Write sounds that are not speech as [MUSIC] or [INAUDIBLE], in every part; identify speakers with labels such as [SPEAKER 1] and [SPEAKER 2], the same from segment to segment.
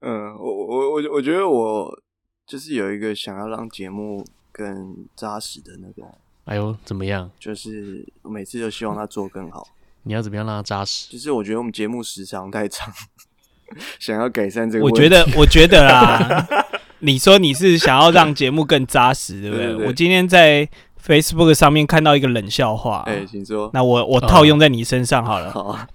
[SPEAKER 1] 嗯我我我觉得我就是有一个想要让节目更扎实的那个，
[SPEAKER 2] 哎呦，怎么样？
[SPEAKER 1] 就是我每次都希望它做更好。
[SPEAKER 2] 你要怎么样让它扎实？
[SPEAKER 1] 就是我觉得我们节目时长太长，想要改善这个
[SPEAKER 3] 我
[SPEAKER 1] 问题。
[SPEAKER 3] 觉得，我觉得啦，你说你是想要让节目更扎实，对不
[SPEAKER 1] 对对对
[SPEAKER 3] 我今天在 Facebook 上面看到一个冷笑话，
[SPEAKER 1] 哎、请说。
[SPEAKER 3] 那我我套用在你身上好了。
[SPEAKER 1] 好啊，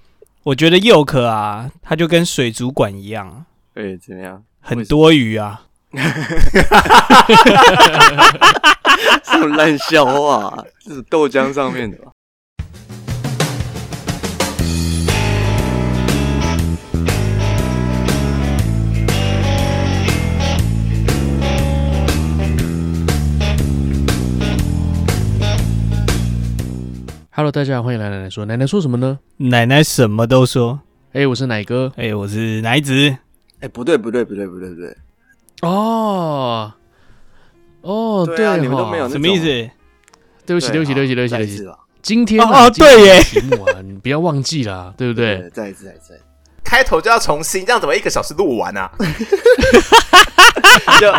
[SPEAKER 3] 我觉得佑可啊，他就跟水族馆一样，
[SPEAKER 1] 哎、怎么样？
[SPEAKER 3] 很多余啊。
[SPEAKER 1] 这种烂笑话、啊，这是豆浆上面的吧。
[SPEAKER 2] Hello，大家好，欢迎来奶奶说。奶奶说什么呢？
[SPEAKER 3] 奶奶什么都说。
[SPEAKER 2] 哎、我是奶哥。
[SPEAKER 3] 哎、我是奶子。
[SPEAKER 1] 哎、不对，不对，不对，不对，不对。
[SPEAKER 2] 哦，哦，
[SPEAKER 1] 对啊
[SPEAKER 2] 哈
[SPEAKER 1] 你们都没有那
[SPEAKER 3] 什么意思？
[SPEAKER 2] 对不起，对不起，对不起，对不起，
[SPEAKER 1] 再
[SPEAKER 2] 对
[SPEAKER 1] 一
[SPEAKER 2] 不
[SPEAKER 1] 次
[SPEAKER 2] 起。
[SPEAKER 1] 吧。
[SPEAKER 2] 今天
[SPEAKER 3] 哦
[SPEAKER 2] 啊
[SPEAKER 3] 哦对耶，
[SPEAKER 2] 今天的题目啊，你不要忘记
[SPEAKER 1] [LAUGHS]
[SPEAKER 2] 啦，对不对？，
[SPEAKER 1] 再一次，再一次。
[SPEAKER 4] 开头就要重新，这样怎么一个小时录完啊？
[SPEAKER 1] [LAUGHS] 要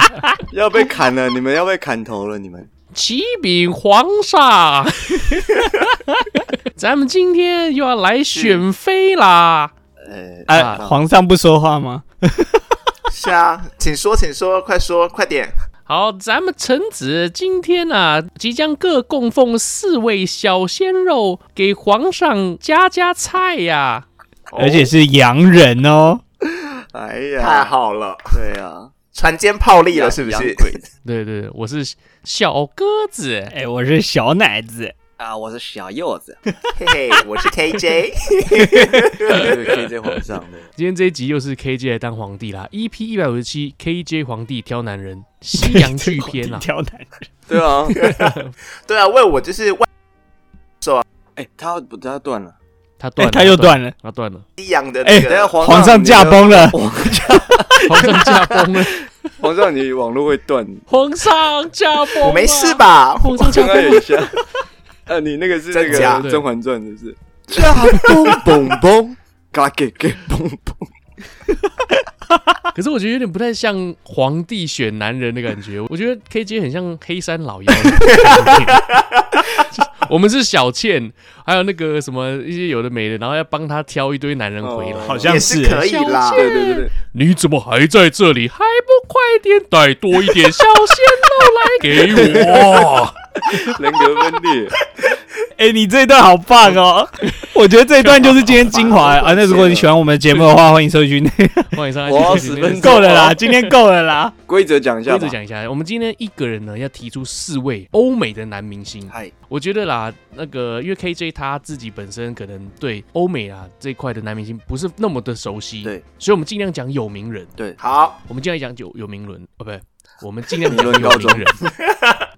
[SPEAKER 1] 要被砍了，你们要被砍头了，你们。
[SPEAKER 2] 启禀皇上， [LAUGHS] 咱们今天又要来选妃啦。
[SPEAKER 1] 呃、
[SPEAKER 3] 哎、
[SPEAKER 2] 啊
[SPEAKER 3] 皇上不说话吗？
[SPEAKER 4] [LAUGHS] 是啊，请说，请说，快说，快点！
[SPEAKER 2] 好，咱们臣子今天啊，即将各供奉四位小鲜肉，给皇上夹夹菜呀、
[SPEAKER 3] 而且是洋人哦。
[SPEAKER 1] 哎
[SPEAKER 4] 哦太
[SPEAKER 1] 呀，
[SPEAKER 4] 好了，
[SPEAKER 1] 对啊，
[SPEAKER 4] 船坚炮利了，是不
[SPEAKER 1] 洋
[SPEAKER 4] 是？
[SPEAKER 1] 鬼子
[SPEAKER 2] 对对，我是小鸽子。
[SPEAKER 3] 哎、我是小奶 [LAUGHS] 子。
[SPEAKER 1] [LAUGHS] 啊，我是小柚子，
[SPEAKER 4] [LAUGHS] 嘿嘿，我是 KJ，
[SPEAKER 1] [LAUGHS] 对，KJ 皇上的。
[SPEAKER 2] 今天这一集又是 KJ 来当皇帝啦，EP 一百五十七，KJ 皇帝挑男人，西洋巨
[SPEAKER 3] [LAUGHS]
[SPEAKER 2] 片啊。
[SPEAKER 3] 挑男人。
[SPEAKER 1] 对啊，
[SPEAKER 4] [LAUGHS] 对啊，为我就是外
[SPEAKER 1] [LAUGHS] 哎、他不，他断了。
[SPEAKER 2] 他断
[SPEAKER 3] 哎、
[SPEAKER 2] 了，
[SPEAKER 3] 他又，断了。
[SPEAKER 2] 他断了，
[SPEAKER 4] 洋的那
[SPEAKER 1] 等一
[SPEAKER 4] 个，
[SPEAKER 1] 下皇
[SPEAKER 3] 皇上驾崩了。
[SPEAKER 1] 皇
[SPEAKER 2] 皇上驾崩了，
[SPEAKER 1] 皇上，你网络会 [LAUGHS] 断，
[SPEAKER 2] 皇上驾崩，
[SPEAKER 4] 我没事？吧？
[SPEAKER 2] 皇上驾
[SPEAKER 1] 刚
[SPEAKER 2] 崩
[SPEAKER 1] 刚
[SPEAKER 2] 了
[SPEAKER 1] 有 [LAUGHS] 一下。呃、你那个是那
[SPEAKER 4] 真
[SPEAKER 1] 个
[SPEAKER 4] 假
[SPEAKER 1] 《甄嬛传》是不是？驾崩嘣嘣， [LAUGHS] 嘎给给嘣嘣。
[SPEAKER 2] 可是我觉得有点不太像皇帝选男人的感觉，我觉得 KJ 很像黑山老妖。我们是小倩，还有那个什么一些有的没的，然后要帮他挑一堆男人回来。
[SPEAKER 1] 哦
[SPEAKER 3] 好像
[SPEAKER 4] 也
[SPEAKER 3] 是
[SPEAKER 4] 是可以啦
[SPEAKER 2] 小。
[SPEAKER 1] 对对对对，
[SPEAKER 2] 你怎么还在这里？还不快点带多一点小鲜肉来
[SPEAKER 1] [LAUGHS]
[SPEAKER 2] 给我？
[SPEAKER 1] 人格分裂。
[SPEAKER 3] 哎、你这一段好棒哦！ [LAUGHS] 我觉得这一段就是今天精华啊。那如果你喜欢我们的节目的话，欢迎收听。
[SPEAKER 2] 欢迎上来，
[SPEAKER 1] 我要
[SPEAKER 2] 继续
[SPEAKER 1] 十分
[SPEAKER 2] 那个
[SPEAKER 3] 够了啦，今天够了啦。
[SPEAKER 1] 规则讲一下
[SPEAKER 2] 规则
[SPEAKER 1] 吧。
[SPEAKER 2] 讲一下，我们今天一个人呢要提出四位欧美的男明星。
[SPEAKER 1] 嗨，
[SPEAKER 2] 我觉得啦，那个因为 KJ 他自己本身可能对欧美啊这一块的男明星不是那么的熟悉，
[SPEAKER 1] 对，
[SPEAKER 2] 所以我们尽量讲有名人，
[SPEAKER 1] 对，
[SPEAKER 4] 好，
[SPEAKER 2] 我们尽量讲有有名人，
[SPEAKER 1] [LAUGHS]
[SPEAKER 2] 哦，不对，我们尽量
[SPEAKER 1] 名
[SPEAKER 2] 讲
[SPEAKER 1] 人
[SPEAKER 2] 有
[SPEAKER 1] 高
[SPEAKER 2] 名
[SPEAKER 1] 中
[SPEAKER 2] 人。 [LAUGHS]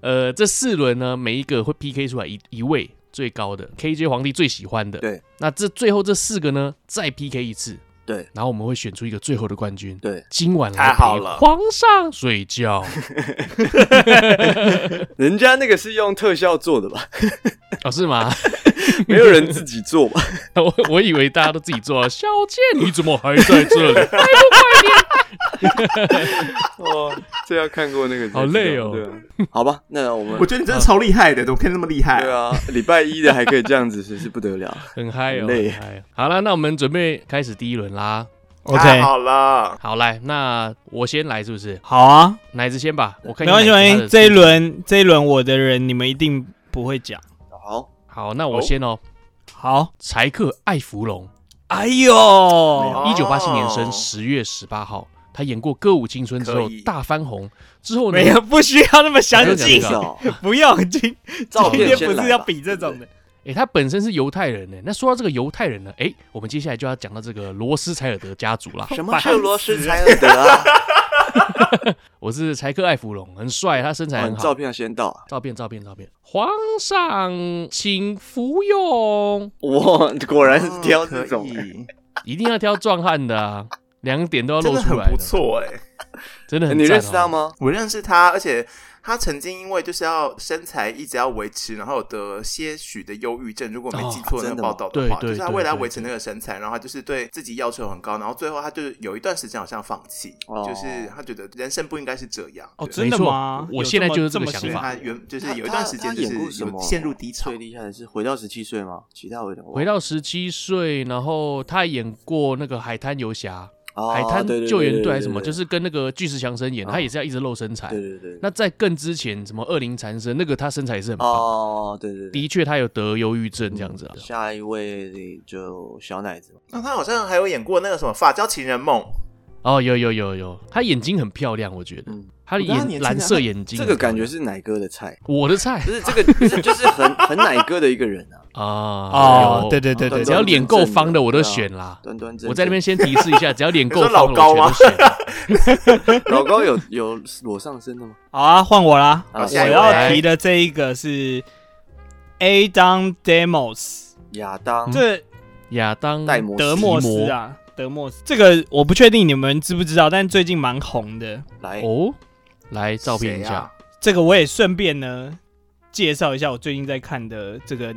[SPEAKER 2] 呃，这四轮呢，每一个会 PK 出来一一位最高的 KJ 皇帝最喜欢的，
[SPEAKER 1] 对，
[SPEAKER 2] 那这最后这四个呢，再 PK 一次，
[SPEAKER 1] 对，
[SPEAKER 2] 然后我们会选出一个最后的冠军，
[SPEAKER 1] 对，
[SPEAKER 2] 今晚来
[SPEAKER 4] 太好
[SPEAKER 2] 陪
[SPEAKER 4] 了
[SPEAKER 2] 皇上睡
[SPEAKER 1] [LAUGHS]
[SPEAKER 2] 觉。
[SPEAKER 1] 人家那个是用特效做的吧？
[SPEAKER 2] 哦，是吗？ [LAUGHS]
[SPEAKER 1] 没有人自己做 [LAUGHS] 吧？
[SPEAKER 2] 我我以为大家都自己做啊。小倩，你怎么还在这
[SPEAKER 1] [LAUGHS]
[SPEAKER 2] 里？
[SPEAKER 1] 哦，这要看过那个才知道。
[SPEAKER 2] 好累哦
[SPEAKER 1] 对啊，好吧，那我们
[SPEAKER 4] 我觉得你真的超厉害的，怎么可以那么厉害
[SPEAKER 1] 对？啊，礼拜一的还可以这样子，真是不得了。
[SPEAKER 2] 很嗨哦，
[SPEAKER 1] 很累
[SPEAKER 2] 很嗨。好了，那我们准备开始第一轮啦。
[SPEAKER 4] 太
[SPEAKER 3] [LAUGHS] OK，
[SPEAKER 4] 好了，
[SPEAKER 2] 好，来，那我先来，是不是？
[SPEAKER 3] 好啊，
[SPEAKER 2] 奶子先吧，我看
[SPEAKER 3] 没关系，
[SPEAKER 2] 你奶子
[SPEAKER 3] 没
[SPEAKER 2] 他
[SPEAKER 3] 关
[SPEAKER 2] 的
[SPEAKER 3] 系。这一轮，这一轮我的人你们一定不会讲。
[SPEAKER 1] [LAUGHS] 好，
[SPEAKER 2] 好，那我先哦。
[SPEAKER 3] 好，
[SPEAKER 2] 柴克艾芙蓉，
[SPEAKER 3] 哎呦，
[SPEAKER 4] 哦
[SPEAKER 2] 一九八七年生，十月十八号。他演过《歌舞青春》之后
[SPEAKER 4] 可以
[SPEAKER 2] 大翻红，之后呢
[SPEAKER 3] 没？有，不需要那么详
[SPEAKER 2] 自己
[SPEAKER 3] 细
[SPEAKER 1] 至
[SPEAKER 2] 还，
[SPEAKER 1] 少
[SPEAKER 2] [LAUGHS]
[SPEAKER 3] 不用今
[SPEAKER 1] 照
[SPEAKER 3] 今
[SPEAKER 1] 片
[SPEAKER 3] 天
[SPEAKER 1] 先
[SPEAKER 3] 不
[SPEAKER 1] 来吧
[SPEAKER 3] 是要比这种的。
[SPEAKER 2] 诶，他本身是犹太人呢。那说到这个犹太人呢，诶，我们接下来就要讲到这个罗斯柴尔德家族啦。
[SPEAKER 1] 什么是罗斯柴尔德啊？
[SPEAKER 2] 我是柴克艾芙蓉，很帅，他身材
[SPEAKER 1] 哦
[SPEAKER 2] 很
[SPEAKER 1] 你
[SPEAKER 2] 好。
[SPEAKER 1] 照片要先到
[SPEAKER 2] [LAUGHS]
[SPEAKER 1] 啊。
[SPEAKER 2] 照片，照片，照片。皇上，请服用，
[SPEAKER 1] 哇，果然是挑这
[SPEAKER 4] 嗯可
[SPEAKER 1] 种。
[SPEAKER 4] 以，
[SPEAKER 2] 一定要挑壮汉的啊，两点都要
[SPEAKER 4] 真
[SPEAKER 2] 露
[SPEAKER 4] 的
[SPEAKER 2] 出
[SPEAKER 4] 很
[SPEAKER 2] 来
[SPEAKER 4] 不错哎。
[SPEAKER 2] 真的很、
[SPEAKER 1] 哦
[SPEAKER 2] 哦
[SPEAKER 1] 你认识他？吗？
[SPEAKER 4] 我认识他，而且他曾经因为就是要身材一直要维持，然后得些许的忧郁症，如果没记错
[SPEAKER 1] 哦真
[SPEAKER 4] 那个
[SPEAKER 1] 的吗
[SPEAKER 4] 报道的话，
[SPEAKER 2] 对对
[SPEAKER 4] 就是他为了要
[SPEAKER 2] 对对
[SPEAKER 4] 维持那个身材，然后他就是对自己要求很高，然后最后他就是有一段时间好像放弃，
[SPEAKER 1] 哦
[SPEAKER 4] 就是他觉得人生不应该是这样。
[SPEAKER 3] 哦，
[SPEAKER 4] 对
[SPEAKER 3] 真的
[SPEAKER 2] 没错
[SPEAKER 3] 吗？
[SPEAKER 2] 我
[SPEAKER 3] 有
[SPEAKER 2] 现在
[SPEAKER 3] 这么
[SPEAKER 2] 就是这个
[SPEAKER 3] 么
[SPEAKER 2] 想
[SPEAKER 4] 所以
[SPEAKER 3] 辛
[SPEAKER 2] 法
[SPEAKER 3] 苦
[SPEAKER 4] 他原就是
[SPEAKER 1] 他
[SPEAKER 4] 有一段
[SPEAKER 1] 他
[SPEAKER 4] 时间
[SPEAKER 1] 他
[SPEAKER 4] 就
[SPEAKER 1] 演
[SPEAKER 4] 是
[SPEAKER 1] 过什
[SPEAKER 4] 有
[SPEAKER 1] 么
[SPEAKER 4] 陷入低潮
[SPEAKER 1] 最。厉害的是回到十七岁吗？其他我有点忘
[SPEAKER 2] 回到十七岁，然后他还演过那个《海滩游侠》
[SPEAKER 1] 哦
[SPEAKER 2] 海滩
[SPEAKER 1] 对对对
[SPEAKER 2] 救援
[SPEAKER 1] 对
[SPEAKER 2] 队》还
[SPEAKER 1] 对
[SPEAKER 2] 是什么，
[SPEAKER 1] 对啊
[SPEAKER 2] 就是跟那个巨石强森演，他也是要一直露身材
[SPEAKER 1] 对。对对，
[SPEAKER 2] 那在更之前，什么恶灵缠身，那个他身材也是很棒，
[SPEAKER 1] 哦，对对嗯对。
[SPEAKER 2] 的确他有得忧郁症这样子啊。
[SPEAKER 1] 下一位就小奶子，
[SPEAKER 4] 那他好像还有演过那个什么《发胶情人梦》，
[SPEAKER 2] 哦，有有有有，他眼睛很漂亮，我觉得
[SPEAKER 1] 嗯
[SPEAKER 2] 他的
[SPEAKER 4] 我觉得他
[SPEAKER 2] 眼
[SPEAKER 4] 年轻啊
[SPEAKER 2] 蓝色眼睛
[SPEAKER 1] 这
[SPEAKER 2] 很漂
[SPEAKER 1] 个
[SPEAKER 2] 亮，
[SPEAKER 1] 感觉是奶哥的菜，
[SPEAKER 2] 我的菜
[SPEAKER 1] 就是这个就是就是很很奶哥的一个人啊，
[SPEAKER 2] 啊。
[SPEAKER 3] 哦
[SPEAKER 2] 有，
[SPEAKER 3] 对对对对，
[SPEAKER 1] 对
[SPEAKER 2] 只要脸够方的我都
[SPEAKER 1] 对啊
[SPEAKER 2] 选啦。
[SPEAKER 1] 端端正正。
[SPEAKER 2] 我在那边先提示一下，只
[SPEAKER 1] [LAUGHS]
[SPEAKER 2] 要脸够
[SPEAKER 4] 你说
[SPEAKER 2] 方
[SPEAKER 4] 老
[SPEAKER 2] 的
[SPEAKER 4] 高
[SPEAKER 2] 我
[SPEAKER 4] 吗
[SPEAKER 2] 全都选。
[SPEAKER 3] [LAUGHS]
[SPEAKER 1] 老高有有裸上身的吗？
[SPEAKER 3] 好啊，换我啦！
[SPEAKER 1] 好
[SPEAKER 3] 我
[SPEAKER 1] 下一位
[SPEAKER 3] 要提的这一个是 A Down Demos，、
[SPEAKER 1] 亚当
[SPEAKER 2] 嗯
[SPEAKER 3] 这
[SPEAKER 2] 亚当
[SPEAKER 1] 戴摩斯
[SPEAKER 3] 德莫斯啊，德莫斯这个我不确定你们知不知道，但最近蛮红的。
[SPEAKER 1] 来
[SPEAKER 2] 哦，来照片一
[SPEAKER 4] 谁
[SPEAKER 2] 下
[SPEAKER 4] 啊，
[SPEAKER 3] 这个我也顺便呢介绍一下我最近在看的这个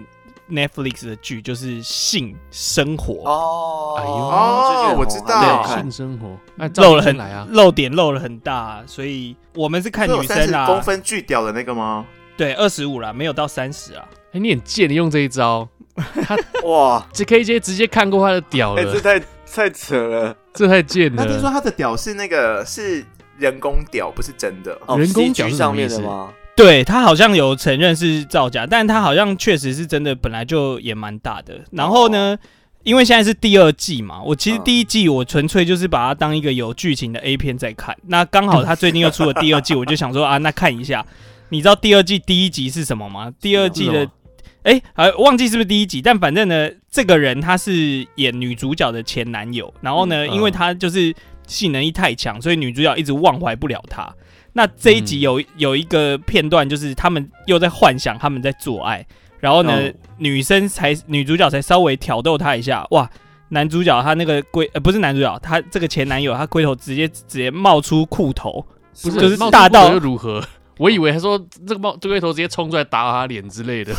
[SPEAKER 3] Netflix 的剧，就是《性生活
[SPEAKER 1] 哦，
[SPEAKER 2] 哎呦
[SPEAKER 4] 哦我知道
[SPEAKER 1] 好
[SPEAKER 2] 对
[SPEAKER 4] 看
[SPEAKER 2] 性生活，
[SPEAKER 1] 嗯
[SPEAKER 2] 那》，
[SPEAKER 3] 露
[SPEAKER 2] 照
[SPEAKER 3] 了
[SPEAKER 2] 片
[SPEAKER 3] 很
[SPEAKER 2] 来啊，
[SPEAKER 3] 露点露了很大，所以我们是看
[SPEAKER 4] 有
[SPEAKER 3] 女
[SPEAKER 4] 三
[SPEAKER 3] 生
[SPEAKER 4] 十
[SPEAKER 3] 啦、
[SPEAKER 4] 公分巨屌的那个吗？
[SPEAKER 3] 对，二十五啦，没有到三十啊。
[SPEAKER 2] 哎，你很贱，你用这一招，
[SPEAKER 1] 哇，
[SPEAKER 2] 这 KJ 直接看过他的屌
[SPEAKER 1] 哎，这
[SPEAKER 2] 了，
[SPEAKER 1] 太太扯了，
[SPEAKER 2] 这太贱
[SPEAKER 4] 那听说
[SPEAKER 2] 了。
[SPEAKER 4] 他的屌是那个是人工屌，不是真的。
[SPEAKER 1] 哦
[SPEAKER 2] 人工
[SPEAKER 1] C
[SPEAKER 2] 角
[SPEAKER 1] 局
[SPEAKER 2] 是
[SPEAKER 1] 上面
[SPEAKER 2] 什
[SPEAKER 1] 的
[SPEAKER 2] 么意思
[SPEAKER 1] 吗？
[SPEAKER 3] 对他好像有承认是造假，但他好像确实是真的，本来就也蛮大的。然后呢，
[SPEAKER 2] 哦
[SPEAKER 3] 因为现在是第二季嘛，我其实
[SPEAKER 1] 嗯
[SPEAKER 3] 第一季我纯粹就是把它当一个有剧情的 A 片在看。那刚好他最近又出了第二季，我就想说啊，那看一下。你知道第二季第一集是什么吗？第二季
[SPEAKER 2] 是什
[SPEAKER 3] 的
[SPEAKER 2] 么。
[SPEAKER 3] 哎，呃，忘记是不是第一集，但反正呢，这个人他是演女主角的前男友，然后呢，
[SPEAKER 2] 嗯
[SPEAKER 3] 因为他就是性能力太强，所以女主角一直忘怀不了他。那这一集
[SPEAKER 2] 嗯
[SPEAKER 3] 有、有一个片段，就是他们又在幻想他们在做爱，然后呢，
[SPEAKER 2] 哦
[SPEAKER 3] 女生才女主角才稍微挑逗他一下，哇，男主角他那个龟呃不是男主角，他这个前男友他龟头直接直接冒出裤头，
[SPEAKER 2] 不是，
[SPEAKER 3] 就是
[SPEAKER 2] 冒出
[SPEAKER 3] 大到
[SPEAKER 2] 头又如何？我以为他说这个冒这个头直接冲出来打他脸之类的。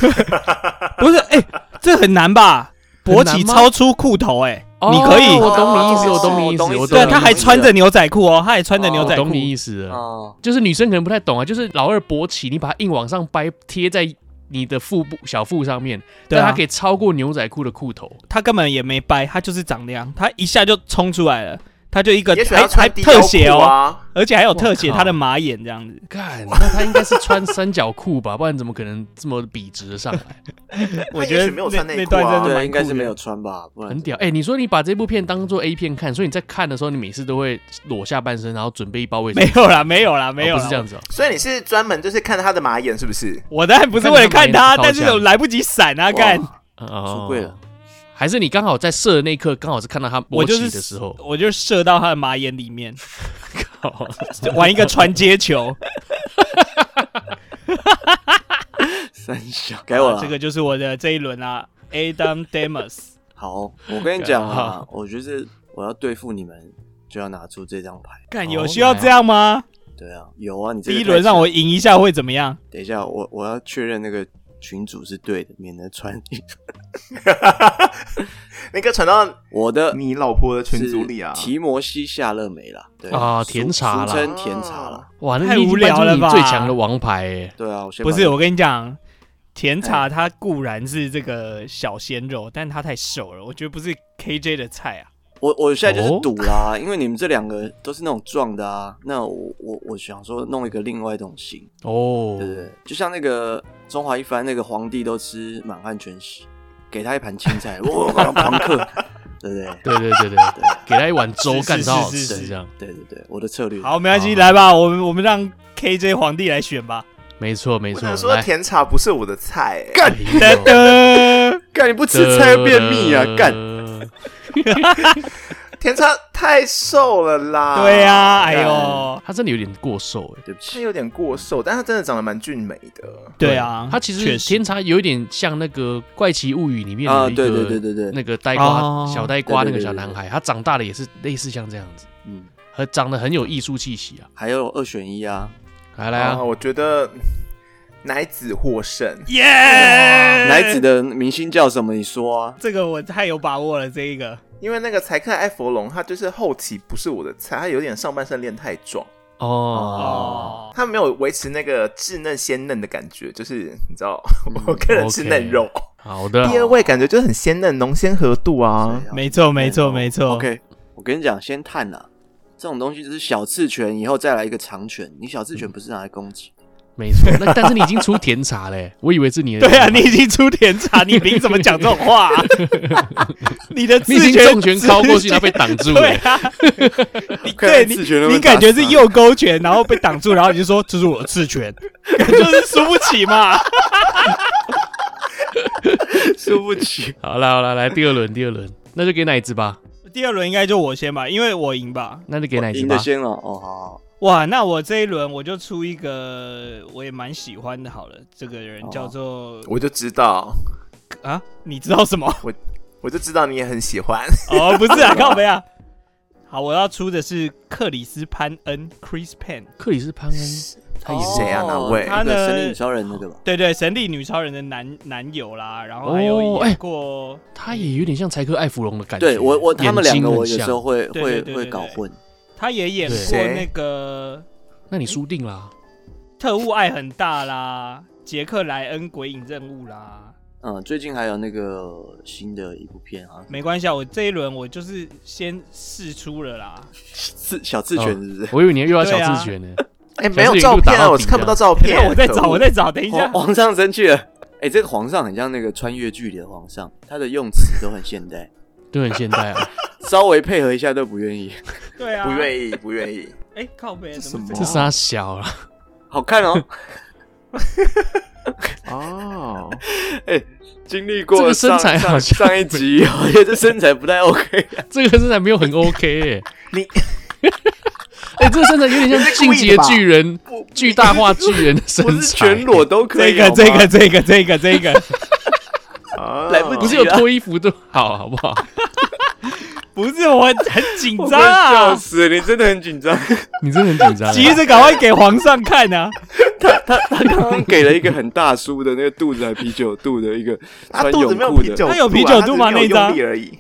[SPEAKER 3] 不是哎、这很难吧？
[SPEAKER 2] 很
[SPEAKER 3] [LAUGHS] 勃
[SPEAKER 2] 难
[SPEAKER 3] 起
[SPEAKER 2] 吗
[SPEAKER 3] 超出裤头哎、
[SPEAKER 2] 哦
[SPEAKER 3] 你可以
[SPEAKER 2] 我懂你意思，
[SPEAKER 1] 哦
[SPEAKER 2] 我懂你意思，
[SPEAKER 1] 懂意思
[SPEAKER 2] 我懂你
[SPEAKER 3] 对啊，
[SPEAKER 2] 意思。
[SPEAKER 3] 他还穿着牛仔裤哦，他还穿着
[SPEAKER 1] 哦
[SPEAKER 3] 牛
[SPEAKER 2] 我
[SPEAKER 3] 仔裤
[SPEAKER 2] 懂，你意思嗯了。
[SPEAKER 1] 哦，
[SPEAKER 2] 就是女生可能不太懂啊，就是老二勃起，你把它硬往上掰，贴在你的腹部小腹上面，
[SPEAKER 3] 对
[SPEAKER 2] 但
[SPEAKER 3] 啊
[SPEAKER 2] 它可以超过牛仔裤的裤头。
[SPEAKER 3] 他根本也没掰，他就是长那样，他一下就冲出来了，他就一个
[SPEAKER 4] 也许
[SPEAKER 3] 还
[SPEAKER 4] 他
[SPEAKER 3] 还
[SPEAKER 4] 穿低腰
[SPEAKER 3] 特写
[SPEAKER 4] 裤
[SPEAKER 3] 哦，
[SPEAKER 4] 啊，
[SPEAKER 3] 而且还有特写
[SPEAKER 2] 我靠
[SPEAKER 3] 他的马眼这样子。
[SPEAKER 2] 干，那他应该是穿三角裤吧，不 [LAUGHS] 然怎么可能这么笔直的上来？
[SPEAKER 3] 我觉得
[SPEAKER 4] 也许没有穿
[SPEAKER 3] 那那
[SPEAKER 4] 内裤啊
[SPEAKER 3] 段真的蛮酷的
[SPEAKER 1] 对，应该是没有穿吧，不然
[SPEAKER 2] 很屌。哎、你说你把这部片当做 A 片看，所以你在看的时候，你每次都会裸下半身，然后准备一包卫生
[SPEAKER 3] 没
[SPEAKER 2] 纸。
[SPEAKER 3] 有啦，没有啦，没有
[SPEAKER 2] 哦
[SPEAKER 3] 啦。
[SPEAKER 2] 不是这样子哦、
[SPEAKER 4] 所以你是专门就是看他的马眼是不是？
[SPEAKER 3] 我当然不是为了看
[SPEAKER 2] 看
[SPEAKER 3] 他，
[SPEAKER 2] 他马眼
[SPEAKER 3] 但是
[SPEAKER 2] 靠墙
[SPEAKER 3] 我来不及闪啊！干，
[SPEAKER 1] 哇
[SPEAKER 2] 哦，
[SPEAKER 1] 出柜了。
[SPEAKER 2] 还是你刚好在射的那一刻，刚好是看到他
[SPEAKER 3] 我
[SPEAKER 2] 勃
[SPEAKER 3] 就
[SPEAKER 2] 起
[SPEAKER 3] 是
[SPEAKER 2] 的时候，
[SPEAKER 3] 我就射到他的马眼里 [LAUGHS] 面，就玩一个传接 [LAUGHS] 球。
[SPEAKER 1] 三小，给我了
[SPEAKER 3] 啊这个就是我的这一轮啊，Adam Demos。 [LAUGHS]
[SPEAKER 1] 好，我跟你讲啊，我觉得我要对付你们，就要拿出这张牌。
[SPEAKER 3] 干，
[SPEAKER 2] 哦
[SPEAKER 3] 有需要这样吗？
[SPEAKER 1] 对啊，有啊，你这
[SPEAKER 3] 第
[SPEAKER 1] 个
[SPEAKER 3] 一轮
[SPEAKER 1] 太
[SPEAKER 3] 让我赢一下会怎么样？
[SPEAKER 1] 等一下，我我要确认那个群主是对的，免得传你
[SPEAKER 4] 那个传到
[SPEAKER 1] 我的
[SPEAKER 4] 你老婆的
[SPEAKER 1] 是
[SPEAKER 4] 群组里啊？
[SPEAKER 1] 提摩西夏勒梅啦，对
[SPEAKER 2] 啊
[SPEAKER 1] 俗
[SPEAKER 2] 甜茶啦
[SPEAKER 1] 俗称甜茶啦。
[SPEAKER 2] 哇，那
[SPEAKER 3] 太
[SPEAKER 2] 你已
[SPEAKER 3] 无
[SPEAKER 2] 经搬
[SPEAKER 3] 聊
[SPEAKER 2] 出
[SPEAKER 3] 了
[SPEAKER 2] 你
[SPEAKER 3] 吧
[SPEAKER 2] 最强的王牌哎、
[SPEAKER 1] 对啊，我先
[SPEAKER 3] 不
[SPEAKER 1] 把
[SPEAKER 3] 是，
[SPEAKER 1] 这
[SPEAKER 3] 我跟你讲，甜茶他固然是这个小鲜肉，但他太瘦了，我觉得不是 KJ 的菜啊。
[SPEAKER 1] 我我现在就是
[SPEAKER 2] 哦
[SPEAKER 1] 赌啦、因为你们这两个都是那种壮的啊，那我我我想说弄一个另外一种型，
[SPEAKER 2] 哦，
[SPEAKER 1] 对不对？就像那个中华一番那个皇帝都吃满汉全席，给他一盘青菜，哇，狂客， [LAUGHS] 对不对？
[SPEAKER 2] [LAUGHS] 对对对对，给他一碗粥
[SPEAKER 3] 是，
[SPEAKER 2] 干
[SPEAKER 3] 是
[SPEAKER 2] 超好
[SPEAKER 3] 是是
[SPEAKER 2] 吃，
[SPEAKER 3] 是
[SPEAKER 2] 这样
[SPEAKER 1] 对对对，我的策略。
[SPEAKER 3] 好，没关系，
[SPEAKER 2] 好
[SPEAKER 3] 来吧，我们我们让 KJ 皇帝来选吧。
[SPEAKER 2] 没错没
[SPEAKER 4] 我
[SPEAKER 2] 错。
[SPEAKER 4] 想说
[SPEAKER 2] 来，
[SPEAKER 4] 甜茶不是我的菜、欸，
[SPEAKER 2] 干 [LAUGHS]
[SPEAKER 3] 噔噔，
[SPEAKER 1] 干你不啊吃菜会便秘啊！干，
[SPEAKER 4] 甜茶太瘦了啦。
[SPEAKER 3] 对呀、啊，哎呦，
[SPEAKER 2] 他真的有点过瘦哎。
[SPEAKER 1] 对不
[SPEAKER 4] 他
[SPEAKER 1] 起，
[SPEAKER 4] 有点过瘦，但他真的长得蛮俊美的。
[SPEAKER 3] 对啊，
[SPEAKER 2] 他其实
[SPEAKER 3] 确实
[SPEAKER 2] 天才有一点像那个《怪奇物语》里面
[SPEAKER 1] 啊
[SPEAKER 2] 的一个
[SPEAKER 1] 对对对对对
[SPEAKER 2] 那个呆瓜
[SPEAKER 3] 哦
[SPEAKER 2] 小呆瓜那
[SPEAKER 1] 对
[SPEAKER 2] 个
[SPEAKER 1] 对对
[SPEAKER 2] 小男孩，他长大了也是类似像这样子，
[SPEAKER 1] 嗯，
[SPEAKER 2] 和长得很有艺术气息啊。
[SPEAKER 1] 还有二选一啊， [LAUGHS]
[SPEAKER 2] 来来啊
[SPEAKER 4] 啊，，我觉得奶子获胜。
[SPEAKER 3] 耶！
[SPEAKER 1] 奶子的明星叫什么？你说
[SPEAKER 2] [LAUGHS]
[SPEAKER 1] 啊？
[SPEAKER 3] 这个我太有把握了，这一个
[SPEAKER 4] 因为那个才看艾佛龙，他就是后期不是我的菜，他有点上半身练太壮，
[SPEAKER 2] 哦，
[SPEAKER 3] 哦，
[SPEAKER 4] 他没有维持那个稚嫩鲜嫩的感觉，就是你知道，我
[SPEAKER 1] 嗯
[SPEAKER 4] 个人吃嫩肉。
[SPEAKER 2] 好的，
[SPEAKER 4] 第二位感觉就是很鲜嫩，浓鲜合度啊。
[SPEAKER 3] 没错没错没错
[SPEAKER 1] OK，我跟你讲，先探啊，这种东西就是小刺拳，以后再来一个长拳。你小
[SPEAKER 3] 嗯
[SPEAKER 1] 刺拳不是拿来攻
[SPEAKER 3] [LAUGHS]
[SPEAKER 1] 击，
[SPEAKER 2] 没错。那但是你已经出甜茶嘞， [LAUGHS] 我以为是你的。
[SPEAKER 3] 对啊，你已经出甜茶，你凭什么讲这种话、啊？你的
[SPEAKER 2] 你已
[SPEAKER 3] 自
[SPEAKER 2] 经
[SPEAKER 3] 觉
[SPEAKER 2] 重拳敲过去，然后被挡住
[SPEAKER 3] 对
[SPEAKER 2] 了。
[SPEAKER 3] 啊，你
[SPEAKER 1] 看来
[SPEAKER 3] 对
[SPEAKER 1] 刺拳都
[SPEAKER 3] 你
[SPEAKER 1] 被
[SPEAKER 3] 你
[SPEAKER 1] 打
[SPEAKER 3] 感觉
[SPEAKER 1] 死
[SPEAKER 3] 是
[SPEAKER 1] 啊
[SPEAKER 3] 右勾拳，然后被挡住，然后你就说这是我的刺拳， [LAUGHS] 就是输不起嘛。
[SPEAKER 1] 输不起。
[SPEAKER 2] 好啦好啦，来第二轮，第二轮，那就给奶子吧，
[SPEAKER 3] 第二轮应该就我先吧，因为我赢吧。
[SPEAKER 2] 那就给奶子
[SPEAKER 1] 赢
[SPEAKER 2] 吧
[SPEAKER 1] 的。先了哦，好好，
[SPEAKER 3] 哇，那我这一轮我就出一个我也蛮喜欢的，好了，这个人叫做、
[SPEAKER 4] 我就知道，
[SPEAKER 3] 啊，你知道什么？ [LAUGHS]
[SPEAKER 4] 我就知道你也很喜欢。
[SPEAKER 3] 哦，不是啊，靠北啊。好，我要出的是克里斯潘恩 （Chris Pan），
[SPEAKER 2] 克里斯潘恩，
[SPEAKER 1] 他
[SPEAKER 4] 赢谁啊哪位
[SPEAKER 1] 那个
[SPEAKER 3] 哦他呢
[SPEAKER 1] 神力女超人那个吧？
[SPEAKER 3] 对对，神力女超人的男男友啦，然后还有
[SPEAKER 2] 哦哎
[SPEAKER 3] 演过、
[SPEAKER 2] 他也有点像柴克艾芙蓉的感觉。
[SPEAKER 1] 对我我他们两个我
[SPEAKER 2] 眼睛
[SPEAKER 1] 有
[SPEAKER 2] 很
[SPEAKER 1] 时候
[SPEAKER 2] 像。
[SPEAKER 1] 会
[SPEAKER 3] 对
[SPEAKER 1] 会
[SPEAKER 3] 对对
[SPEAKER 1] 会
[SPEAKER 3] 对
[SPEAKER 1] 搞
[SPEAKER 3] 对
[SPEAKER 1] 混。
[SPEAKER 3] 他也演
[SPEAKER 2] 对
[SPEAKER 3] 过
[SPEAKER 4] 谁
[SPEAKER 3] 那个
[SPEAKER 2] 那你输定啊啦。
[SPEAKER 3] 特务爱很大啦，杰克莱恩鬼影任务啦。
[SPEAKER 1] 嗯，最近还有那个新的一部片啊，
[SPEAKER 3] 没关系啊，我这一轮我就是先试出了啦。
[SPEAKER 1] 刺小
[SPEAKER 2] 哦
[SPEAKER 1] 刺拳
[SPEAKER 3] [LAUGHS]
[SPEAKER 1] 是不是？
[SPEAKER 2] 我以为你又要小
[SPEAKER 3] 对啊
[SPEAKER 2] 刺拳呢。
[SPEAKER 4] [LAUGHS] 哎，没有照片啊，我看不到照
[SPEAKER 3] [LAUGHS]
[SPEAKER 4] 片
[SPEAKER 3] 那。我在找，我在找，等一下
[SPEAKER 1] 皇。皇上生气了。哎，这个皇上很像那个穿越剧里的皇上，他的用词都很现代，
[SPEAKER 2] 都很现代啊。
[SPEAKER 1] 稍微配合一下都不愿意。
[SPEAKER 3] 对啊，
[SPEAKER 4] 不愿意，不愿 [LAUGHS] 意。
[SPEAKER 3] 哎、靠北，
[SPEAKER 1] 这
[SPEAKER 3] 怎么
[SPEAKER 1] 什
[SPEAKER 2] 这
[SPEAKER 1] 么
[SPEAKER 2] 傻小啊。
[SPEAKER 1] 好看哦，
[SPEAKER 4] 哦，
[SPEAKER 1] 经历过
[SPEAKER 2] 这个身
[SPEAKER 1] 上
[SPEAKER 2] 材好
[SPEAKER 1] 上
[SPEAKER 2] 像
[SPEAKER 1] 上一集，我觉得这身材不太 OK。
[SPEAKER 2] 这个身材没有很 OK 欸
[SPEAKER 4] 你，
[SPEAKER 2] 哎、这个身材有点像《进击的巨人》巨大化巨人的 [LAUGHS] 身
[SPEAKER 1] 不
[SPEAKER 2] 材，
[SPEAKER 1] 是全裸都可
[SPEAKER 3] 这
[SPEAKER 1] 以。
[SPEAKER 3] 个
[SPEAKER 1] 好吗
[SPEAKER 3] 这个这个这个这个
[SPEAKER 1] 来不
[SPEAKER 2] 不
[SPEAKER 1] 及
[SPEAKER 2] 是有
[SPEAKER 3] 啊
[SPEAKER 2] 脱衣服都好，好不好？
[SPEAKER 3] 不是我很紧
[SPEAKER 1] 我
[SPEAKER 3] 张
[SPEAKER 1] 快笑
[SPEAKER 3] 啊，
[SPEAKER 1] 死了，你真的很紧张。 [LAUGHS]
[SPEAKER 2] 你真的很紧张、啊
[SPEAKER 3] [LAUGHS] 急着赶快给皇上看啊！
[SPEAKER 1] 他刚刚给了一个很大叔的那个肚子还啤酒肚的一个
[SPEAKER 4] 他
[SPEAKER 1] 穿
[SPEAKER 4] 肚子
[SPEAKER 1] 泳
[SPEAKER 4] 没有
[SPEAKER 1] 裤
[SPEAKER 4] 啤
[SPEAKER 1] 的，
[SPEAKER 4] 酒，
[SPEAKER 3] 他有啤酒肚吗
[SPEAKER 4] 他只
[SPEAKER 3] 那
[SPEAKER 4] 是没有
[SPEAKER 3] 张
[SPEAKER 4] 用力而已。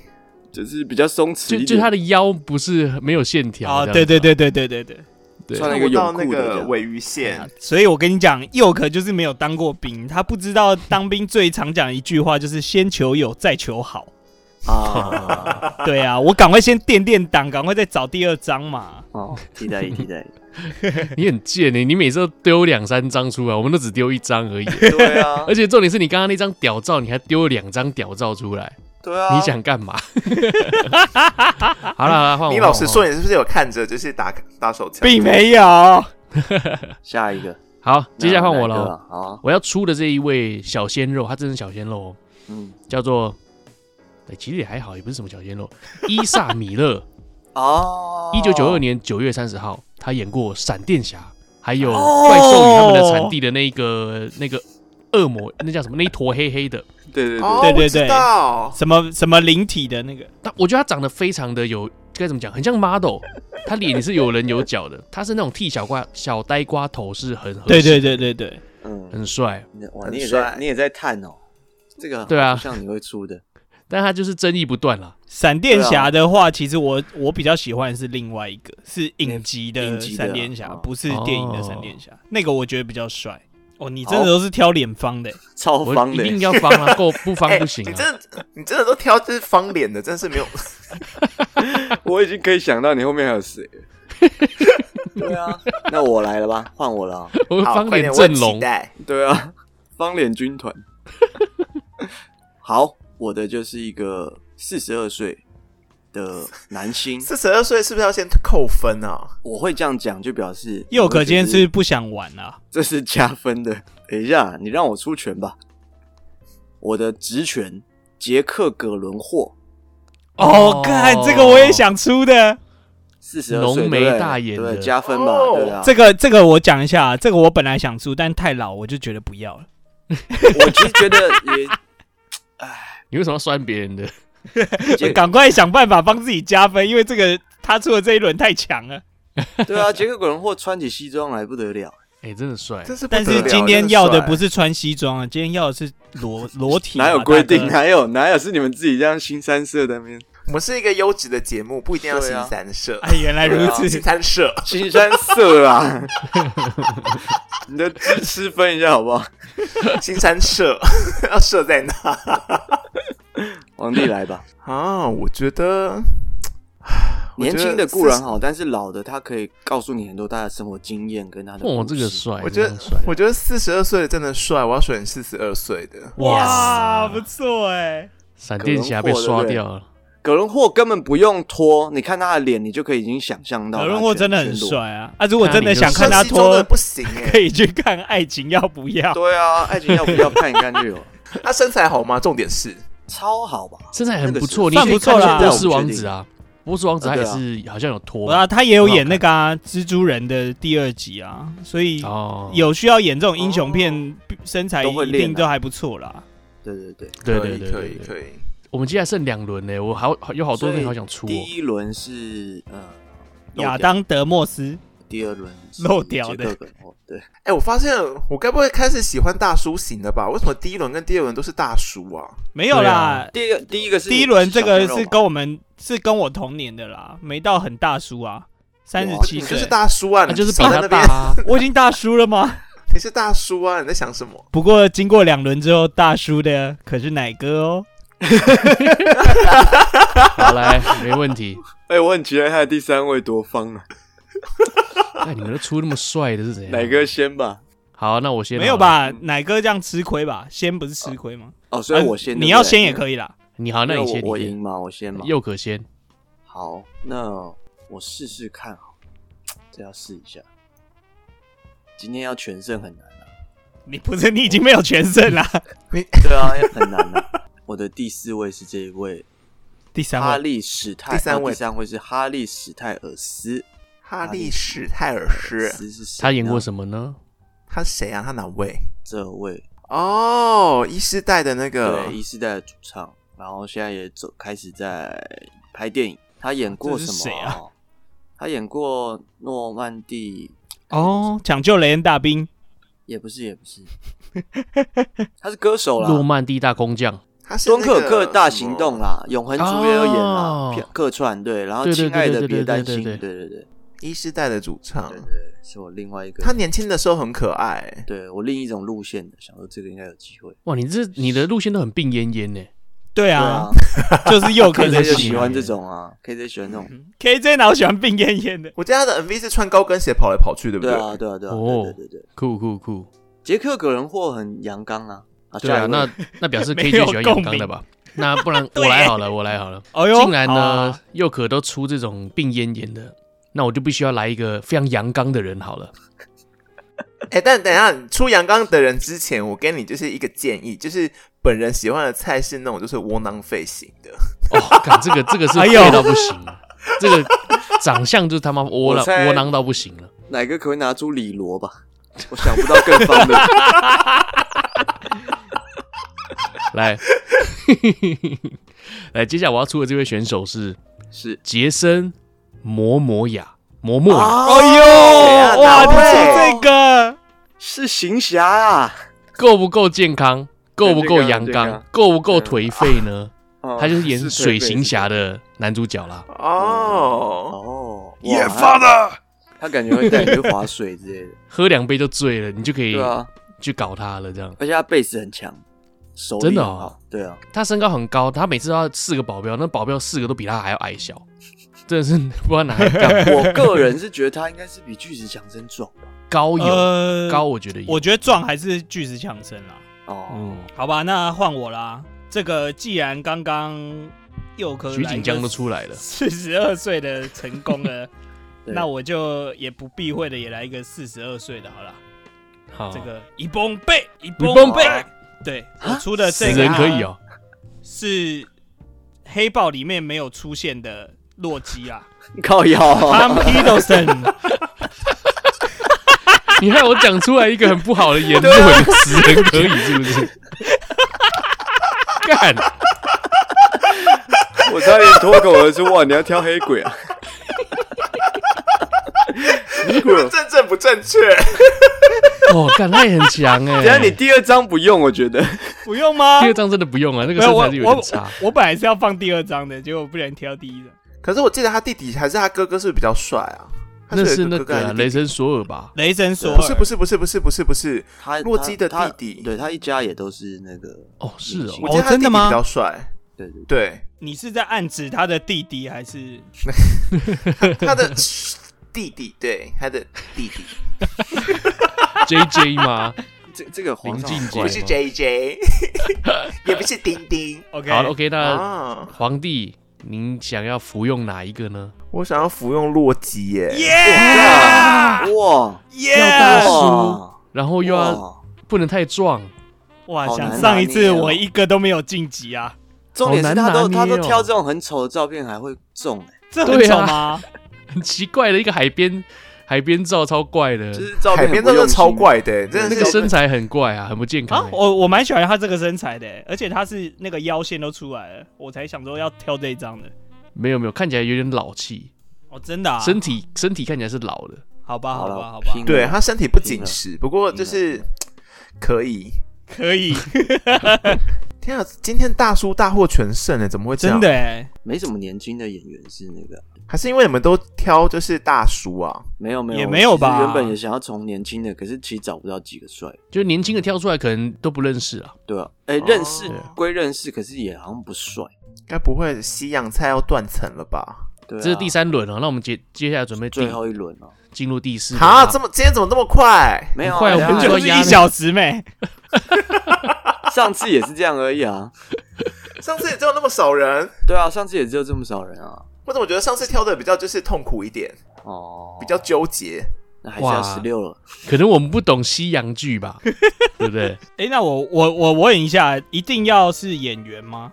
[SPEAKER 1] 就是比较松弛
[SPEAKER 2] 就
[SPEAKER 1] 一
[SPEAKER 2] 就他
[SPEAKER 1] 点，
[SPEAKER 2] 的腰不是没有线条
[SPEAKER 3] 啊，
[SPEAKER 2] 这样子
[SPEAKER 3] 对对对对对对对。
[SPEAKER 2] 对
[SPEAKER 1] 穿了一个
[SPEAKER 4] 我到
[SPEAKER 1] 泳
[SPEAKER 4] 那
[SPEAKER 1] 裤的这
[SPEAKER 4] 个
[SPEAKER 1] 样。
[SPEAKER 4] 尾鱼线，
[SPEAKER 3] 所以我跟你讲，佑可就是没有当过兵，他不知道当兵最常讲一句话就是先求有再求好。
[SPEAKER 1] 啊，
[SPEAKER 3] 对啊，我赶快先垫垫档，赶快再找第二张嘛。
[SPEAKER 1] [LAUGHS] 哦，替代役替代役，
[SPEAKER 2] 啊你很贱呢、你每次都丢两三张出来，我们都只丢一张而已。
[SPEAKER 1] [LAUGHS] 对啊
[SPEAKER 2] 而，且重点是你刚刚那张屌照，你还丢了两张屌照出来，
[SPEAKER 1] 对啊，
[SPEAKER 2] [LAUGHS] 你想干嘛？好了好了，换我。
[SPEAKER 4] 你
[SPEAKER 2] 换
[SPEAKER 4] 老
[SPEAKER 2] 我
[SPEAKER 4] 实说，你是不是有看着就是打打手枪？
[SPEAKER 3] 并没有，
[SPEAKER 1] 下一个，
[SPEAKER 2] 好，接下来换我
[SPEAKER 1] 哪
[SPEAKER 2] 了
[SPEAKER 1] 一个
[SPEAKER 2] 哦。
[SPEAKER 1] 啊。好啊，
[SPEAKER 2] 我要出的这一位小鲜肉，他真是小鲜肉、哦。
[SPEAKER 1] 嗯，
[SPEAKER 2] 叫做，哎、其实也还好，也不是什么小鲜肉，伊萨
[SPEAKER 1] [LAUGHS]
[SPEAKER 2] 米勒，
[SPEAKER 1] 哦，
[SPEAKER 2] 一九九二年九月三十号，他演过《闪电侠》，还有
[SPEAKER 1] 哦
[SPEAKER 2] 《怪兽与他们的产地》的那个那个恶魔，那叫什么？那一坨黑黑的。
[SPEAKER 1] 对对
[SPEAKER 4] 哦，
[SPEAKER 1] 对，
[SPEAKER 3] 对对
[SPEAKER 4] 我知
[SPEAKER 3] 对
[SPEAKER 4] 道
[SPEAKER 3] 什么什么灵体的那个，
[SPEAKER 2] 但我觉得他长得非常的有，该怎么讲，很像 model，他脸是有棱有角的，他是那种剃小瓜小呆瓜头，是很合
[SPEAKER 3] 对
[SPEAKER 2] 适
[SPEAKER 3] 对对对对，
[SPEAKER 1] 嗯，
[SPEAKER 2] 很帅。
[SPEAKER 1] 你哇，
[SPEAKER 4] 很
[SPEAKER 1] 你也
[SPEAKER 4] 帅
[SPEAKER 1] 在你也在探哦，这个
[SPEAKER 2] 对啊
[SPEAKER 1] 好像你会出的，
[SPEAKER 2] 但他就是争议不断啦。
[SPEAKER 3] 闪电
[SPEAKER 1] 啊
[SPEAKER 3] 侠的话，其实我我比较喜欢的是另外一个，是影集的
[SPEAKER 1] 影集的
[SPEAKER 3] 闪电侠，
[SPEAKER 1] 哦
[SPEAKER 3] 不是电影的闪电侠，那个我觉得比较帅。哦，你
[SPEAKER 1] 好
[SPEAKER 3] 真的都是挑脸方的、
[SPEAKER 1] 超
[SPEAKER 2] 我
[SPEAKER 1] 方
[SPEAKER 2] 一
[SPEAKER 1] 的
[SPEAKER 2] 定要方啊，够不方
[SPEAKER 4] 哎
[SPEAKER 2] 不
[SPEAKER 1] [LAUGHS]
[SPEAKER 2] 行
[SPEAKER 4] 你
[SPEAKER 2] 啊。
[SPEAKER 4] 真的，你真的都挑就是方脸的，真的是
[SPEAKER 3] [LAUGHS]
[SPEAKER 4] 没有。
[SPEAKER 1] [LAUGHS] 我已经可以想到你后面还有谁。对啊，那我来了吧，换我了啊。
[SPEAKER 2] [LAUGHS] 我
[SPEAKER 4] 好，
[SPEAKER 2] 方
[SPEAKER 4] 快
[SPEAKER 2] 脸
[SPEAKER 4] 点，我
[SPEAKER 2] 阵
[SPEAKER 4] 很期
[SPEAKER 2] 容，
[SPEAKER 4] 待。
[SPEAKER 1] 对啊，方脸军团。好，我的就是一个四十二岁的男星。
[SPEAKER 4] 四十二岁是不是要先扣分啊？
[SPEAKER 1] 我会这样讲，就表示
[SPEAKER 2] [LAUGHS]
[SPEAKER 3] 佑可今天
[SPEAKER 1] 我
[SPEAKER 3] 是
[SPEAKER 1] 觉得
[SPEAKER 3] 不想玩啊，
[SPEAKER 1] 这是加分的。等一下，你让我出拳吧。我的直拳，杰克·葛伦霍，
[SPEAKER 3] 哦
[SPEAKER 2] 哦，
[SPEAKER 3] 看这个我也想出的，
[SPEAKER 1] 四十二岁，
[SPEAKER 2] 浓眉
[SPEAKER 1] 对不对
[SPEAKER 2] 大眼的
[SPEAKER 1] 对加分吧，
[SPEAKER 4] 哦
[SPEAKER 1] 对啊。
[SPEAKER 3] 这个这个我讲一下，啊这个我本来想出，但太老我就觉得不要了。
[SPEAKER 1] 我其实觉得也
[SPEAKER 2] 你为什么要酸别人的？ [LAUGHS]
[SPEAKER 1] 杰
[SPEAKER 3] 赶快想办法帮自己加分，因为这个他出的这一轮太强了。
[SPEAKER 1] [LAUGHS] 对啊，杰克·葛伦霍穿起西装来不得了，
[SPEAKER 2] 哎、哎、真的帅，
[SPEAKER 4] 真是不得
[SPEAKER 3] 但
[SPEAKER 4] 了。
[SPEAKER 3] 是今天要的不
[SPEAKER 4] 是
[SPEAKER 3] 是穿西装啊，今天要的是裸裸体啊。
[SPEAKER 1] 哪有规定？
[SPEAKER 3] 大哥
[SPEAKER 1] 哪有哪有是你们自己这样新三色的那边？
[SPEAKER 4] 我们是一个优质的节目，不一定要新三社。
[SPEAKER 3] 哎，原来如
[SPEAKER 4] [LAUGHS] 新
[SPEAKER 1] [LAUGHS]
[SPEAKER 3] 此。
[SPEAKER 4] 三 [LAUGHS] 社，
[SPEAKER 1] 新三色啊！你的支持分一下好不好？
[SPEAKER 4] 新三社 [LAUGHS] 要设在哪
[SPEAKER 1] 皇帝来吧，
[SPEAKER 4] 啊？我觉得我觉
[SPEAKER 1] 年
[SPEAKER 4] 得
[SPEAKER 1] 轻的固然好，但是老的他可以告诉你很多他的生活经验跟他的。
[SPEAKER 2] 哦，这个，帅，
[SPEAKER 4] 我觉得
[SPEAKER 2] 这个帅，啊
[SPEAKER 4] 我觉得四十二岁的真的帅，我要选四十二岁的。
[SPEAKER 3] 哇，不错哎，
[SPEAKER 2] 闪电侠被刷掉了。
[SPEAKER 1] 葛伦霍根本不用拖，你看他的脸，你就可以已经想象到。
[SPEAKER 3] 刘润霍真的很。帅啊！啊，如果真的想看
[SPEAKER 4] 那
[SPEAKER 3] 他
[SPEAKER 4] 西装
[SPEAKER 3] 脱
[SPEAKER 4] 的，不行
[SPEAKER 2] [LAUGHS]
[SPEAKER 4] 哎、
[SPEAKER 3] 可以去看《爱情要不要》。
[SPEAKER 1] 对啊，爱情要不要看一看就有，
[SPEAKER 4] 他身材好吗？重点是
[SPEAKER 1] 超好吧？
[SPEAKER 2] 身材很不错，你
[SPEAKER 3] 那个是
[SPEAKER 2] 去看
[SPEAKER 3] 算不错啦
[SPEAKER 2] 波斯王子啊，波斯王子他也
[SPEAKER 1] 啊
[SPEAKER 2] 是好像有脱
[SPEAKER 3] 我啊，他也有演那个啊《蜘蛛人》的第二集啊，所以
[SPEAKER 2] 哦，
[SPEAKER 3] 有需要演这种英雄片，身材
[SPEAKER 1] 哦都会
[SPEAKER 3] 一
[SPEAKER 1] 练
[SPEAKER 3] 定
[SPEAKER 1] 啊
[SPEAKER 3] 都还不错啦。
[SPEAKER 1] 对对对，
[SPEAKER 2] 对
[SPEAKER 4] 可
[SPEAKER 2] 对对
[SPEAKER 4] 以可以
[SPEAKER 2] 对对
[SPEAKER 4] 可以。
[SPEAKER 2] 我们接下来剩两轮呢，我好有好多
[SPEAKER 1] 所以
[SPEAKER 2] 东西好想出
[SPEAKER 1] 第
[SPEAKER 2] 哦。
[SPEAKER 1] 一轮是呃漏掉
[SPEAKER 3] 亚当·德莫斯，
[SPEAKER 1] 第二轮是
[SPEAKER 3] 漏掉
[SPEAKER 1] 杰
[SPEAKER 3] 的
[SPEAKER 1] 克葛伦霍对，
[SPEAKER 4] 哎、我发现我该不会开始喜欢大叔型的吧？为什么第一轮跟第二轮都是大叔啊？
[SPEAKER 3] 没有啦。
[SPEAKER 1] 第一个第一个是
[SPEAKER 3] 第一轮这
[SPEAKER 1] 小
[SPEAKER 3] 个
[SPEAKER 1] 鲜
[SPEAKER 3] 是
[SPEAKER 1] 肉嘛
[SPEAKER 3] 跟我们是跟我同年的啦，没到很大叔啊，三十
[SPEAKER 1] 哇
[SPEAKER 3] 七
[SPEAKER 4] 你就
[SPEAKER 3] 岁
[SPEAKER 4] 是。大叔啊，
[SPEAKER 2] 他
[SPEAKER 4] 你
[SPEAKER 2] 就是比
[SPEAKER 4] 少在
[SPEAKER 2] 他
[SPEAKER 4] 那
[SPEAKER 2] 大
[SPEAKER 4] 边，
[SPEAKER 2] 啊，
[SPEAKER 3] 我已经大叔了吗？ [LAUGHS]
[SPEAKER 4] 你是大叔啊？你在想什么？
[SPEAKER 3] 不过经过两轮之后，大叔的可是奶哥哦。
[SPEAKER 2] 啊好来，没问题。
[SPEAKER 1] 哎、我很期待他的第三位多方啊，
[SPEAKER 2] 哎，你们都出那么帅的是怎样？啊
[SPEAKER 3] 啊
[SPEAKER 1] 哪个先吧？
[SPEAKER 2] 好，那我先
[SPEAKER 3] 没有
[SPEAKER 2] 好了？
[SPEAKER 3] 吧？奶哥这样吃亏吧？先不是吃亏吗？
[SPEAKER 1] 嗯哦，所以我先，
[SPEAKER 3] 啊你要先也
[SPEAKER 1] 以，
[SPEAKER 3] 可以啦。
[SPEAKER 2] 你好，那
[SPEAKER 1] 因
[SPEAKER 2] 你
[SPEAKER 1] 为
[SPEAKER 2] 先，
[SPEAKER 1] 我我
[SPEAKER 2] 你先
[SPEAKER 1] 赢嘛，我先嘛。
[SPEAKER 2] 佑可先。
[SPEAKER 1] 好，那我试试看好了，这要试一下。今天要全胜很
[SPEAKER 4] [LAUGHS]
[SPEAKER 1] 难啊，
[SPEAKER 3] 你不是你已经没有全胜啦。
[SPEAKER 1] 对啊，很难啊。我的第四位是这一位
[SPEAKER 3] 第三
[SPEAKER 1] 哈
[SPEAKER 3] 位，
[SPEAKER 1] 利史泰，
[SPEAKER 4] 第三位
[SPEAKER 1] 哦第三位是哈利史泰尔斯，
[SPEAKER 4] 哈利史泰尔斯，
[SPEAKER 1] 斯是啊谁呢
[SPEAKER 2] 他演过什么呢？
[SPEAKER 4] 他是谁啊？他哪位？
[SPEAKER 1] 这位
[SPEAKER 4] 哦，一世代的那个
[SPEAKER 1] 对，一世代的主唱，然后现在也走开始在拍电影。他演过
[SPEAKER 3] 这
[SPEAKER 1] 什
[SPEAKER 3] 是
[SPEAKER 1] 么
[SPEAKER 3] 谁
[SPEAKER 1] 啊？他演过诺曼底，
[SPEAKER 3] 哦，抢救雷恩大兵，
[SPEAKER 1] 也不是，也不是，他是歌手
[SPEAKER 2] 诺
[SPEAKER 1] 啦，
[SPEAKER 2] 曼底大空降，
[SPEAKER 4] 他是
[SPEAKER 1] 敦
[SPEAKER 4] 那个
[SPEAKER 1] 刻尔克大行
[SPEAKER 4] 什
[SPEAKER 1] 动啊
[SPEAKER 4] 么
[SPEAKER 1] 啦，永恒族也有演啦
[SPEAKER 2] 哦，
[SPEAKER 1] 片客串对，然后
[SPEAKER 2] 对对
[SPEAKER 1] 亲爱的
[SPEAKER 2] 对对
[SPEAKER 1] 别
[SPEAKER 2] 对
[SPEAKER 1] 担
[SPEAKER 2] 对
[SPEAKER 1] 心，对
[SPEAKER 2] 对
[SPEAKER 1] 对对
[SPEAKER 4] 一世代的主唱
[SPEAKER 1] 对。对，是我另外一个，
[SPEAKER 4] 他年轻的时候很可爱，
[SPEAKER 1] 对我另一种路线的，想说这个应该有机会，
[SPEAKER 2] 哇，你这你的路线都很病恹恹呢。
[SPEAKER 3] 对
[SPEAKER 1] 对
[SPEAKER 3] 啊
[SPEAKER 1] 啊，
[SPEAKER 3] 就是又可以
[SPEAKER 2] 这
[SPEAKER 1] [LAUGHS] ，KJ
[SPEAKER 2] 个
[SPEAKER 1] 就
[SPEAKER 2] 戏
[SPEAKER 1] 喜欢
[SPEAKER 2] 耶
[SPEAKER 1] 这种啊，KJ 喜欢这
[SPEAKER 3] 嗯
[SPEAKER 1] 种，
[SPEAKER 3] KJ 哪有喜欢病恹恹的？
[SPEAKER 4] 我记得他的 MV 是穿高跟鞋跑来跑去，对不
[SPEAKER 1] 对啊，对啊，对啊，对
[SPEAKER 2] 哦
[SPEAKER 1] 对对对，
[SPEAKER 2] 酷酷酷，
[SPEAKER 1] 杰克·葛伦霍很阳刚啊，啊，
[SPEAKER 2] 对
[SPEAKER 1] 下
[SPEAKER 2] 啊，
[SPEAKER 1] 一位
[SPEAKER 2] 那那表示
[SPEAKER 3] 没
[SPEAKER 2] KJ
[SPEAKER 3] 有
[SPEAKER 2] 喜欢阳
[SPEAKER 3] 共
[SPEAKER 2] 刚的
[SPEAKER 3] 鸣
[SPEAKER 2] 吧？那不然我来好了，我来好了。
[SPEAKER 3] 哦哟，
[SPEAKER 2] 竟然
[SPEAKER 3] 好
[SPEAKER 2] 呢
[SPEAKER 3] 啊，，
[SPEAKER 2] 佑可都出这种病恹恹的，那我就必须要来一个非常阳刚的人好了。
[SPEAKER 4] 哎、但等一下你出阳刚的人之前，我给你就是一个建议，就是本人喜欢的菜是那种就是窝囊废型的。
[SPEAKER 2] 哦，看这个这个是
[SPEAKER 3] 哎
[SPEAKER 2] 废
[SPEAKER 3] 呦
[SPEAKER 2] 到不行， [LAUGHS] 这个长相就是他妈窝
[SPEAKER 1] 我
[SPEAKER 2] 囊
[SPEAKER 1] 猜
[SPEAKER 2] 窝囊到不行了。
[SPEAKER 1] 哪个可以拿出李罗吧？ [LAUGHS] 我想不到更方的。
[SPEAKER 2] 来， [LAUGHS] 来，接下来我要出的这位选手是
[SPEAKER 1] 是
[SPEAKER 2] 杰森·摩摩雅，摩摩雅，
[SPEAKER 3] 哦
[SPEAKER 1] 哎
[SPEAKER 4] 谁啊
[SPEAKER 3] 哟，哇，
[SPEAKER 4] 哪
[SPEAKER 3] 你
[SPEAKER 4] 位
[SPEAKER 3] 出这个，
[SPEAKER 1] 是行侠啊，
[SPEAKER 2] 够不够健康？够不够
[SPEAKER 1] 健康
[SPEAKER 2] 阳
[SPEAKER 1] 健
[SPEAKER 2] 刚
[SPEAKER 1] 康？
[SPEAKER 2] 够不够颓废
[SPEAKER 1] 哦
[SPEAKER 2] 呢？他就是演
[SPEAKER 1] 是
[SPEAKER 2] 水行侠
[SPEAKER 1] 的
[SPEAKER 2] 的男主角啦。
[SPEAKER 1] 哦，
[SPEAKER 4] 哦，也
[SPEAKER 1] 哇 [LAUGHS]
[SPEAKER 4] 发的。
[SPEAKER 1] 他感觉会带你去划水之类的，
[SPEAKER 2] 喝两杯就醉了，你就可以
[SPEAKER 1] 对啊，
[SPEAKER 2] 去搞他了。这样，
[SPEAKER 1] 而且他贝斯很强，手
[SPEAKER 2] 真的
[SPEAKER 1] 很
[SPEAKER 2] 哦
[SPEAKER 1] 好，对啊，
[SPEAKER 2] 他身高很高，他每次都要四个保镖，那保镖四个都比他还要矮小，真的是不知道哪来干嘛。
[SPEAKER 1] [LAUGHS] 我个人是觉得他应该是比巨石强森壮吧。
[SPEAKER 2] 高有
[SPEAKER 3] 呃
[SPEAKER 2] 高，，我觉得有
[SPEAKER 3] 我。觉得壮还是巨石强森啦。
[SPEAKER 1] 哦，
[SPEAKER 2] 嗯，
[SPEAKER 3] 好吧，那换我啦。这个既然刚刚又可
[SPEAKER 2] 徐锦江都出来了，
[SPEAKER 3] [LAUGHS] 四十二岁的成功了，
[SPEAKER 1] 对
[SPEAKER 3] 那我就也不避讳的，也来一个四十二岁的好了。
[SPEAKER 2] 好，
[SPEAKER 3] 这个一崩背，一
[SPEAKER 2] 哦崩
[SPEAKER 3] 崩
[SPEAKER 1] 背
[SPEAKER 3] 背，对我出的
[SPEAKER 2] 死
[SPEAKER 3] 这个
[SPEAKER 2] 人
[SPEAKER 3] 啊
[SPEAKER 2] 可以哦，
[SPEAKER 3] 是黑豹里面没有出现的洛
[SPEAKER 2] [LAUGHS]
[SPEAKER 3] 基啊
[SPEAKER 1] 靠腰啊，
[SPEAKER 2] 哦
[SPEAKER 3] ，Tom Hiddleston，
[SPEAKER 2] [LAUGHS] 你害我讲出来一个很不好
[SPEAKER 1] [LAUGHS]
[SPEAKER 2] 的言
[SPEAKER 1] 啊
[SPEAKER 2] 论，死人可以是不是？ [LAUGHS] 干，
[SPEAKER 1] 我差点脱口而出，哇，你要挑黑鬼啊？
[SPEAKER 4] 正正不正确？
[SPEAKER 2] 哦，干那也很强哎、
[SPEAKER 1] 等一下你第二张不用，我觉得
[SPEAKER 3] 不用吗
[SPEAKER 2] 第？二张真的不用啊，那个
[SPEAKER 3] 没有
[SPEAKER 2] 身
[SPEAKER 3] 我
[SPEAKER 2] 材是有
[SPEAKER 3] 我
[SPEAKER 2] 点差。
[SPEAKER 3] 我本来是要放第二张的，结果不小心挑第一张。
[SPEAKER 4] 可是我记得他弟弟还是他哥哥是不是比较帅啊？他
[SPEAKER 2] 那
[SPEAKER 4] 有一
[SPEAKER 2] 是那
[SPEAKER 4] 哥
[SPEAKER 2] 个
[SPEAKER 4] 哥还
[SPEAKER 2] 啊
[SPEAKER 4] 弟弟
[SPEAKER 2] 雷神索尔吧？
[SPEAKER 3] 雷神索尔
[SPEAKER 4] 不是不是不是不是不是不是，
[SPEAKER 1] 他
[SPEAKER 4] 洛基的
[SPEAKER 1] 他
[SPEAKER 4] 弟弟
[SPEAKER 1] 他对他一家也都是那个，
[SPEAKER 2] 哦，是哦，
[SPEAKER 4] 我记得他弟
[SPEAKER 3] 真
[SPEAKER 4] 弟
[SPEAKER 3] 的
[SPEAKER 4] 比
[SPEAKER 3] 吗
[SPEAKER 4] 较帅，
[SPEAKER 1] 对对
[SPEAKER 4] 对，
[SPEAKER 3] 你是在暗指他的弟弟还是？
[SPEAKER 4] 他的弟弟，对，他的弟弟
[SPEAKER 2] J J
[SPEAKER 3] [LAUGHS]
[SPEAKER 2] 吗？
[SPEAKER 1] 这这个皇上
[SPEAKER 2] 林
[SPEAKER 1] 很
[SPEAKER 2] 俊杰
[SPEAKER 1] 怪
[SPEAKER 4] 不是 J J，也不是丁丁
[SPEAKER 3] OK，
[SPEAKER 2] 好了，OK，那
[SPEAKER 4] 啊！
[SPEAKER 2] 皇帝，您想要服用哪一个呢？
[SPEAKER 4] 我想要服用洛基耶，
[SPEAKER 3] 耶
[SPEAKER 1] 哇
[SPEAKER 2] 要大
[SPEAKER 3] 耶！
[SPEAKER 2] 叔，
[SPEAKER 1] 哇
[SPEAKER 2] 然后又要
[SPEAKER 1] 哇
[SPEAKER 2] 不能太壮， [LAUGHS]
[SPEAKER 3] 哇，
[SPEAKER 1] 好难
[SPEAKER 3] 想上一次
[SPEAKER 1] 拿捏哦
[SPEAKER 3] 我一个都没有晋级啊，
[SPEAKER 1] 重点是他
[SPEAKER 2] 好
[SPEAKER 1] 都
[SPEAKER 2] 难拿
[SPEAKER 1] 他
[SPEAKER 2] 捏哦
[SPEAKER 1] 都挑这种很丑的照片还会中，欸
[SPEAKER 3] 这很
[SPEAKER 2] 对
[SPEAKER 3] 丑
[SPEAKER 2] 啊
[SPEAKER 3] 吗？
[SPEAKER 2] 很奇怪的一个海边海边照，超怪的
[SPEAKER 1] 就，是照
[SPEAKER 4] 海
[SPEAKER 1] 片
[SPEAKER 4] 边
[SPEAKER 1] 不
[SPEAKER 4] 真的
[SPEAKER 1] 用心
[SPEAKER 4] 超，怪的，欸真
[SPEAKER 2] 那
[SPEAKER 4] 的
[SPEAKER 2] 个
[SPEAKER 4] 是
[SPEAKER 2] 身材很怪啊，很不健
[SPEAKER 3] 啊
[SPEAKER 2] 康，欸。
[SPEAKER 3] 我我蛮喜欢他这个身材的欸，而且他是那个腰线都出来了，我才想说要挑这一张的。
[SPEAKER 2] 没有没有，看起来有点老气，
[SPEAKER 3] 哦，真的啊，
[SPEAKER 2] 身体身体看起来是老的。
[SPEAKER 3] 好吧，好
[SPEAKER 1] 好
[SPEAKER 3] 吧，
[SPEAKER 1] 了
[SPEAKER 3] 好吧，
[SPEAKER 1] 拼了
[SPEAKER 4] 对他身体不紧实，不过就是可以。
[SPEAKER 3] 可
[SPEAKER 4] [LAUGHS]
[SPEAKER 3] 以，
[SPEAKER 4] 天啊，今天大叔大获全胜欸呢，怎么会这样？
[SPEAKER 3] 真的哎，
[SPEAKER 1] 没什么年轻的演员是那个，
[SPEAKER 4] 还是因为你们都挑就是大叔啊？
[SPEAKER 1] 没有没有
[SPEAKER 3] 也没有吧
[SPEAKER 1] 其实原本也想要从年轻的，可是其实找不到几个帅，
[SPEAKER 2] 就是年轻的挑出来可能都不认识啊，
[SPEAKER 1] 对啊，哎，认识归认识，可是也好像不帅，
[SPEAKER 4] 该不会西洋菜要断层了吧？
[SPEAKER 1] 对啊，
[SPEAKER 2] 这是第三轮了、那我们接接下来准备第
[SPEAKER 1] 最后一轮哦，
[SPEAKER 2] 进入第四轮
[SPEAKER 4] 啊，
[SPEAKER 2] 啊，
[SPEAKER 4] 这么今天怎么这么快？
[SPEAKER 1] 没有啊，
[SPEAKER 2] 很快
[SPEAKER 1] 等一下
[SPEAKER 2] 我们
[SPEAKER 3] 就
[SPEAKER 2] 要
[SPEAKER 3] 是
[SPEAKER 2] 压
[SPEAKER 3] 一
[SPEAKER 2] 那
[SPEAKER 3] 小时没。
[SPEAKER 1] [LAUGHS] 上次也是这样而已啊，
[SPEAKER 4] 上次也只有那么少人，
[SPEAKER 1] 对啊，上次也只有这么少人啊，
[SPEAKER 4] 我怎么觉得上次挑的比较就是痛苦一点，
[SPEAKER 1] 哦，
[SPEAKER 4] 比较纠结？
[SPEAKER 1] 那还是要
[SPEAKER 2] 哇
[SPEAKER 1] 十六了，
[SPEAKER 2] 可能我们不懂西洋剧吧，对不对？ [LAUGHS]
[SPEAKER 3] 哎，那我我我问一下，一定要是演员吗？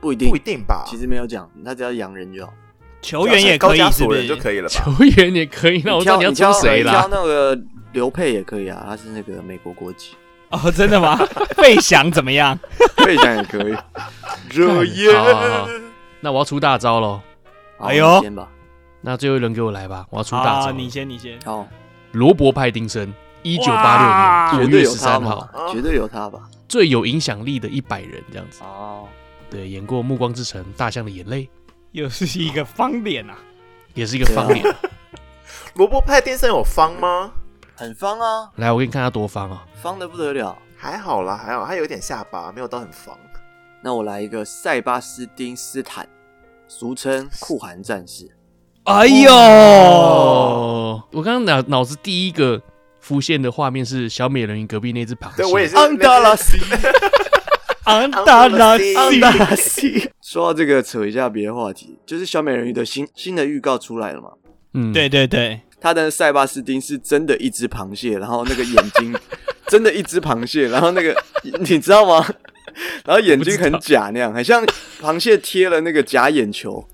[SPEAKER 1] 不一定
[SPEAKER 4] 不一，定
[SPEAKER 2] 啊
[SPEAKER 4] 吧？
[SPEAKER 1] 其实没有讲，他只要洋人就好。
[SPEAKER 3] 球员也可
[SPEAKER 4] 只
[SPEAKER 3] 以
[SPEAKER 4] 要，啊是
[SPEAKER 3] 是
[SPEAKER 4] 高加索
[SPEAKER 3] 不
[SPEAKER 4] 人
[SPEAKER 3] 是
[SPEAKER 4] 就？可以
[SPEAKER 2] [LAUGHS]
[SPEAKER 4] 了吧？
[SPEAKER 2] 球员也可以，那我知
[SPEAKER 1] 挑
[SPEAKER 2] 道你要
[SPEAKER 1] 挑
[SPEAKER 2] 挑谁
[SPEAKER 1] 你挑
[SPEAKER 2] 啦。
[SPEAKER 1] 那个刘佩也可以啊，他是那个美国国籍， [LAUGHS]
[SPEAKER 3] 哦，真的
[SPEAKER 4] [LAUGHS]
[SPEAKER 3] 吗？费翔怎么样？
[SPEAKER 1] 佩翔也可以。
[SPEAKER 4] 热
[SPEAKER 2] 耶好好好那我要出大招喽，
[SPEAKER 1] 好
[SPEAKER 3] 哎呦
[SPEAKER 1] 你先吧。
[SPEAKER 2] 那最后一轮给我来吧，我要出大招
[SPEAKER 3] 啊
[SPEAKER 2] 了。
[SPEAKER 3] 你先，你先。
[SPEAKER 1] 好，
[SPEAKER 2] 罗伯·派丁森，一九八
[SPEAKER 3] 哇
[SPEAKER 2] 六
[SPEAKER 1] 绝
[SPEAKER 2] 年五月
[SPEAKER 1] 对有
[SPEAKER 2] 十
[SPEAKER 1] 他
[SPEAKER 2] 三号，
[SPEAKER 1] 嘛，绝对有他吧。
[SPEAKER 2] 最有影响力的一百人这样子。
[SPEAKER 1] 哦，
[SPEAKER 2] 对，演过《暮光之城》《大象的眼泪》，
[SPEAKER 3] 又是一个方脸啊！
[SPEAKER 2] 也是一个方脸。
[SPEAKER 4] 萝卜派电森有方吗？
[SPEAKER 1] 很方啊，
[SPEAKER 2] [LAUGHS] 来，我给你看他多方啊！
[SPEAKER 1] 方的不得了。
[SPEAKER 4] 还好啦，还好，他有点下巴，没有到很方。
[SPEAKER 1] 那我来一个塞巴斯丁斯坦，俗称酷寒战 [LAUGHS] 士。
[SPEAKER 3] 哎
[SPEAKER 4] [LAUGHS]
[SPEAKER 3] 呦，
[SPEAKER 2] 哦，我刚刚脑脑子第一个浮现的画面是小美人鱼隔壁那只螃蟹。
[SPEAKER 4] 对我也是。
[SPEAKER 1] [LAUGHS] 西，
[SPEAKER 3] 安达拉西，
[SPEAKER 4] 安
[SPEAKER 1] 达拉 [LAUGHS] 西。说到这个，扯一下别的话题，就是小美人鱼的新新的预告出来了嘛？
[SPEAKER 2] 嗯，
[SPEAKER 3] 对对
[SPEAKER 4] [LAUGHS]
[SPEAKER 3] 对，
[SPEAKER 1] 他的塞巴斯丁是真的一只螃蟹，然后那个眼
[SPEAKER 4] [LAUGHS]
[SPEAKER 1] 睛真的一只螃蟹，然后那个 [LAUGHS] 你知道吗？然后眼睛很假那样，很像螃蟹贴了那个假眼球，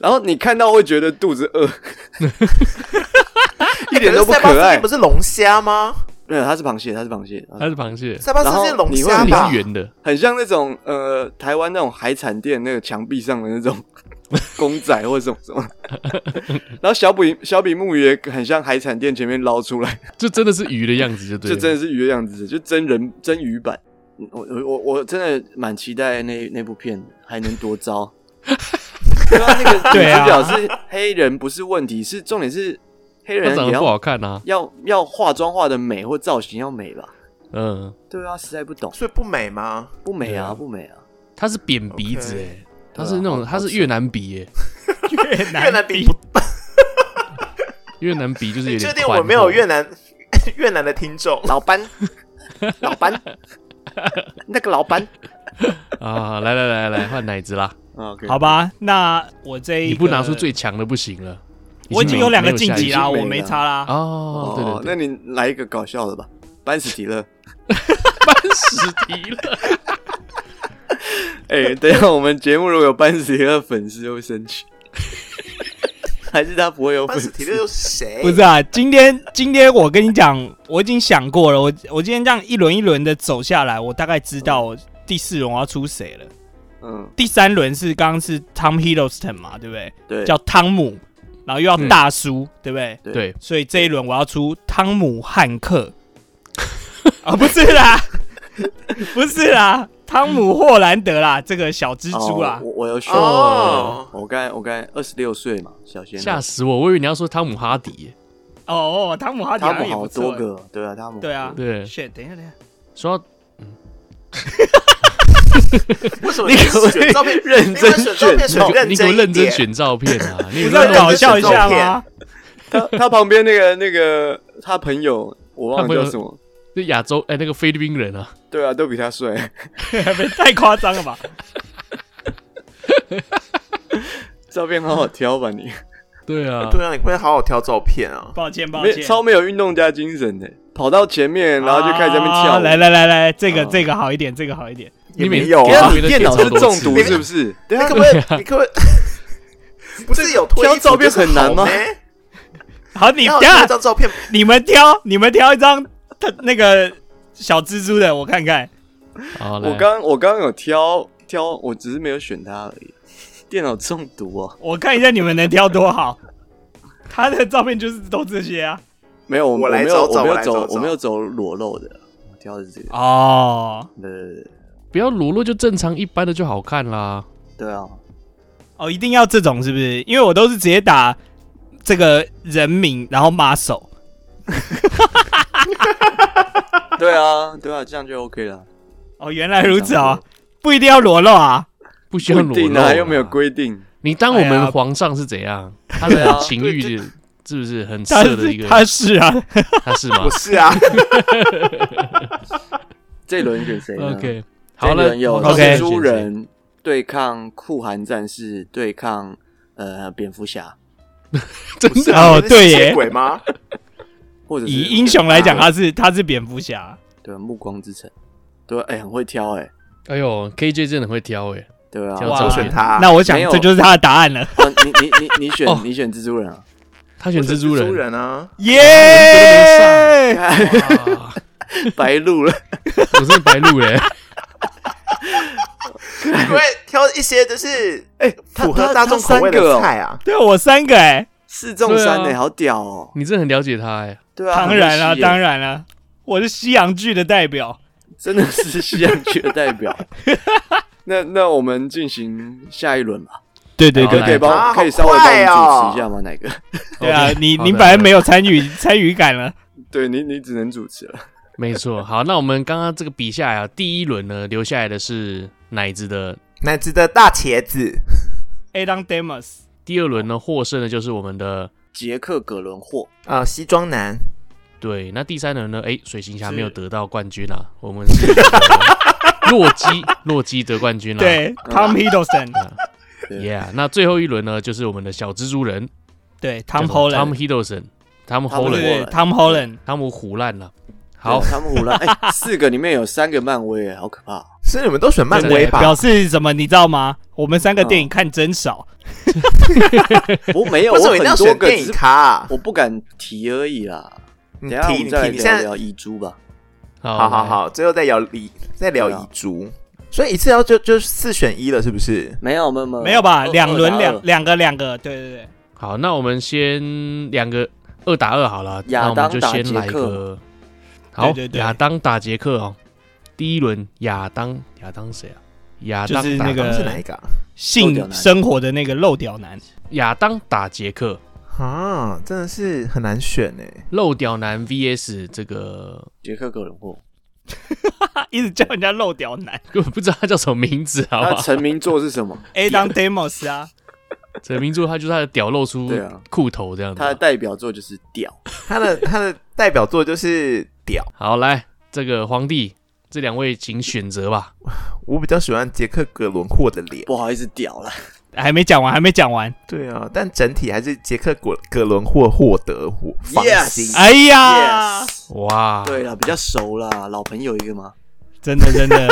[SPEAKER 1] 然后你看到会觉得肚子
[SPEAKER 4] [LAUGHS]
[SPEAKER 1] 饿，一点都不
[SPEAKER 4] 塞巴斯
[SPEAKER 1] 可爱
[SPEAKER 4] 汀不。哎是哎龙虾吗？
[SPEAKER 1] 没有，它是螃蟹，它是螃蟹，
[SPEAKER 2] 它是螃蟹，
[SPEAKER 4] 塞巴斯汀是
[SPEAKER 1] 然后
[SPEAKER 4] 龙
[SPEAKER 1] 你会
[SPEAKER 4] 虾
[SPEAKER 2] 你
[SPEAKER 4] 吧
[SPEAKER 2] 是？圆的，
[SPEAKER 1] 很像那种呃台湾那种海产店那个墙壁上的那
[SPEAKER 4] [LAUGHS]
[SPEAKER 1] 种公仔或者什么什么。然后小比小比目鱼也很像海产店前面捞出来。
[SPEAKER 2] 就真的是鱼的样子，就对
[SPEAKER 1] 就
[SPEAKER 2] 了。
[SPEAKER 1] 真的是鱼的样子，就真人真鱼版。嗯我我我我真的蛮期待那那部片还能多
[SPEAKER 2] [LAUGHS]
[SPEAKER 1] 糟。对啊，那个女
[SPEAKER 3] 对啊
[SPEAKER 1] 主角是黑人不是问题，是重点是黑
[SPEAKER 2] 它
[SPEAKER 1] 人
[SPEAKER 2] 长
[SPEAKER 1] 也
[SPEAKER 2] 得不
[SPEAKER 1] 要
[SPEAKER 2] 好看啊。
[SPEAKER 1] 要要化妆化的美或造型要美吧？
[SPEAKER 2] 嗯，
[SPEAKER 1] 对啊，实在不懂，
[SPEAKER 4] 所以不美吗？
[SPEAKER 1] 不美
[SPEAKER 2] 对啊
[SPEAKER 1] 啊，不美啊。
[SPEAKER 2] 它是扁鼻子
[SPEAKER 4] OK
[SPEAKER 2] 哎，它是那种
[SPEAKER 1] 对啊
[SPEAKER 2] 它是越南鼻欸耶，
[SPEAKER 3] 越南
[SPEAKER 4] 越南比不，
[SPEAKER 2] 越南鼻就是有
[SPEAKER 4] 确
[SPEAKER 2] 点
[SPEAKER 4] 定
[SPEAKER 2] 宽
[SPEAKER 4] 我没有
[SPEAKER 2] 厚
[SPEAKER 4] 越南 [LAUGHS] 越南的听众？
[SPEAKER 1] 老
[SPEAKER 2] [LAUGHS]
[SPEAKER 1] 班，老班，那个老班。
[SPEAKER 2] 啊！来来来来，换奶子啦！
[SPEAKER 1] 啊 OK，
[SPEAKER 3] 好吧？那我这一
[SPEAKER 2] 你不拿出
[SPEAKER 3] 个，
[SPEAKER 2] 最强的不行了。
[SPEAKER 3] 我已经有两个晋级
[SPEAKER 1] 已
[SPEAKER 3] 啦，
[SPEAKER 1] 经没
[SPEAKER 3] 我
[SPEAKER 1] 了
[SPEAKER 3] 没差
[SPEAKER 1] 啊
[SPEAKER 3] 啦。
[SPEAKER 2] 哦，对对对，
[SPEAKER 1] 那你来一个搞笑的吧，班史提勒。
[SPEAKER 2] 班史提了。
[SPEAKER 1] [LAUGHS] 哎、等一下，我们节目如果有班史提勒粉丝会生 [LAUGHS] 气，还是他不会有
[SPEAKER 4] 班
[SPEAKER 1] 粉
[SPEAKER 4] 史
[SPEAKER 1] 丝？
[SPEAKER 4] 提勒又是谁？
[SPEAKER 3] 不是啊，今天今天我跟你讲，我已经想过了，我我今天这样一轮一轮的走下来，我大概知道我第四轮我要出谁了。
[SPEAKER 1] 嗯，
[SPEAKER 3] 第三轮是刚刚是 Tom Hiddleston 嘛，对不对？
[SPEAKER 1] 对，嗯
[SPEAKER 3] 叫汤姆，然后又要大叔，对不对？
[SPEAKER 1] 对
[SPEAKER 2] 对，
[SPEAKER 1] [LAUGHS]
[SPEAKER 3] 所以这一轮我要出汤姆汉克，啊，不是啦，不是啦，汤姆霍兰德啦，这个小蜘蛛啦
[SPEAKER 1] 哦，我我有选，
[SPEAKER 4] 哦
[SPEAKER 1] 我刚才我刚才二十六岁嘛，小鲜肉
[SPEAKER 2] 吓死我！我以为你要说汤姆哈迪耶。
[SPEAKER 3] 哦哦，汤姆哈迪
[SPEAKER 1] 汤姆
[SPEAKER 3] 也
[SPEAKER 1] 好
[SPEAKER 3] 不
[SPEAKER 1] 多
[SPEAKER 3] 错。
[SPEAKER 1] 个，对啊，汤姆
[SPEAKER 3] 对啊，
[SPEAKER 2] 对
[SPEAKER 3] shit，等一下，等一下，
[SPEAKER 2] 说到
[SPEAKER 4] 为什么你选照片
[SPEAKER 1] 认真
[SPEAKER 4] 你们选照片
[SPEAKER 1] 选
[SPEAKER 4] 选认
[SPEAKER 2] 你给我
[SPEAKER 4] 真
[SPEAKER 2] 认真
[SPEAKER 4] 一点
[SPEAKER 2] 选照片啊！你
[SPEAKER 3] 你
[SPEAKER 2] 有
[SPEAKER 3] 不
[SPEAKER 2] 没有
[SPEAKER 3] 是要
[SPEAKER 2] 认
[SPEAKER 3] 搞
[SPEAKER 2] 真
[SPEAKER 3] 笑一下
[SPEAKER 4] 这是照
[SPEAKER 3] 吗？
[SPEAKER 1] 他他旁边那个那个他朋友，我忘
[SPEAKER 2] 他
[SPEAKER 1] 了
[SPEAKER 2] 朋友
[SPEAKER 1] 叫什么，
[SPEAKER 2] 就亚洲哎，那个菲律宾人啊，
[SPEAKER 1] 对啊，都比他帅， [LAUGHS]
[SPEAKER 3] [LAUGHS] 太夸张了吧？
[SPEAKER 1] 照片好好挑吧你，
[SPEAKER 2] 对啊，
[SPEAKER 4] 对啊，你会好好挑照片啊。
[SPEAKER 3] 抱歉，抱
[SPEAKER 1] 没
[SPEAKER 3] 歉，
[SPEAKER 1] 超没有运动家精神的，跑到前面然后就开始在那边跳
[SPEAKER 3] 啊
[SPEAKER 1] 舞，
[SPEAKER 3] 来来来来，这个
[SPEAKER 1] 哦
[SPEAKER 3] 这个好一点，这个好一点。
[SPEAKER 2] 你
[SPEAKER 4] 也
[SPEAKER 2] 每
[SPEAKER 4] 没有啊
[SPEAKER 1] 等一下你电脑是中毒是不是？等一下
[SPEAKER 4] 你可不可以？你可不可以？ [LAUGHS] 不是有推
[SPEAKER 1] 挑
[SPEAKER 4] 衣服
[SPEAKER 1] 照片
[SPEAKER 4] 就是
[SPEAKER 1] 很难
[SPEAKER 4] 好
[SPEAKER 1] 吗
[SPEAKER 4] 呢
[SPEAKER 3] 好，你
[SPEAKER 4] 你
[SPEAKER 3] 等
[SPEAKER 4] 要
[SPEAKER 3] 一
[SPEAKER 4] 挑
[SPEAKER 3] 下
[SPEAKER 4] 一，张照片，
[SPEAKER 3] 你们挑，你们挑一张他那个小蜘蛛的，我看看。
[SPEAKER 2] 好来
[SPEAKER 1] 我刚我刚刚有挑挑，我只是没有选他而已。电脑中毒哦，
[SPEAKER 3] 我看一下你们能挑多好。他的照片就是都这些啊。
[SPEAKER 1] 没有，我
[SPEAKER 4] 我来
[SPEAKER 1] 没有
[SPEAKER 4] 找找
[SPEAKER 1] 我没
[SPEAKER 4] 我
[SPEAKER 1] 有
[SPEAKER 4] 来
[SPEAKER 1] 走
[SPEAKER 4] 找找
[SPEAKER 1] 我没有走裸露的，我挑的是
[SPEAKER 2] 啊
[SPEAKER 1] 这个。
[SPEAKER 3] 哦
[SPEAKER 1] 对对对
[SPEAKER 2] 不要裸露，就正常一般的就好看啦。
[SPEAKER 1] 对啊，
[SPEAKER 3] 哦，一定要这种是不是？因为我都是直接打这个人名，然后 muscle。
[SPEAKER 1] 对啊，对啊，这样就 OK 了。
[SPEAKER 3] 哦，原来如此哦，不一定要裸露啊。
[SPEAKER 2] 不需要
[SPEAKER 1] 不
[SPEAKER 2] 裸
[SPEAKER 1] 定
[SPEAKER 2] 露
[SPEAKER 1] 啊，
[SPEAKER 2] 啊，
[SPEAKER 1] 又没有规定。
[SPEAKER 2] 你当我
[SPEAKER 3] 哎
[SPEAKER 2] 们
[SPEAKER 3] 呀
[SPEAKER 2] 皇上是怎样？他
[SPEAKER 1] 对啊
[SPEAKER 2] 的情
[SPEAKER 1] 对
[SPEAKER 2] 欲的，是不是很
[SPEAKER 3] 他
[SPEAKER 2] 色的一
[SPEAKER 3] 是
[SPEAKER 2] 个？
[SPEAKER 3] 他是啊，
[SPEAKER 2] 他是吗
[SPEAKER 4] 不是
[SPEAKER 3] [LAUGHS]
[SPEAKER 4] 啊？
[SPEAKER 1] 这一轮选谁呢
[SPEAKER 2] [LAUGHS] ？OK，
[SPEAKER 1] 这
[SPEAKER 2] 好
[SPEAKER 1] 一
[SPEAKER 2] 了，
[SPEAKER 1] 轮有
[SPEAKER 2] 皇上
[SPEAKER 3] OK
[SPEAKER 1] 蜘
[SPEAKER 2] 是
[SPEAKER 1] 蛛
[SPEAKER 2] 选谁
[SPEAKER 1] 人对抗酷寒战士，对抗呃蝙蝠侠，
[SPEAKER 2] 真
[SPEAKER 4] 不是
[SPEAKER 2] 的
[SPEAKER 4] 啊
[SPEAKER 3] 哦
[SPEAKER 4] 你是
[SPEAKER 3] 对
[SPEAKER 4] 吸血
[SPEAKER 3] 耶
[SPEAKER 4] 鬼吗？
[SPEAKER 1] 或者是
[SPEAKER 3] 以英雄来讲，
[SPEAKER 1] 啊
[SPEAKER 3] 他是他是蝙蝠侠。
[SPEAKER 1] 对啊暮光之城，对，哎，很会挑哎，
[SPEAKER 2] 哎呦，KJ 真的很会挑哎、
[SPEAKER 1] 对
[SPEAKER 2] 挑
[SPEAKER 1] 啊
[SPEAKER 2] 哇，
[SPEAKER 4] 我选 [LAUGHS] 他。
[SPEAKER 3] 那我想
[SPEAKER 1] 没有
[SPEAKER 3] 这就是他的答案了。
[SPEAKER 1] 啊你你你你选
[SPEAKER 2] [LAUGHS] 哦
[SPEAKER 1] 你选蜘蛛人啊？
[SPEAKER 2] 他选蜘
[SPEAKER 4] 蛛
[SPEAKER 2] 蛛人，
[SPEAKER 4] 人啊，
[SPEAKER 3] 耶！
[SPEAKER 2] 哇
[SPEAKER 1] [LAUGHS] 白鹿了，
[SPEAKER 2] 我真的白鹿欸嘞、
[SPEAKER 4] [LAUGHS] 你会挑一些就是
[SPEAKER 1] 哎，他
[SPEAKER 4] 符合
[SPEAKER 1] 他
[SPEAKER 4] 大众
[SPEAKER 1] 他
[SPEAKER 4] 口味
[SPEAKER 1] 三个
[SPEAKER 4] 的
[SPEAKER 1] 哦
[SPEAKER 4] 菜啊。
[SPEAKER 3] 对我三个哎、
[SPEAKER 1] 四中三
[SPEAKER 2] 对
[SPEAKER 1] 哎，
[SPEAKER 2] 啊
[SPEAKER 1] 好屌哦！
[SPEAKER 2] [LAUGHS] 你真的很了解他哎、
[SPEAKER 1] 对啊，
[SPEAKER 3] 当然了、
[SPEAKER 1] 很会吸耶
[SPEAKER 3] 当然了、我是西洋剧的代表。
[SPEAKER 1] 真的是西洋剧的代
[SPEAKER 3] [LAUGHS]
[SPEAKER 1] 表。那那我们进行下一轮吧，
[SPEAKER 3] 对
[SPEAKER 2] 对对
[SPEAKER 1] 可以帮
[SPEAKER 4] 啊
[SPEAKER 1] 我可以稍微帮
[SPEAKER 4] 好
[SPEAKER 1] 我
[SPEAKER 4] 快
[SPEAKER 1] 们
[SPEAKER 4] 哦
[SPEAKER 1] 主持一下吗？哪个？
[SPEAKER 3] 对啊
[SPEAKER 2] OK，
[SPEAKER 3] 你
[SPEAKER 2] 好
[SPEAKER 3] 你
[SPEAKER 2] 的
[SPEAKER 3] 本来没有参与参与感了。
[SPEAKER 4] 哦
[SPEAKER 1] [LAUGHS] 对你你只能主持了。
[SPEAKER 2] 没错。好，那我们刚刚这个比下来啊，第一轮呢留下来的是奶子的，
[SPEAKER 4] 奶子的大茄子，
[SPEAKER 3] Adam Demos，
[SPEAKER 2] 第二轮呢获胜的就是我们的
[SPEAKER 1] 杰克·葛伦霍，
[SPEAKER 4] 呃，西装男，
[SPEAKER 2] 对，那第三轮呢，哎、水行侠
[SPEAKER 3] 是
[SPEAKER 2] 没有得到冠军啊，我们是呃洛基，洛基得冠军了、啊
[SPEAKER 3] 对，Tom Hiddleston，
[SPEAKER 2] ，Yeah。那最后一轮呢，就是我们的小蜘蛛人
[SPEAKER 3] 对
[SPEAKER 2] 汤
[SPEAKER 3] ，Tom
[SPEAKER 2] 姆
[SPEAKER 3] Holland，
[SPEAKER 2] Hiddleston，汤姆
[SPEAKER 1] Tom
[SPEAKER 3] 对
[SPEAKER 2] Holland，
[SPEAKER 3] 对
[SPEAKER 1] Holland
[SPEAKER 3] ，Tom Holland，
[SPEAKER 2] 汤姆虎烂了。好
[SPEAKER 1] 对，他们胡
[SPEAKER 3] [LAUGHS]
[SPEAKER 1] 乱哎，四个里面有三个漫威，欸好可怕！哦
[SPEAKER 4] 是你们都选漫威
[SPEAKER 3] 对表
[SPEAKER 4] 吧？
[SPEAKER 3] 示什么？你知道吗？我们三个电影看真少。
[SPEAKER 4] [LAUGHS]
[SPEAKER 1] 我没有，
[SPEAKER 4] 为
[SPEAKER 1] 我
[SPEAKER 4] 什么一定要
[SPEAKER 1] 很多
[SPEAKER 4] 选
[SPEAKER 1] 个，
[SPEAKER 4] 电
[SPEAKER 1] 只是
[SPEAKER 4] 影咖啊？
[SPEAKER 1] 我不敢提而已啦。
[SPEAKER 4] 你
[SPEAKER 1] 等一下我
[SPEAKER 4] 嗯
[SPEAKER 1] 们
[SPEAKER 4] 提你
[SPEAKER 1] 再来
[SPEAKER 4] 提，你现
[SPEAKER 1] 聊
[SPEAKER 4] 在
[SPEAKER 1] 聊遗珠吧。
[SPEAKER 4] 好好
[SPEAKER 2] 来
[SPEAKER 4] 好，最后再聊遗，再聊
[SPEAKER 1] 对啊
[SPEAKER 4] 遗珠。所以一次要就就四选一了，是不是？
[SPEAKER 1] 没有没有没有呃
[SPEAKER 3] 没有吧？
[SPEAKER 1] 二
[SPEAKER 3] 两
[SPEAKER 1] 二
[SPEAKER 3] 轮
[SPEAKER 1] 打
[SPEAKER 3] 两
[SPEAKER 1] 二
[SPEAKER 3] 两个两个，对对对。
[SPEAKER 2] 好，那我们先两个二打二好了，
[SPEAKER 1] 亚
[SPEAKER 2] 那我
[SPEAKER 1] 当
[SPEAKER 2] 们就
[SPEAKER 1] 打
[SPEAKER 2] 先
[SPEAKER 1] 捷
[SPEAKER 2] 来一
[SPEAKER 1] 克
[SPEAKER 2] 个，好
[SPEAKER 3] 对对，对
[SPEAKER 2] 亚当打杰克哦，第一轮亚当，亚当谁啊？亚当
[SPEAKER 3] 就是
[SPEAKER 2] 打
[SPEAKER 3] 那个
[SPEAKER 4] 是哪一个啊
[SPEAKER 1] 漏屌
[SPEAKER 3] 性
[SPEAKER 1] 男
[SPEAKER 3] 生活的那个漏屌男，
[SPEAKER 2] 亚当打杰克，
[SPEAKER 4] 啊？真的是很难选哎。
[SPEAKER 2] 漏屌男 VS 这个
[SPEAKER 1] 杰克·葛伦霍，
[SPEAKER 3] 他一直叫人家漏屌男
[SPEAKER 2] 根本不知道他叫什么名字，好
[SPEAKER 1] 他
[SPEAKER 2] 吧？
[SPEAKER 1] 成名作是什
[SPEAKER 2] [LAUGHS]
[SPEAKER 1] 么？
[SPEAKER 3] ，Adam Demos 啊，
[SPEAKER 2] 这个名著他就是他的屌露出
[SPEAKER 1] 对啊
[SPEAKER 2] 裤头这样子
[SPEAKER 1] 他的
[SPEAKER 2] 啊。
[SPEAKER 1] 代表作就是《屌》。
[SPEAKER 2] [LAUGHS]
[SPEAKER 4] 他的 [LAUGHS] 他的代表作就是屌。
[SPEAKER 2] 好，来这个皇帝，这两位请选择吧。
[SPEAKER 4] 我比较喜欢杰克·葛伦霍的脸。
[SPEAKER 1] 不好意思，屌了。
[SPEAKER 3] 还没讲完，还没讲完。
[SPEAKER 4] 对啊，但整体还是杰克·葛葛伦霍获得我放
[SPEAKER 1] Yes
[SPEAKER 4] 心。
[SPEAKER 3] 哎
[SPEAKER 2] 啊
[SPEAKER 3] 呀
[SPEAKER 1] Yes，
[SPEAKER 2] 哇，
[SPEAKER 1] 对了，比较熟啦，老朋友一个
[SPEAKER 2] [LAUGHS]
[SPEAKER 1] 嘛。
[SPEAKER 3] 真的真的，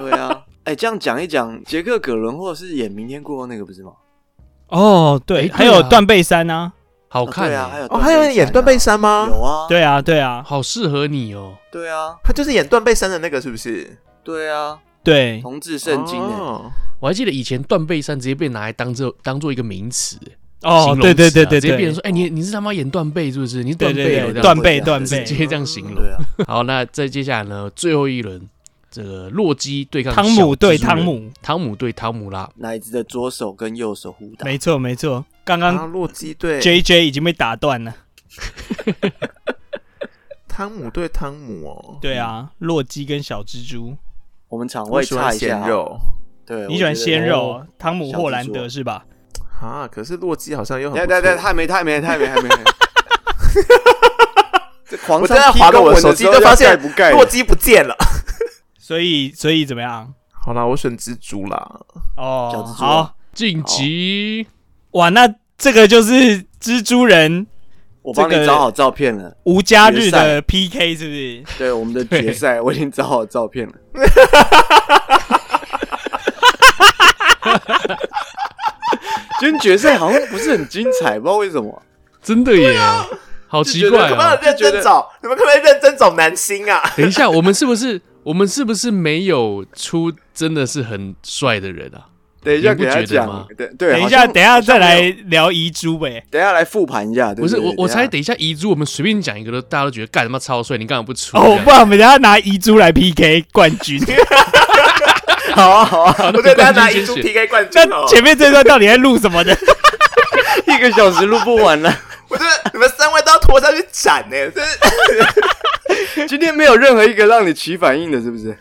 [SPEAKER 1] 对啊，哎、这样讲一讲，杰克·葛伦霍是演《明天过后》那个不是吗？
[SPEAKER 3] 哦，
[SPEAKER 2] 哎
[SPEAKER 3] 对，
[SPEAKER 2] 对
[SPEAKER 3] 还有
[SPEAKER 2] 啊
[SPEAKER 3] 断背山啊，
[SPEAKER 2] 好
[SPEAKER 1] 哦
[SPEAKER 2] 看
[SPEAKER 1] 对啊，
[SPEAKER 2] 欸
[SPEAKER 1] 还有
[SPEAKER 4] 哦，还有人演断背山
[SPEAKER 1] 啊
[SPEAKER 4] 吗？
[SPEAKER 1] 有啊，
[SPEAKER 3] 对啊，对啊，
[SPEAKER 2] 好适合你哦。
[SPEAKER 1] 对啊，
[SPEAKER 4] 他就是演断背山的那个，是不是？
[SPEAKER 1] 对啊，
[SPEAKER 3] 对，
[SPEAKER 1] 同志圣经哎、
[SPEAKER 4] 哦
[SPEAKER 2] 我还记得以前断背山直接被拿来当做当做一个名词，欸形
[SPEAKER 3] 哦，
[SPEAKER 2] 容
[SPEAKER 3] 对对
[SPEAKER 2] 词啊
[SPEAKER 3] 对对
[SPEAKER 2] 直接变成
[SPEAKER 3] 对
[SPEAKER 2] 说，哎，你你是他妈演断背是不是？你是断
[SPEAKER 3] 对
[SPEAKER 2] 背
[SPEAKER 3] 对
[SPEAKER 2] 哦
[SPEAKER 3] 对，
[SPEAKER 2] 这样
[SPEAKER 3] 断
[SPEAKER 2] 子
[SPEAKER 3] 背
[SPEAKER 1] 子
[SPEAKER 3] 断
[SPEAKER 2] 直
[SPEAKER 3] 背，
[SPEAKER 2] 接这样形容
[SPEAKER 1] 对。啊，
[SPEAKER 2] 好，那再接下来呢，最后一轮，这个洛基对抗
[SPEAKER 3] 汤
[SPEAKER 2] 小
[SPEAKER 3] 姆
[SPEAKER 2] 蜘
[SPEAKER 3] 对
[SPEAKER 2] 蛛
[SPEAKER 3] 汤
[SPEAKER 2] 人，
[SPEAKER 3] 姆，
[SPEAKER 2] 汤姆对汤姆拉，
[SPEAKER 1] 哪一只的左手跟右手互打？
[SPEAKER 3] 没错没错。刚
[SPEAKER 4] 然后
[SPEAKER 3] 刚
[SPEAKER 4] 啊洛基对
[SPEAKER 3] J J 已经被打断了。
[SPEAKER 4] 汤姆对汤姆哦，
[SPEAKER 3] 对啊，洛基跟小蜘蛛，
[SPEAKER 1] 我们场
[SPEAKER 4] 我
[SPEAKER 1] 外
[SPEAKER 4] 喜
[SPEAKER 1] 差
[SPEAKER 4] 欢
[SPEAKER 1] 一下
[SPEAKER 4] 鲜
[SPEAKER 1] 啊，
[SPEAKER 4] 肉
[SPEAKER 1] 对，
[SPEAKER 3] 你喜欢
[SPEAKER 1] 我觉得
[SPEAKER 3] 鲜肉
[SPEAKER 1] 哦？
[SPEAKER 3] 哦，汤姆
[SPEAKER 1] 小
[SPEAKER 3] 霍
[SPEAKER 1] 蜘
[SPEAKER 3] 兰
[SPEAKER 1] 蛛
[SPEAKER 3] 德
[SPEAKER 1] 哦
[SPEAKER 3] 是吧？
[SPEAKER 4] 啊，可是洛基好像又很
[SPEAKER 1] 对
[SPEAKER 4] 不
[SPEAKER 1] 对对，
[SPEAKER 4] 错。
[SPEAKER 1] 太没太没太没还没。还没这狂
[SPEAKER 4] 我
[SPEAKER 1] 上
[SPEAKER 4] 正在滑着我的
[SPEAKER 1] 的
[SPEAKER 4] 手机
[SPEAKER 1] 时候
[SPEAKER 4] 就发
[SPEAKER 1] 要
[SPEAKER 4] 现
[SPEAKER 1] 盖不盖的
[SPEAKER 4] 洛基不见了。
[SPEAKER 3] 所以所以怎么样？
[SPEAKER 4] 好啦，我选蜘蛛啦。
[SPEAKER 1] 小
[SPEAKER 3] 哦，
[SPEAKER 1] 蜘蛛啊
[SPEAKER 3] 好
[SPEAKER 2] 晋级
[SPEAKER 3] 哇，那这个就是蜘蛛人
[SPEAKER 1] 我帮
[SPEAKER 3] 这个
[SPEAKER 1] 你找好照片了。
[SPEAKER 3] 无家日
[SPEAKER 1] 决赛
[SPEAKER 3] 的 PK 是不是？
[SPEAKER 1] [LAUGHS] 对，我们的决赛我已经找好照片了。 [LAUGHS] 今天决赛好像不是很精彩，不知道为什么。
[SPEAKER 2] 真的耶，好奇怪
[SPEAKER 4] 可不可
[SPEAKER 2] 哦
[SPEAKER 4] 以！认真找？你们可不可以认真找男星啊？
[SPEAKER 2] 等一下，我们是不是我们是不是没有出真的是很帅的人啊？
[SPEAKER 1] 等一下
[SPEAKER 2] 你不
[SPEAKER 1] 给他
[SPEAKER 2] 觉得吗
[SPEAKER 1] 讲，对对，
[SPEAKER 3] 等一
[SPEAKER 1] 好
[SPEAKER 3] 下
[SPEAKER 1] 像
[SPEAKER 3] 等一下再，
[SPEAKER 1] 好
[SPEAKER 3] 来
[SPEAKER 1] 像没有
[SPEAKER 3] 聊遗珠呗。
[SPEAKER 1] 等一下来复盘一下。对
[SPEAKER 2] 不是
[SPEAKER 1] 对
[SPEAKER 2] 我，
[SPEAKER 1] 对啊
[SPEAKER 2] 我猜
[SPEAKER 1] 一下
[SPEAKER 2] 等一下遗珠，我们随便讲一个都大家都觉得干他妈超帅，你干嘛不出？
[SPEAKER 3] [LAUGHS] 哦，不然我们等一下拿遗珠来 PK 冠 [LAUGHS] 军。
[SPEAKER 1] [LAUGHS] 好啊好啊，
[SPEAKER 4] 我对大家拿一
[SPEAKER 2] 冠军
[SPEAKER 4] 株
[SPEAKER 2] 先选
[SPEAKER 4] PK 冠军哦
[SPEAKER 3] 那！前面这段到底在录什么的？
[SPEAKER 1] 一个小时录不完了，
[SPEAKER 4] 我觉得你们三位都要拖下去斩呢、这
[SPEAKER 1] 今天没有任何一个让你起反应的，是不是？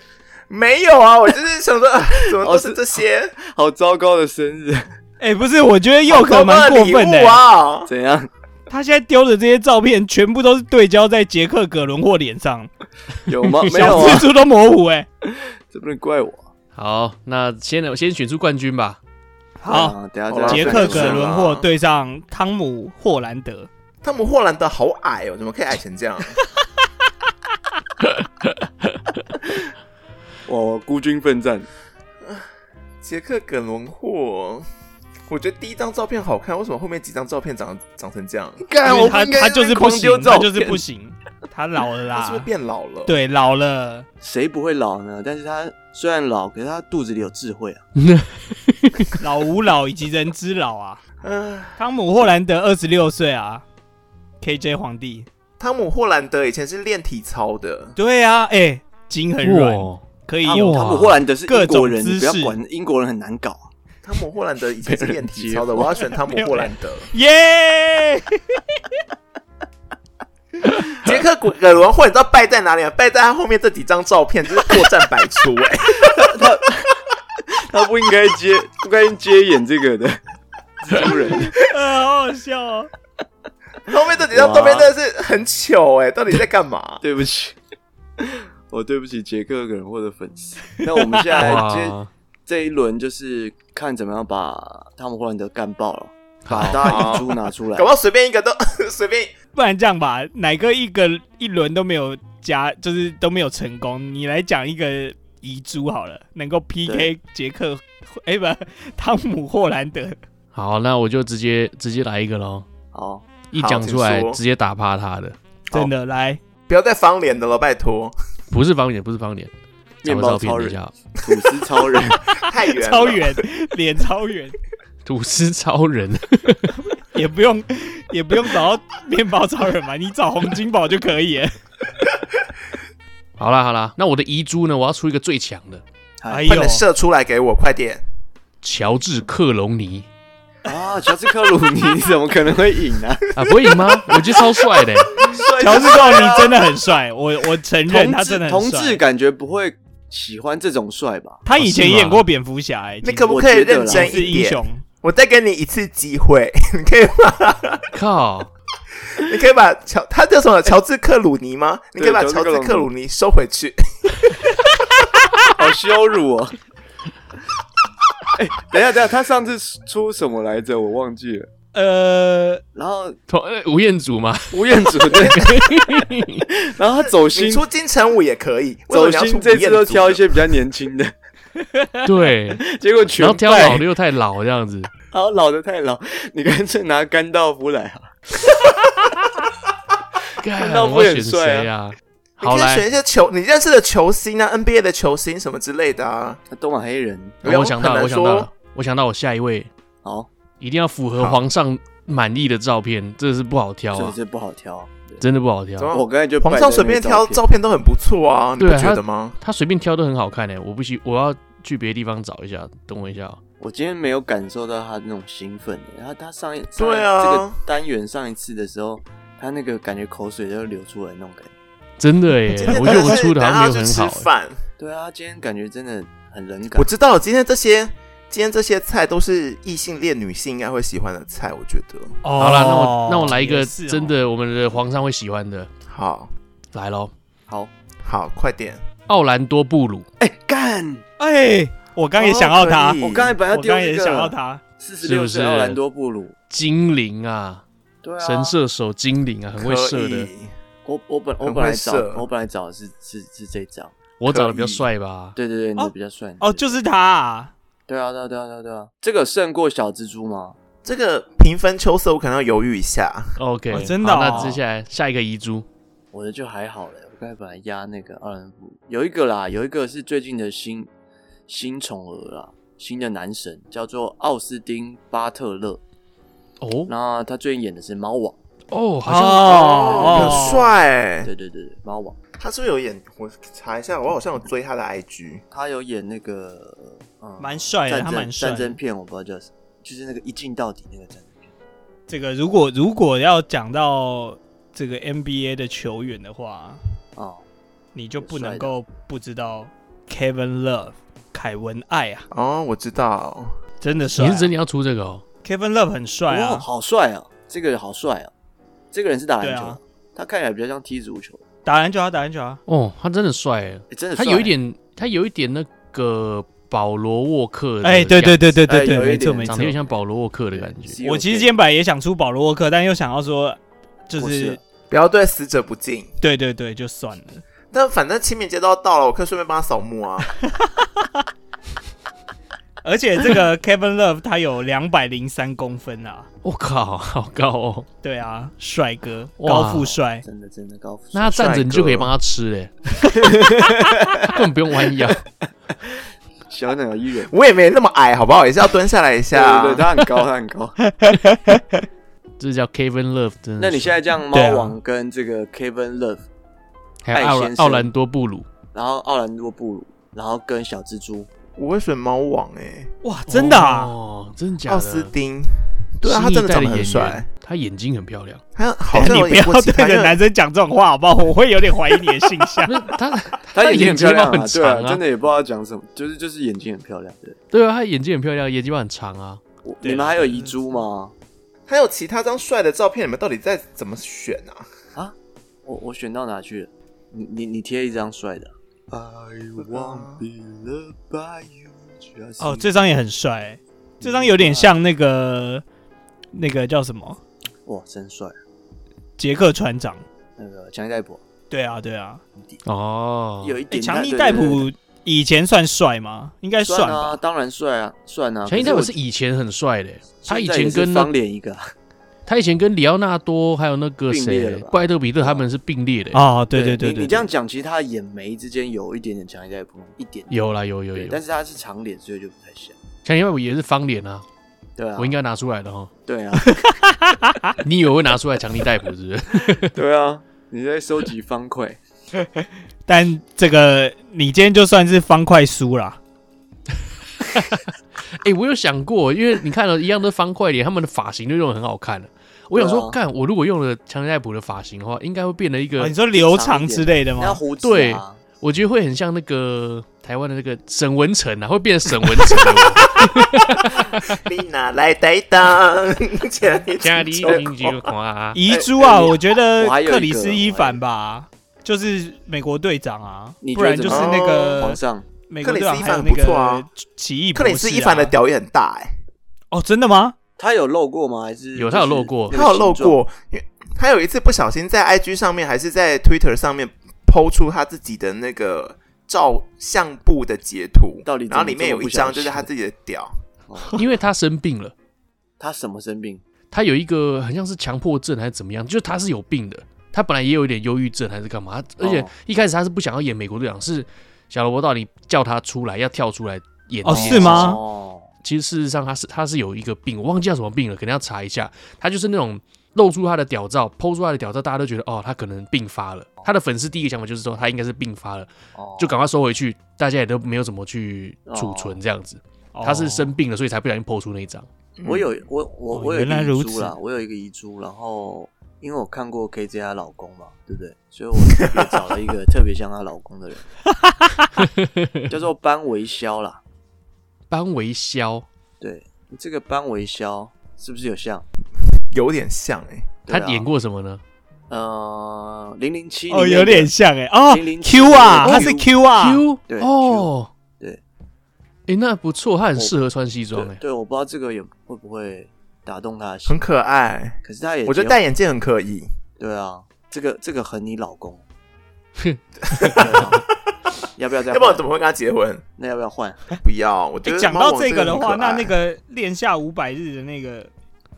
[SPEAKER 4] 没有啊！我就是想说，啊怎么都是这些，
[SPEAKER 1] 好糟糕的生日，
[SPEAKER 3] [LAUGHS] 哎、不是，我觉得佑可哦蛮过分的、
[SPEAKER 4] 礼物啊！
[SPEAKER 1] [LAUGHS] 怎样？
[SPEAKER 3] 他现在丢的这些照片全部都是对焦在杰克·葛伦霍脸上，
[SPEAKER 1] 有
[SPEAKER 3] [LAUGHS]
[SPEAKER 1] 吗？没
[SPEAKER 3] 小
[SPEAKER 1] 有
[SPEAKER 3] 蜘
[SPEAKER 1] 啊，
[SPEAKER 3] 蛛都模糊哎、
[SPEAKER 1] 这不能怪我。
[SPEAKER 2] 好，那先我先选出冠军吧。
[SPEAKER 3] 好，
[SPEAKER 1] 对啊，等一下再
[SPEAKER 4] 好啦
[SPEAKER 3] 杰
[SPEAKER 1] 来
[SPEAKER 3] 克·
[SPEAKER 1] 分
[SPEAKER 4] 这个
[SPEAKER 3] 葛
[SPEAKER 1] 享
[SPEAKER 4] 是
[SPEAKER 3] 伦
[SPEAKER 4] 啊
[SPEAKER 3] 霍对上汤姆·霍兰德。
[SPEAKER 4] 汤姆·霍兰德好矮哦，怎么可以矮成这样？
[SPEAKER 1] 我孤军奋战，
[SPEAKER 4] 杰克·葛伦霍，我觉得第一张照片好看，为什么后面几张照片长长成这样？
[SPEAKER 1] 干
[SPEAKER 3] 因为他他就是不行，他就是不
[SPEAKER 1] 行。
[SPEAKER 3] 行，他老了
[SPEAKER 4] 他是不是
[SPEAKER 3] 啦，
[SPEAKER 4] 变老了？，
[SPEAKER 3] 对，老了。
[SPEAKER 1] 谁不会老呢？但是他虽然老，可是他肚子里有智慧啊。
[SPEAKER 3] 老吾老以及人之
[SPEAKER 1] [LAUGHS]
[SPEAKER 3] 老啊。
[SPEAKER 4] 嗯、
[SPEAKER 3] 汤姆·霍兰德二十六岁啊，KJ 皇帝。
[SPEAKER 4] 汤姆·霍兰德以前是练体操的，
[SPEAKER 3] 对啊，哎、筋很软，
[SPEAKER 2] 哇，
[SPEAKER 3] 可以
[SPEAKER 1] 汤
[SPEAKER 3] 有
[SPEAKER 1] 姆汤姆霍兰德是英国人，
[SPEAKER 3] 哎各种
[SPEAKER 1] 你不
[SPEAKER 3] 姿势
[SPEAKER 1] 要管英国人很难搞啊。
[SPEAKER 4] 汤姆·霍兰德以前是练
[SPEAKER 3] [LAUGHS]
[SPEAKER 4] 体操的，我要选汤姆·霍兰德。
[SPEAKER 3] 耶！
[SPEAKER 4] 杰克·葛伦霍，你知道败在哪里吗？败在他后面这几张照片，就是破绽百出哎、
[SPEAKER 1] 他不应该接，不该接演这个的蜘蛛人。 [LAUGHS]
[SPEAKER 3] 呃，好好笑哦。
[SPEAKER 4] 后面这几张照片真的是很糗哎、到底在干嘛？
[SPEAKER 1] 对不起，我对不起杰克跟我的粉丝。那我们现
[SPEAKER 2] [LAUGHS]
[SPEAKER 1] 在来接这一轮，就是看怎么样把汤姆霍兰德干爆了，把大家遗珠拿出来
[SPEAKER 4] [LAUGHS] 搞不。好随便一个都随便
[SPEAKER 3] 不然这样吧，哪个一个一轮都没有加，就是都没有成功，你来讲一个遗珠好了，能够 PK 杰克，哎、不，汤姆·霍兰德。
[SPEAKER 2] 好，那我就直接直接来一个喽，
[SPEAKER 1] 好，
[SPEAKER 2] 一讲出来
[SPEAKER 4] 请说
[SPEAKER 2] 直接打趴他的，
[SPEAKER 4] 好
[SPEAKER 3] 真的来，
[SPEAKER 4] 不要再方脸的了，
[SPEAKER 1] [LAUGHS]
[SPEAKER 4] 拜托，
[SPEAKER 2] 不是方脸，不是方脸，
[SPEAKER 1] 面包
[SPEAKER 2] 找个照片
[SPEAKER 1] 超
[SPEAKER 2] 等一
[SPEAKER 1] 人，
[SPEAKER 2] 下，
[SPEAKER 1] 吐司超人，
[SPEAKER 4] 太远了
[SPEAKER 3] 超。远，脸超远，
[SPEAKER 2] 吐司超人， [LAUGHS]
[SPEAKER 3] 也不用， [LAUGHS] 也不用找到面包超人嘛，你找洪金宝就可以了。
[SPEAKER 2] 好啦好啦，那我的遗珠呢？我要出一个最强的，
[SPEAKER 3] 哎呦
[SPEAKER 4] 快点，射出来给我，快
[SPEAKER 1] 哎
[SPEAKER 4] 点！
[SPEAKER 2] 乔治克隆尼
[SPEAKER 1] 啊，乔治克鲁尼你怎么可能会赢呢、啊？
[SPEAKER 2] 啊，不会赢吗？ [LAUGHS] 我觉得超帅的欸、
[SPEAKER 3] 乔治克你真的很帅，我我承认他真的
[SPEAKER 1] 同
[SPEAKER 3] 很
[SPEAKER 1] 志同志
[SPEAKER 3] 帅。
[SPEAKER 1] 感觉不会喜欢这种帅吧？
[SPEAKER 3] 他以前
[SPEAKER 2] 哦是吗
[SPEAKER 3] 演过蝙蝠侠、哎，
[SPEAKER 4] 你可不可以认真
[SPEAKER 3] 是
[SPEAKER 4] 一
[SPEAKER 3] 英
[SPEAKER 4] 点？
[SPEAKER 3] 雄？
[SPEAKER 4] 我再给你一次机会， [LAUGHS] 你可以把
[SPEAKER 2] 靠，
[SPEAKER 4] 你可以把乔他叫什么乔治克鲁尼吗？你可以把
[SPEAKER 1] 对乔
[SPEAKER 4] 乔
[SPEAKER 1] 治
[SPEAKER 4] 治
[SPEAKER 1] 克
[SPEAKER 4] 克鲁
[SPEAKER 1] 鲁
[SPEAKER 4] 尼收回去。
[SPEAKER 1] 好羞辱哦！哎、等一下，等一下，他上次出什么来着？我忘记了。
[SPEAKER 3] 呃，
[SPEAKER 1] 然后
[SPEAKER 2] 同呃吴彦祖嘛， [LAUGHS]
[SPEAKER 1] 吴彦祖对，然后他走
[SPEAKER 4] [LAUGHS] 你
[SPEAKER 1] 心，
[SPEAKER 4] 出金城武也可以，为
[SPEAKER 1] 走
[SPEAKER 4] 什么你要出
[SPEAKER 1] 心这次都挑一
[SPEAKER 4] 吴彦
[SPEAKER 1] 些比较年轻的，
[SPEAKER 2] 对，
[SPEAKER 1] 结果
[SPEAKER 2] 然
[SPEAKER 1] 全
[SPEAKER 2] 后挑
[SPEAKER 1] 败
[SPEAKER 2] 老的，又太老这样子，
[SPEAKER 1] 然后老的太老，你干脆拿甘道夫来啊！
[SPEAKER 2] 干
[SPEAKER 1] 看到
[SPEAKER 2] 我要
[SPEAKER 1] 会很
[SPEAKER 2] 选
[SPEAKER 1] 帅啊
[SPEAKER 2] 谁啊？
[SPEAKER 4] 祖的？
[SPEAKER 2] 好
[SPEAKER 4] 你可以选
[SPEAKER 2] 来，
[SPEAKER 4] 一些球你认识的球星啊，NBA 的球星什么之类的啊。
[SPEAKER 1] 东马黑人，
[SPEAKER 4] 不要
[SPEAKER 2] 我想到了，
[SPEAKER 4] 很难
[SPEAKER 2] 我想到
[SPEAKER 4] 说
[SPEAKER 2] 了，我想到我下一位
[SPEAKER 1] 好，
[SPEAKER 2] 一定要符合
[SPEAKER 4] 好
[SPEAKER 2] 皇上满意的照片，这是不好挑
[SPEAKER 1] 真的
[SPEAKER 2] 啊，
[SPEAKER 1] 是不好挑。
[SPEAKER 2] 真的不好挑啊
[SPEAKER 4] 怎。么
[SPEAKER 1] 我刚才就
[SPEAKER 4] 皇上随便挑
[SPEAKER 1] 照
[SPEAKER 4] 照片都很不错啊，你不
[SPEAKER 2] 对啊
[SPEAKER 4] 觉得吗？
[SPEAKER 2] 他随便挑都很好看哎、我不行，我要去别的地方找一下，等我一下、哦。
[SPEAKER 1] 片，我今天没有感受到他那种兴奋。欸然后他上一上一
[SPEAKER 4] 对啊
[SPEAKER 1] 这个单元上一次的时候，他那个感觉口水都流出来那种感觉。
[SPEAKER 2] 真的耶、
[SPEAKER 4] 今天
[SPEAKER 2] 哎我觉得
[SPEAKER 4] [LAUGHS] 真
[SPEAKER 2] 我
[SPEAKER 4] 的是
[SPEAKER 2] 出的好像没有很
[SPEAKER 4] 大家
[SPEAKER 2] 好
[SPEAKER 4] 要去
[SPEAKER 2] 欸、
[SPEAKER 4] 吃饭，
[SPEAKER 1] 对啊，今天感觉真的很冷感
[SPEAKER 4] 我。知道今天这些今天这些菜都是异性恋女性应该会喜欢的菜，我觉得。
[SPEAKER 3] 哦
[SPEAKER 2] 好了，那我那我来一个
[SPEAKER 3] 也是哦
[SPEAKER 2] 真的，我们的皇上会喜欢的，
[SPEAKER 4] 好
[SPEAKER 2] 来喽，
[SPEAKER 1] 好，
[SPEAKER 4] 好，快点！
[SPEAKER 2] 奥兰多布鲁，
[SPEAKER 1] 哎、干！
[SPEAKER 3] 哎，我刚也想到他，
[SPEAKER 4] 哦
[SPEAKER 1] 我刚才本来
[SPEAKER 3] 我
[SPEAKER 1] 要丢
[SPEAKER 3] 刚
[SPEAKER 1] 一
[SPEAKER 3] 也
[SPEAKER 1] 个，
[SPEAKER 3] 想到他，
[SPEAKER 1] 四十六
[SPEAKER 2] 是
[SPEAKER 1] 岁
[SPEAKER 2] 不是
[SPEAKER 1] 奥兰多布鲁，
[SPEAKER 2] 精灵啊，
[SPEAKER 1] 对啊，
[SPEAKER 2] 神射手精灵啊，很会射
[SPEAKER 4] 可
[SPEAKER 2] 的。
[SPEAKER 4] 以。
[SPEAKER 1] 我我本
[SPEAKER 4] 很
[SPEAKER 1] 我本来
[SPEAKER 4] 会
[SPEAKER 1] 找
[SPEAKER 4] 射
[SPEAKER 1] 我本来找的是是是这一张，
[SPEAKER 2] 我长得比
[SPEAKER 4] 可
[SPEAKER 2] 较
[SPEAKER 4] 以
[SPEAKER 2] 帅吧？
[SPEAKER 1] 对对对，你
[SPEAKER 3] 哦
[SPEAKER 1] 的比较帅
[SPEAKER 3] 哦，就是他啊，
[SPEAKER 1] 对啊对啊对啊对啊对啊，这个胜过小蜘蛛吗？
[SPEAKER 4] 这个平分秋色，我可能要犹豫一下。
[SPEAKER 2] OK，、
[SPEAKER 3] 哦真的
[SPEAKER 2] 好
[SPEAKER 3] 哦
[SPEAKER 2] 那接下来下一个遗珠，
[SPEAKER 1] 我的就还好嘞，我刚才本来压那个奥兰多布鲁，有一个啦，有一个是最近的新新宠儿啦，新的男神叫做奥斯汀巴特勒，
[SPEAKER 2] 哦
[SPEAKER 1] 那他最近演的是猫王，
[SPEAKER 2] 哦，好像、
[SPEAKER 3] 哦，
[SPEAKER 4] 很，帅，
[SPEAKER 1] 对对对对，猫王，
[SPEAKER 4] 他是不是有演？我查一下，我好像有追他的 IG。
[SPEAKER 1] 他有演那个嗯
[SPEAKER 3] 蛮帅的，
[SPEAKER 1] 战
[SPEAKER 3] 他
[SPEAKER 1] 争
[SPEAKER 3] 蛮帅
[SPEAKER 1] 战
[SPEAKER 3] 的。
[SPEAKER 1] 争片，我不知道叫什么，就是那个一镜到底那个战争片。
[SPEAKER 3] 这个如果如果要讲到这个 NBA 的球员的话，
[SPEAKER 1] 哦，
[SPEAKER 3] 你就不能够不知道 Kevin Love 凯文爱啊，
[SPEAKER 4] 哦，我知道，
[SPEAKER 3] 真的帅
[SPEAKER 2] 你
[SPEAKER 3] 啊、
[SPEAKER 2] 是真的要出这个哦？
[SPEAKER 3] Kevin Love 很帅
[SPEAKER 1] 哇，
[SPEAKER 3] 啊，
[SPEAKER 1] 好帅啊！这个人好帅啊！这个人是打篮球，
[SPEAKER 3] 对啊
[SPEAKER 1] 他看起来比较像踢足球，
[SPEAKER 3] 打篮球啊，打篮球啊，
[SPEAKER 2] 哦，他真的帅耶，
[SPEAKER 1] 诶真的
[SPEAKER 2] 他
[SPEAKER 1] 帅
[SPEAKER 2] 有一点，他有一点那个保罗沃克的，
[SPEAKER 3] 哎、对对，对对对
[SPEAKER 1] 哎
[SPEAKER 3] 对，
[SPEAKER 1] 有一
[SPEAKER 3] 没错
[SPEAKER 1] 点
[SPEAKER 3] 没
[SPEAKER 2] 长
[SPEAKER 3] 错
[SPEAKER 2] 得。有点像保罗沃克的感觉。
[SPEAKER 1] 对
[SPEAKER 3] 我其实今天本来也想出保罗沃克，但又想要说，就
[SPEAKER 1] 过世
[SPEAKER 3] 是
[SPEAKER 1] 了
[SPEAKER 4] 不要对死者不敬。
[SPEAKER 3] 对对对，就算了。
[SPEAKER 4] 但反正清明节都要到了，我可以顺便帮他扫墓
[SPEAKER 2] [LAUGHS]
[SPEAKER 4] 啊。
[SPEAKER 3] 而且这个 Kevin Love 他有两百零三公分啊，
[SPEAKER 2] 我靠，好
[SPEAKER 1] [LAUGHS]
[SPEAKER 2] 高哦！
[SPEAKER 3] 对啊，帅哥，
[SPEAKER 2] 哇
[SPEAKER 3] 高富帅，
[SPEAKER 1] 真的真的高富帅。
[SPEAKER 2] 那他站着你就可以帮他吃
[SPEAKER 1] [LAUGHS]
[SPEAKER 2] 嘞，他根本不用弯腰。
[SPEAKER 1] 小鸟依人，
[SPEAKER 4] 我也没那么矮，好不好？也是要蹲下来
[SPEAKER 1] [LAUGHS]
[SPEAKER 4] 一
[SPEAKER 1] 对
[SPEAKER 4] 下。啊
[SPEAKER 1] 对对，他很高，他很高。
[SPEAKER 2] 这叫 Kevin Love，真的是。
[SPEAKER 1] 那你现在这样，猫
[SPEAKER 3] 对啊
[SPEAKER 1] 王跟这个 Kevin Love，
[SPEAKER 2] 还有奥
[SPEAKER 1] 爱
[SPEAKER 2] 兰
[SPEAKER 1] 先生
[SPEAKER 2] 奥兰多布鲁，
[SPEAKER 1] 然后奥兰多布鲁，然后跟小蜘蛛，
[SPEAKER 4] 我会选猫王哎、
[SPEAKER 3] 哇，真的啊，
[SPEAKER 2] 哦，真的假的？
[SPEAKER 4] 奥斯汀。对啊，他
[SPEAKER 2] 新一
[SPEAKER 4] 真的
[SPEAKER 2] 代
[SPEAKER 4] 长
[SPEAKER 2] 的
[SPEAKER 4] 得
[SPEAKER 2] 演
[SPEAKER 4] 很
[SPEAKER 2] 员
[SPEAKER 4] 帅，，
[SPEAKER 2] 他眼睛很漂亮。
[SPEAKER 4] 他好
[SPEAKER 3] [LAUGHS]
[SPEAKER 4] 像
[SPEAKER 3] 你
[SPEAKER 4] 有
[SPEAKER 3] 不
[SPEAKER 4] 演过
[SPEAKER 3] 要
[SPEAKER 4] 其
[SPEAKER 3] 对
[SPEAKER 4] 他
[SPEAKER 3] 着男生讲这种话好不好？我会有点怀疑你的形象。
[SPEAKER 2] 那他
[SPEAKER 1] 他眼睛很漂
[SPEAKER 2] 眼睫毛
[SPEAKER 1] 亮
[SPEAKER 2] 很
[SPEAKER 1] 对
[SPEAKER 2] 长
[SPEAKER 1] 啊，
[SPEAKER 2] 啊，
[SPEAKER 1] 真的也不知道讲什么，就是就是眼睛很漂亮。对，
[SPEAKER 2] 对啊，他眼睛很漂亮，眼睫毛很长啊。
[SPEAKER 1] 我
[SPEAKER 3] 对
[SPEAKER 1] 你们还有遗珠吗？
[SPEAKER 4] 还有其他张帅的照片，你们到底在怎么选啊？
[SPEAKER 1] 我我选到哪去了？你你你贴一张帅的。I
[SPEAKER 4] won't
[SPEAKER 1] be loved by you。嗯
[SPEAKER 3] 哦，这张也很帅、这张有点
[SPEAKER 1] 啊
[SPEAKER 3] 像那个那个叫什么
[SPEAKER 1] 哇，真帅！
[SPEAKER 3] 杰克船长。
[SPEAKER 1] 那个强尼戴普
[SPEAKER 3] 对啊，对啊，
[SPEAKER 2] 哦，
[SPEAKER 1] 有一
[SPEAKER 3] 哎，
[SPEAKER 1] 点
[SPEAKER 3] 强
[SPEAKER 1] 太
[SPEAKER 3] 尼
[SPEAKER 1] 对
[SPEAKER 3] 戴
[SPEAKER 1] 对对
[SPEAKER 3] 普以前算帅吗？应该
[SPEAKER 1] 对
[SPEAKER 3] 算
[SPEAKER 1] 算
[SPEAKER 3] 吧。
[SPEAKER 1] 啊，当然帅啊，算啊。
[SPEAKER 2] 强尼戴
[SPEAKER 1] 可
[SPEAKER 2] 普
[SPEAKER 1] 我
[SPEAKER 2] 是以前很帅的，他以
[SPEAKER 1] 现在也
[SPEAKER 2] 前
[SPEAKER 1] 是
[SPEAKER 2] 跟
[SPEAKER 1] 方
[SPEAKER 2] 那
[SPEAKER 1] 脸一个啊，
[SPEAKER 2] 他以前跟里奥纳多还有那个
[SPEAKER 1] 并列
[SPEAKER 2] 谁
[SPEAKER 1] 了吧
[SPEAKER 2] 怪特比特他们是并列的。
[SPEAKER 3] 哦，对对
[SPEAKER 1] 啊
[SPEAKER 3] 对
[SPEAKER 1] 你
[SPEAKER 3] 对，
[SPEAKER 1] 你这样讲，其实他的眼眉之间有一点点强尼戴普，一点点
[SPEAKER 2] 有啦有有
[SPEAKER 1] 对，
[SPEAKER 2] 有，
[SPEAKER 1] 但是他是长脸，所以就不太像。
[SPEAKER 2] 强尼戴普也是方脸啊，
[SPEAKER 1] 对啊，
[SPEAKER 2] 我应该拿出来的哈。 [LAUGHS]
[SPEAKER 1] 对啊，
[SPEAKER 2] 你以为会拿出来强尼戴普
[SPEAKER 1] [LAUGHS]
[SPEAKER 2] 是不是？
[SPEAKER 1] 对啊，你在收集方
[SPEAKER 3] [LAUGHS] 啊
[SPEAKER 1] 块，
[SPEAKER 3] 但这个你今天就算是方块输啦。
[SPEAKER 2] 哎、我有想过，因为你看了一样的方块脸，他们的发型就用的很好看了。我想
[SPEAKER 1] 对
[SPEAKER 2] 说，
[SPEAKER 1] 啊
[SPEAKER 2] 看、我如果用了强尼戴普的发型的话，应该会变得一个，
[SPEAKER 3] 哦，你说留长之类的
[SPEAKER 1] 那
[SPEAKER 3] 吗？
[SPEAKER 1] 胡子
[SPEAKER 2] 对
[SPEAKER 1] 啊，
[SPEAKER 2] 我觉得会很像那
[SPEAKER 1] [LAUGHS]
[SPEAKER 2] 个台湾的那个沈文成啊，会变成沈文成的
[SPEAKER 1] [LAUGHS]
[SPEAKER 2] [LAUGHS] 我。
[SPEAKER 4] 丽娜来担当， [LAUGHS] 强尼
[SPEAKER 2] 家里
[SPEAKER 4] 戴
[SPEAKER 2] 邻居
[SPEAKER 1] [LAUGHS]
[SPEAKER 2] 啊，
[SPEAKER 3] 遗珠啊，
[SPEAKER 1] 哎哎
[SPEAKER 3] 我觉得
[SPEAKER 1] 我还有一个
[SPEAKER 3] 克里斯伊凡吧，就是美国队长啊
[SPEAKER 1] 你，
[SPEAKER 3] 不
[SPEAKER 1] 觉得
[SPEAKER 3] 然
[SPEAKER 1] 怎
[SPEAKER 3] 就
[SPEAKER 1] 么
[SPEAKER 3] 是
[SPEAKER 1] 样哦
[SPEAKER 3] 那个
[SPEAKER 1] 皇上
[SPEAKER 3] 美国队长
[SPEAKER 4] 克里斯
[SPEAKER 3] 还
[SPEAKER 4] 伊
[SPEAKER 3] 有
[SPEAKER 4] 凡
[SPEAKER 3] 那
[SPEAKER 4] 不错啊
[SPEAKER 3] 个奇异
[SPEAKER 4] 克
[SPEAKER 3] 博士、啊。
[SPEAKER 4] 里斯伊凡的屌也很大哎、
[SPEAKER 3] 哦，真的吗？
[SPEAKER 1] 他有露过吗？还是
[SPEAKER 2] 有他有露过
[SPEAKER 1] 就是
[SPEAKER 4] 他有露
[SPEAKER 1] 那个形状
[SPEAKER 4] 过，因为他有一次不小心在 IG 上面还是在 Twitter 上面抛出他自己的那个照相簿的截图，
[SPEAKER 1] 到底怎么
[SPEAKER 4] 然后里面有一
[SPEAKER 1] 这么不小
[SPEAKER 4] 张
[SPEAKER 1] 心
[SPEAKER 4] 就是他自己的屌，
[SPEAKER 2] 因为他生病了，
[SPEAKER 1] 他什么生病？
[SPEAKER 2] 他有一个很像是强迫症还是怎么样，就是他是有病的。他本来也有一点忧郁症还是干嘛，他而且
[SPEAKER 1] 哦
[SPEAKER 2] 一开始他是不想要演美国队长，是小罗伯到你叫他出来要跳出来演这
[SPEAKER 3] 哦
[SPEAKER 2] 件事
[SPEAKER 3] 是吗
[SPEAKER 1] 哦，
[SPEAKER 2] 其实事实上他是他是有一个病，我忘记叫什么病了，可能要查一下。他就是那种露出他的屌照，剖出他的屌照，大家都觉得哦，他可能病发了。他的粉丝第一个想法就是说他应该是病发了，
[SPEAKER 1] 哦
[SPEAKER 2] 就赶快收回去，大家也都没有怎么去储存这样子。
[SPEAKER 3] 哦
[SPEAKER 2] 他是生病了，所以才不小心剖出那一张。
[SPEAKER 4] 嗯
[SPEAKER 1] 我有我我
[SPEAKER 3] 哦
[SPEAKER 1] 我有一
[SPEAKER 3] 原来
[SPEAKER 1] 个
[SPEAKER 3] 如
[SPEAKER 1] 遗
[SPEAKER 3] 此
[SPEAKER 1] 珠啦，我有一个遗珠，然后因为我看过 KJ 她老公嘛，对不对？所以我特别找了一个特别像她老公的人，
[SPEAKER 2] [LAUGHS]
[SPEAKER 1] 叫做班维肖啦。
[SPEAKER 2] 班维肖，
[SPEAKER 1] 对，这个班维肖是不是有像？
[SPEAKER 4] 有点像哎、
[SPEAKER 1] 对
[SPEAKER 2] 他
[SPEAKER 1] 啊
[SPEAKER 2] 演过什么呢？
[SPEAKER 1] 呃零零七
[SPEAKER 3] 哦，有点像哎、哦
[SPEAKER 1] 007
[SPEAKER 3] Q 啊，
[SPEAKER 1] 哦
[SPEAKER 3] 他是 Q 啊
[SPEAKER 2] Q
[SPEAKER 1] 对
[SPEAKER 2] 哦，
[SPEAKER 1] Q，对，哦
[SPEAKER 2] 哎，那不错，他很适合穿西装
[SPEAKER 1] 对
[SPEAKER 3] 欸
[SPEAKER 2] 哎。
[SPEAKER 1] 对，我不知道这个也会不会打动她的心
[SPEAKER 4] 很，可爱。
[SPEAKER 1] 可是她也
[SPEAKER 4] 我觉
[SPEAKER 1] 结
[SPEAKER 4] 得戴眼镜很可以，
[SPEAKER 1] 对啊，这个这个很你老
[SPEAKER 3] [LAUGHS]
[SPEAKER 1] 公。对啊要不要再
[SPEAKER 4] 要不然我
[SPEAKER 1] 换？
[SPEAKER 4] 怎么会跟他结婚？
[SPEAKER 1] 那要不要换？
[SPEAKER 4] 不要，我觉
[SPEAKER 3] 哎
[SPEAKER 4] 得
[SPEAKER 3] 讲、
[SPEAKER 4] 猫
[SPEAKER 3] 到
[SPEAKER 4] 王
[SPEAKER 3] 这
[SPEAKER 4] 真的
[SPEAKER 3] 个的
[SPEAKER 4] 很
[SPEAKER 3] 话，
[SPEAKER 4] 可爱
[SPEAKER 3] 那那个恋下五百日的那个，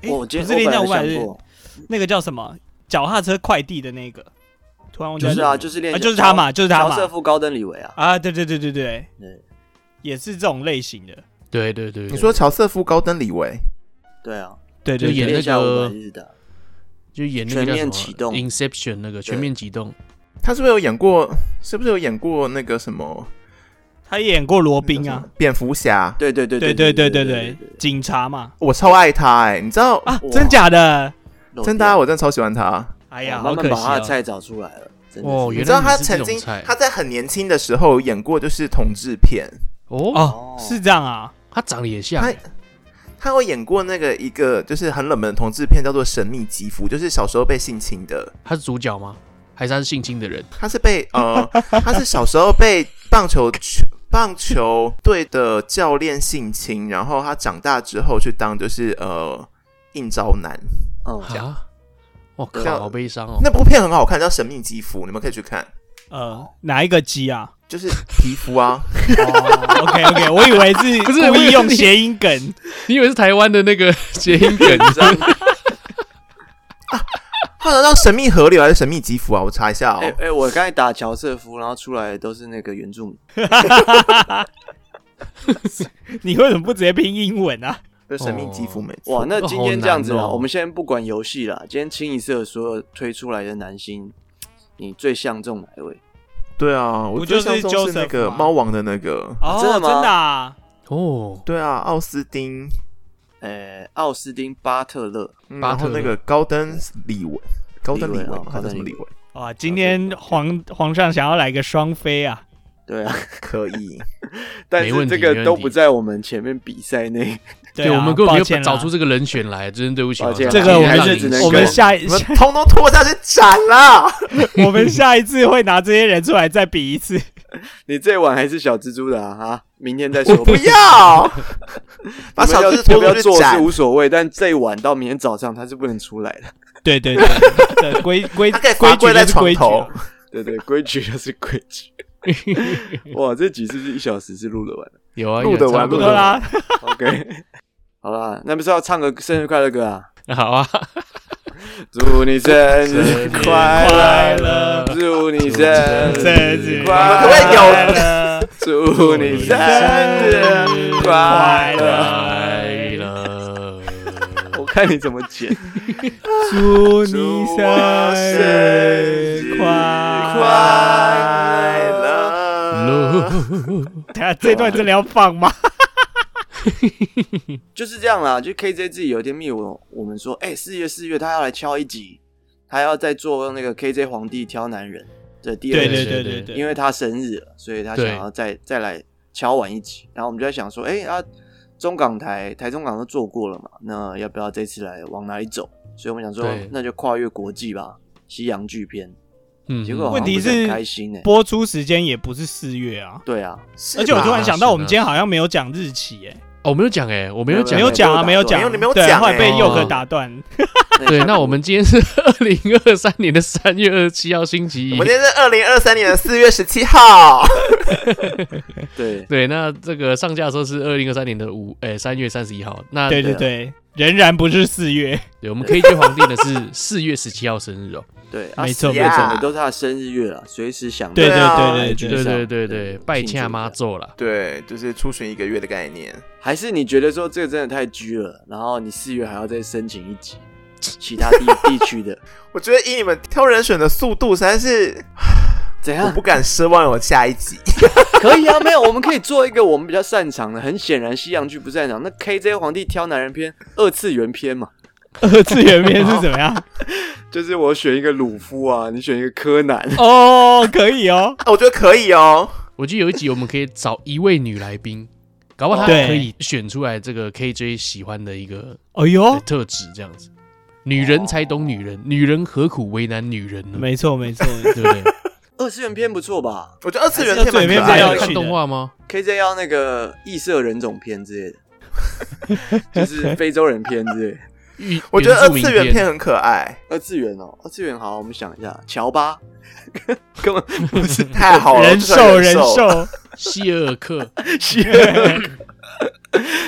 [SPEAKER 3] 哎、
[SPEAKER 1] 我今天
[SPEAKER 3] 不是
[SPEAKER 1] 我
[SPEAKER 3] 恋下
[SPEAKER 1] 本
[SPEAKER 3] 五百
[SPEAKER 1] 来
[SPEAKER 3] 日
[SPEAKER 1] 想，过，
[SPEAKER 3] 那个叫什么？脚踏车快递的那个，突然忘记
[SPEAKER 1] 就
[SPEAKER 3] 了
[SPEAKER 1] 是啊，就是练
[SPEAKER 3] 啊，就是他嘛，就是他
[SPEAKER 1] 乔
[SPEAKER 3] 嘛
[SPEAKER 1] 瑟，夫·高登·李维啊，
[SPEAKER 3] 啊，对对对对对，
[SPEAKER 1] 对
[SPEAKER 3] 也是这种类型的，
[SPEAKER 2] 对对对，对
[SPEAKER 4] 你说乔瑟夫·高登·李维，
[SPEAKER 1] 对啊，
[SPEAKER 3] 对
[SPEAKER 2] 就
[SPEAKER 3] 对
[SPEAKER 2] 演那
[SPEAKER 3] 对，
[SPEAKER 1] 练下
[SPEAKER 2] 个
[SPEAKER 1] 五百日的，
[SPEAKER 2] 就演那个
[SPEAKER 1] 全
[SPEAKER 2] 叫什么
[SPEAKER 1] 面启动
[SPEAKER 2] Inception 那个全面启动，
[SPEAKER 4] 他是不是有演过？是不是有演过那个什么
[SPEAKER 3] 他也演过罗宾啊，，
[SPEAKER 4] 蝙蝠侠？
[SPEAKER 1] 对对对
[SPEAKER 3] 对
[SPEAKER 1] 对
[SPEAKER 3] 对
[SPEAKER 1] 对
[SPEAKER 3] 对对对，警察嘛，
[SPEAKER 4] 我超爱他哎、你知道？
[SPEAKER 3] 啊
[SPEAKER 1] 哇，
[SPEAKER 3] 真假的？
[SPEAKER 1] 对
[SPEAKER 4] 真的、啊，我真的超喜欢他。
[SPEAKER 3] 哎呀，
[SPEAKER 1] 慢慢
[SPEAKER 3] 好可
[SPEAKER 1] 把他的
[SPEAKER 3] 惜哦。
[SPEAKER 1] 菜找出来了，真的
[SPEAKER 2] 哦
[SPEAKER 1] 是
[SPEAKER 4] 你
[SPEAKER 2] 原
[SPEAKER 4] 知道
[SPEAKER 2] 来
[SPEAKER 4] 他
[SPEAKER 2] 你是这
[SPEAKER 4] 曾
[SPEAKER 2] 种
[SPEAKER 4] 经
[SPEAKER 2] 菜
[SPEAKER 4] 他在很年轻的时候演过就是同志片，
[SPEAKER 2] 哦，
[SPEAKER 3] 哦，是这样啊，
[SPEAKER 2] 他长得也像
[SPEAKER 4] 他
[SPEAKER 2] 欸，
[SPEAKER 4] 他有演过那个一个就是很冷门的同志片，叫做《神秘肌肤》，就是小时候被性侵的。
[SPEAKER 2] 他是主角吗？还是他是性侵的人？
[SPEAKER 4] 他是被呃，他是小时候被棒球棒球队的教练性侵，然后他长大之后去当就是呃应招男。
[SPEAKER 1] 嗯， [LAUGHS]
[SPEAKER 2] 啊，我靠，
[SPEAKER 1] 啊
[SPEAKER 4] 像
[SPEAKER 2] 好悲伤哦。
[SPEAKER 4] 那部片很好看，叫《神秘肌肤》，你们可以去看，
[SPEAKER 3] 呃，哪一个鸡啊？
[SPEAKER 4] 就是皮肤啊。
[SPEAKER 3] 哦，OK OK，我以为是
[SPEAKER 2] 不是
[SPEAKER 3] 故意
[SPEAKER 2] 我以
[SPEAKER 3] 用
[SPEAKER 2] 为是
[SPEAKER 3] 谐音梗，
[SPEAKER 2] 你以为是台湾的那个谐音梗？
[SPEAKER 1] [LAUGHS]
[SPEAKER 4] 后来叫《神秘河流》还是《神秘肌肤》啊？我查一下哦。
[SPEAKER 1] 哎哎，我刚才打乔瑟夫，然后出来都是那个原住民，
[SPEAKER 3] [LAUGHS] 你为什么不直接拼英文啊？
[SPEAKER 4] 就神秘肌肤没错。
[SPEAKER 1] 哇，那今天这样子
[SPEAKER 2] 好
[SPEAKER 1] 啦，
[SPEAKER 2] 难哦
[SPEAKER 1] 我们先不管游戏啦，今天清一色所有推出来的男星，你最相中哪一位？
[SPEAKER 4] 对啊，我
[SPEAKER 3] 不就是
[SPEAKER 4] 最相中是那
[SPEAKER 3] Joseph
[SPEAKER 4] 个
[SPEAKER 3] 吗
[SPEAKER 4] 猫王的那个。
[SPEAKER 3] 哦，
[SPEAKER 1] 真的吗
[SPEAKER 3] 真的啊，
[SPEAKER 2] 哦，
[SPEAKER 4] 对啊，奥斯汀，
[SPEAKER 1] 呃，奥斯汀·巴特勒，
[SPEAKER 4] 嗯
[SPEAKER 2] 巴
[SPEAKER 4] 然
[SPEAKER 2] 特
[SPEAKER 4] 后
[SPEAKER 2] 勒
[SPEAKER 4] 那个高登李维，高登李
[SPEAKER 1] 李维
[SPEAKER 4] 维
[SPEAKER 1] 哦
[SPEAKER 4] 嘛，还是什么李维？
[SPEAKER 3] 哇，今天皇皇上想要来个双飞啊，
[SPEAKER 1] 对啊，
[SPEAKER 4] 可以，
[SPEAKER 1] 但
[SPEAKER 2] 没
[SPEAKER 1] 是
[SPEAKER 2] 问题
[SPEAKER 1] 这个都
[SPEAKER 2] 没问题
[SPEAKER 1] 不在我们前面比赛内， [LAUGHS]
[SPEAKER 3] 啊
[SPEAKER 2] 我们根本
[SPEAKER 3] 抱
[SPEAKER 2] 没有
[SPEAKER 3] 歉啦
[SPEAKER 2] 找出这个人选来，真对不起，
[SPEAKER 1] 抱歉啊
[SPEAKER 2] 皇
[SPEAKER 3] 这
[SPEAKER 2] 上
[SPEAKER 3] 个，我
[SPEAKER 1] 还
[SPEAKER 3] 们
[SPEAKER 1] 是
[SPEAKER 2] 让
[SPEAKER 1] 只
[SPEAKER 2] 你
[SPEAKER 1] 能
[SPEAKER 3] 我们
[SPEAKER 1] 够
[SPEAKER 3] 下 [LAUGHS] 一
[SPEAKER 4] 你们通通拖下去斩啦！
[SPEAKER 3] 我们下一次会拿这些人出来再比一次。
[SPEAKER 1] 你这碗还是小蜘蛛的啊，哈明天再说吧
[SPEAKER 4] 不。 [LAUGHS] 要，把
[SPEAKER 1] 你们
[SPEAKER 4] 小
[SPEAKER 1] 要
[SPEAKER 4] 智
[SPEAKER 1] 要不
[SPEAKER 4] 拖
[SPEAKER 1] 要
[SPEAKER 4] 出去
[SPEAKER 1] 做是
[SPEAKER 4] 斩。
[SPEAKER 1] 无所谓，但这一晚到明天早上他是不能出来的。
[SPEAKER 3] 对对对，对规规
[SPEAKER 4] 他可以
[SPEAKER 3] 规
[SPEAKER 4] 罚
[SPEAKER 3] 矩
[SPEAKER 4] 跪
[SPEAKER 3] 就
[SPEAKER 4] 在
[SPEAKER 3] 是规矩
[SPEAKER 4] 床
[SPEAKER 3] 啊
[SPEAKER 4] 头，，
[SPEAKER 1] 对对，规矩就是规
[SPEAKER 2] [LAUGHS]
[SPEAKER 1] 矩。哇，这集是不是一小时是录得完的
[SPEAKER 2] 有啊，
[SPEAKER 4] 录
[SPEAKER 2] 有
[SPEAKER 4] 得
[SPEAKER 2] 差
[SPEAKER 4] 完
[SPEAKER 2] 不
[SPEAKER 3] 对
[SPEAKER 4] 录
[SPEAKER 2] 多
[SPEAKER 4] 得完
[SPEAKER 3] 啦，
[SPEAKER 1] ？OK，好 [LAUGHS] 啦，那不是要唱个生日快乐歌啊？
[SPEAKER 2] 好啊，
[SPEAKER 1] 祝你生日快
[SPEAKER 3] 快
[SPEAKER 1] 乐，
[SPEAKER 3] 乐，
[SPEAKER 1] 祝你生
[SPEAKER 3] 生
[SPEAKER 1] 日，
[SPEAKER 3] 日
[SPEAKER 1] 快
[SPEAKER 4] 乐
[SPEAKER 3] 乐，
[SPEAKER 1] 祝你生日快乐。
[SPEAKER 2] 快乐，
[SPEAKER 1] 我看你怎么剪。
[SPEAKER 3] 祝你生日快
[SPEAKER 1] 快
[SPEAKER 3] 乐！
[SPEAKER 4] 乐。
[SPEAKER 3] 等下 [LAUGHS] 这段真的要放吗？
[SPEAKER 1] 就是这样啦，就 KJ 自己有一天密我，我们说，哎、四月四月他要来敲一集，他要再做那个 KJ 皇帝挑男人的第二
[SPEAKER 3] 对
[SPEAKER 1] 集，
[SPEAKER 2] 对
[SPEAKER 3] 对
[SPEAKER 2] 对
[SPEAKER 3] 对
[SPEAKER 2] 对
[SPEAKER 3] 对对，
[SPEAKER 1] 因为他生日了，所以他想
[SPEAKER 2] 对
[SPEAKER 1] 要再再来敲完一集。然后我们就在想说，哎、啊，中港台台中港都做过了嘛，那要不要这次来往哪里走？所以我们想说
[SPEAKER 2] 对，
[SPEAKER 1] 那就跨越国际吧，西洋剧片。
[SPEAKER 2] 嗯，
[SPEAKER 1] 结果好
[SPEAKER 3] 问
[SPEAKER 1] 像
[SPEAKER 3] 题
[SPEAKER 1] 不是
[SPEAKER 3] 是
[SPEAKER 1] 很开心呢、
[SPEAKER 3] 播出时间也不是四月啊。
[SPEAKER 1] 对啊，
[SPEAKER 4] 是
[SPEAKER 3] 而且我突然想到，
[SPEAKER 2] 是
[SPEAKER 3] 我们
[SPEAKER 2] 的
[SPEAKER 3] 今天好像没有讲日期、欸，
[SPEAKER 2] 哦，我没有讲哎，我没有讲
[SPEAKER 3] 没
[SPEAKER 2] 欸，
[SPEAKER 3] 有讲啊，
[SPEAKER 1] 没
[SPEAKER 3] 没
[SPEAKER 1] 有
[SPEAKER 3] 有
[SPEAKER 1] 打断
[SPEAKER 3] 讲，
[SPEAKER 4] 没有你没有
[SPEAKER 3] 对
[SPEAKER 4] 讲
[SPEAKER 3] 后来被
[SPEAKER 4] 欸
[SPEAKER 3] 佑哥打断，
[SPEAKER 2] 对，那
[SPEAKER 1] [LAUGHS]
[SPEAKER 2] 我们今天是二零二三年的三月二十七号星期
[SPEAKER 4] 我
[SPEAKER 2] 一
[SPEAKER 4] 们。今天是二零二三年的四月十七号，
[SPEAKER 1] 对
[SPEAKER 2] 对，那这个上架的时候是二零二三年的五，哎，三月三十一号。那
[SPEAKER 3] 对对对，仍然不是四月，
[SPEAKER 2] 对，我们 KJ 皇帝呢是 [LAUGHS] 四月十七号生日哦。
[SPEAKER 1] 对，啊
[SPEAKER 3] 没错
[SPEAKER 1] 月
[SPEAKER 4] 没错
[SPEAKER 1] 整个都是他的生日月了，随时想
[SPEAKER 3] 对
[SPEAKER 4] 对啊
[SPEAKER 3] 对
[SPEAKER 1] 对
[SPEAKER 3] 对
[SPEAKER 2] 对对对对，拜恰妈咒啦。
[SPEAKER 4] [LAUGHS] 对，就是出巡一个月的概念。
[SPEAKER 1] 还是你觉得说这个真的太拘了，然后你四月还要再申请一集其他地 [LAUGHS] 地区的，
[SPEAKER 4] 我觉得以你们挑人选的速度，实在是
[SPEAKER 1] 怎
[SPEAKER 4] 我
[SPEAKER 1] 样
[SPEAKER 4] 不？敢奢望有下一 [LAUGHS] 集。
[SPEAKER 1] 可以啊，没有，我们可以做一个我们比较擅长的。很显然，西洋剧不擅长。那 KJ 皇帝挑男人片，二次元片嘛，
[SPEAKER 3] 二次元片是怎么样？
[SPEAKER 1] 就是我选一个鲁夫啊，你选一个柯南，
[SPEAKER 3] 哦，可以哦，
[SPEAKER 4] 啊我觉得可以哦。
[SPEAKER 2] 我记得有一集我们可以找一位女来宾，搞不好她
[SPEAKER 3] 对
[SPEAKER 2] 可以选出来这个 KJ 喜欢的一个
[SPEAKER 3] 哎呦，
[SPEAKER 2] 特质，这样子。女人才懂女人，女人何苦为难女人呢？
[SPEAKER 3] 没错没错，
[SPEAKER 2] 对不对？
[SPEAKER 1] 二次元片不错吧
[SPEAKER 4] 我觉得二次元片蛮可
[SPEAKER 3] 还
[SPEAKER 2] 大
[SPEAKER 3] 是
[SPEAKER 2] 家
[SPEAKER 3] 要
[SPEAKER 4] 爱
[SPEAKER 2] 要
[SPEAKER 3] 有趣
[SPEAKER 4] 的
[SPEAKER 2] 看
[SPEAKER 3] 的
[SPEAKER 2] 动画吗？
[SPEAKER 1] ？KJ 要那个异色人种片之类的， [LAUGHS] 就是非洲人片之类的。
[SPEAKER 2] 原
[SPEAKER 4] 我觉得二
[SPEAKER 2] 原
[SPEAKER 4] 次
[SPEAKER 2] 住民
[SPEAKER 4] 元片很可爱，
[SPEAKER 1] 二次元哦，二次元好，我们想一下，乔巴根本不是
[SPEAKER 4] 太好了，
[SPEAKER 3] 人
[SPEAKER 4] 这算
[SPEAKER 3] 兽人
[SPEAKER 4] 人兽。
[SPEAKER 3] 兽，
[SPEAKER 2] 希尔克，
[SPEAKER 1] 希尔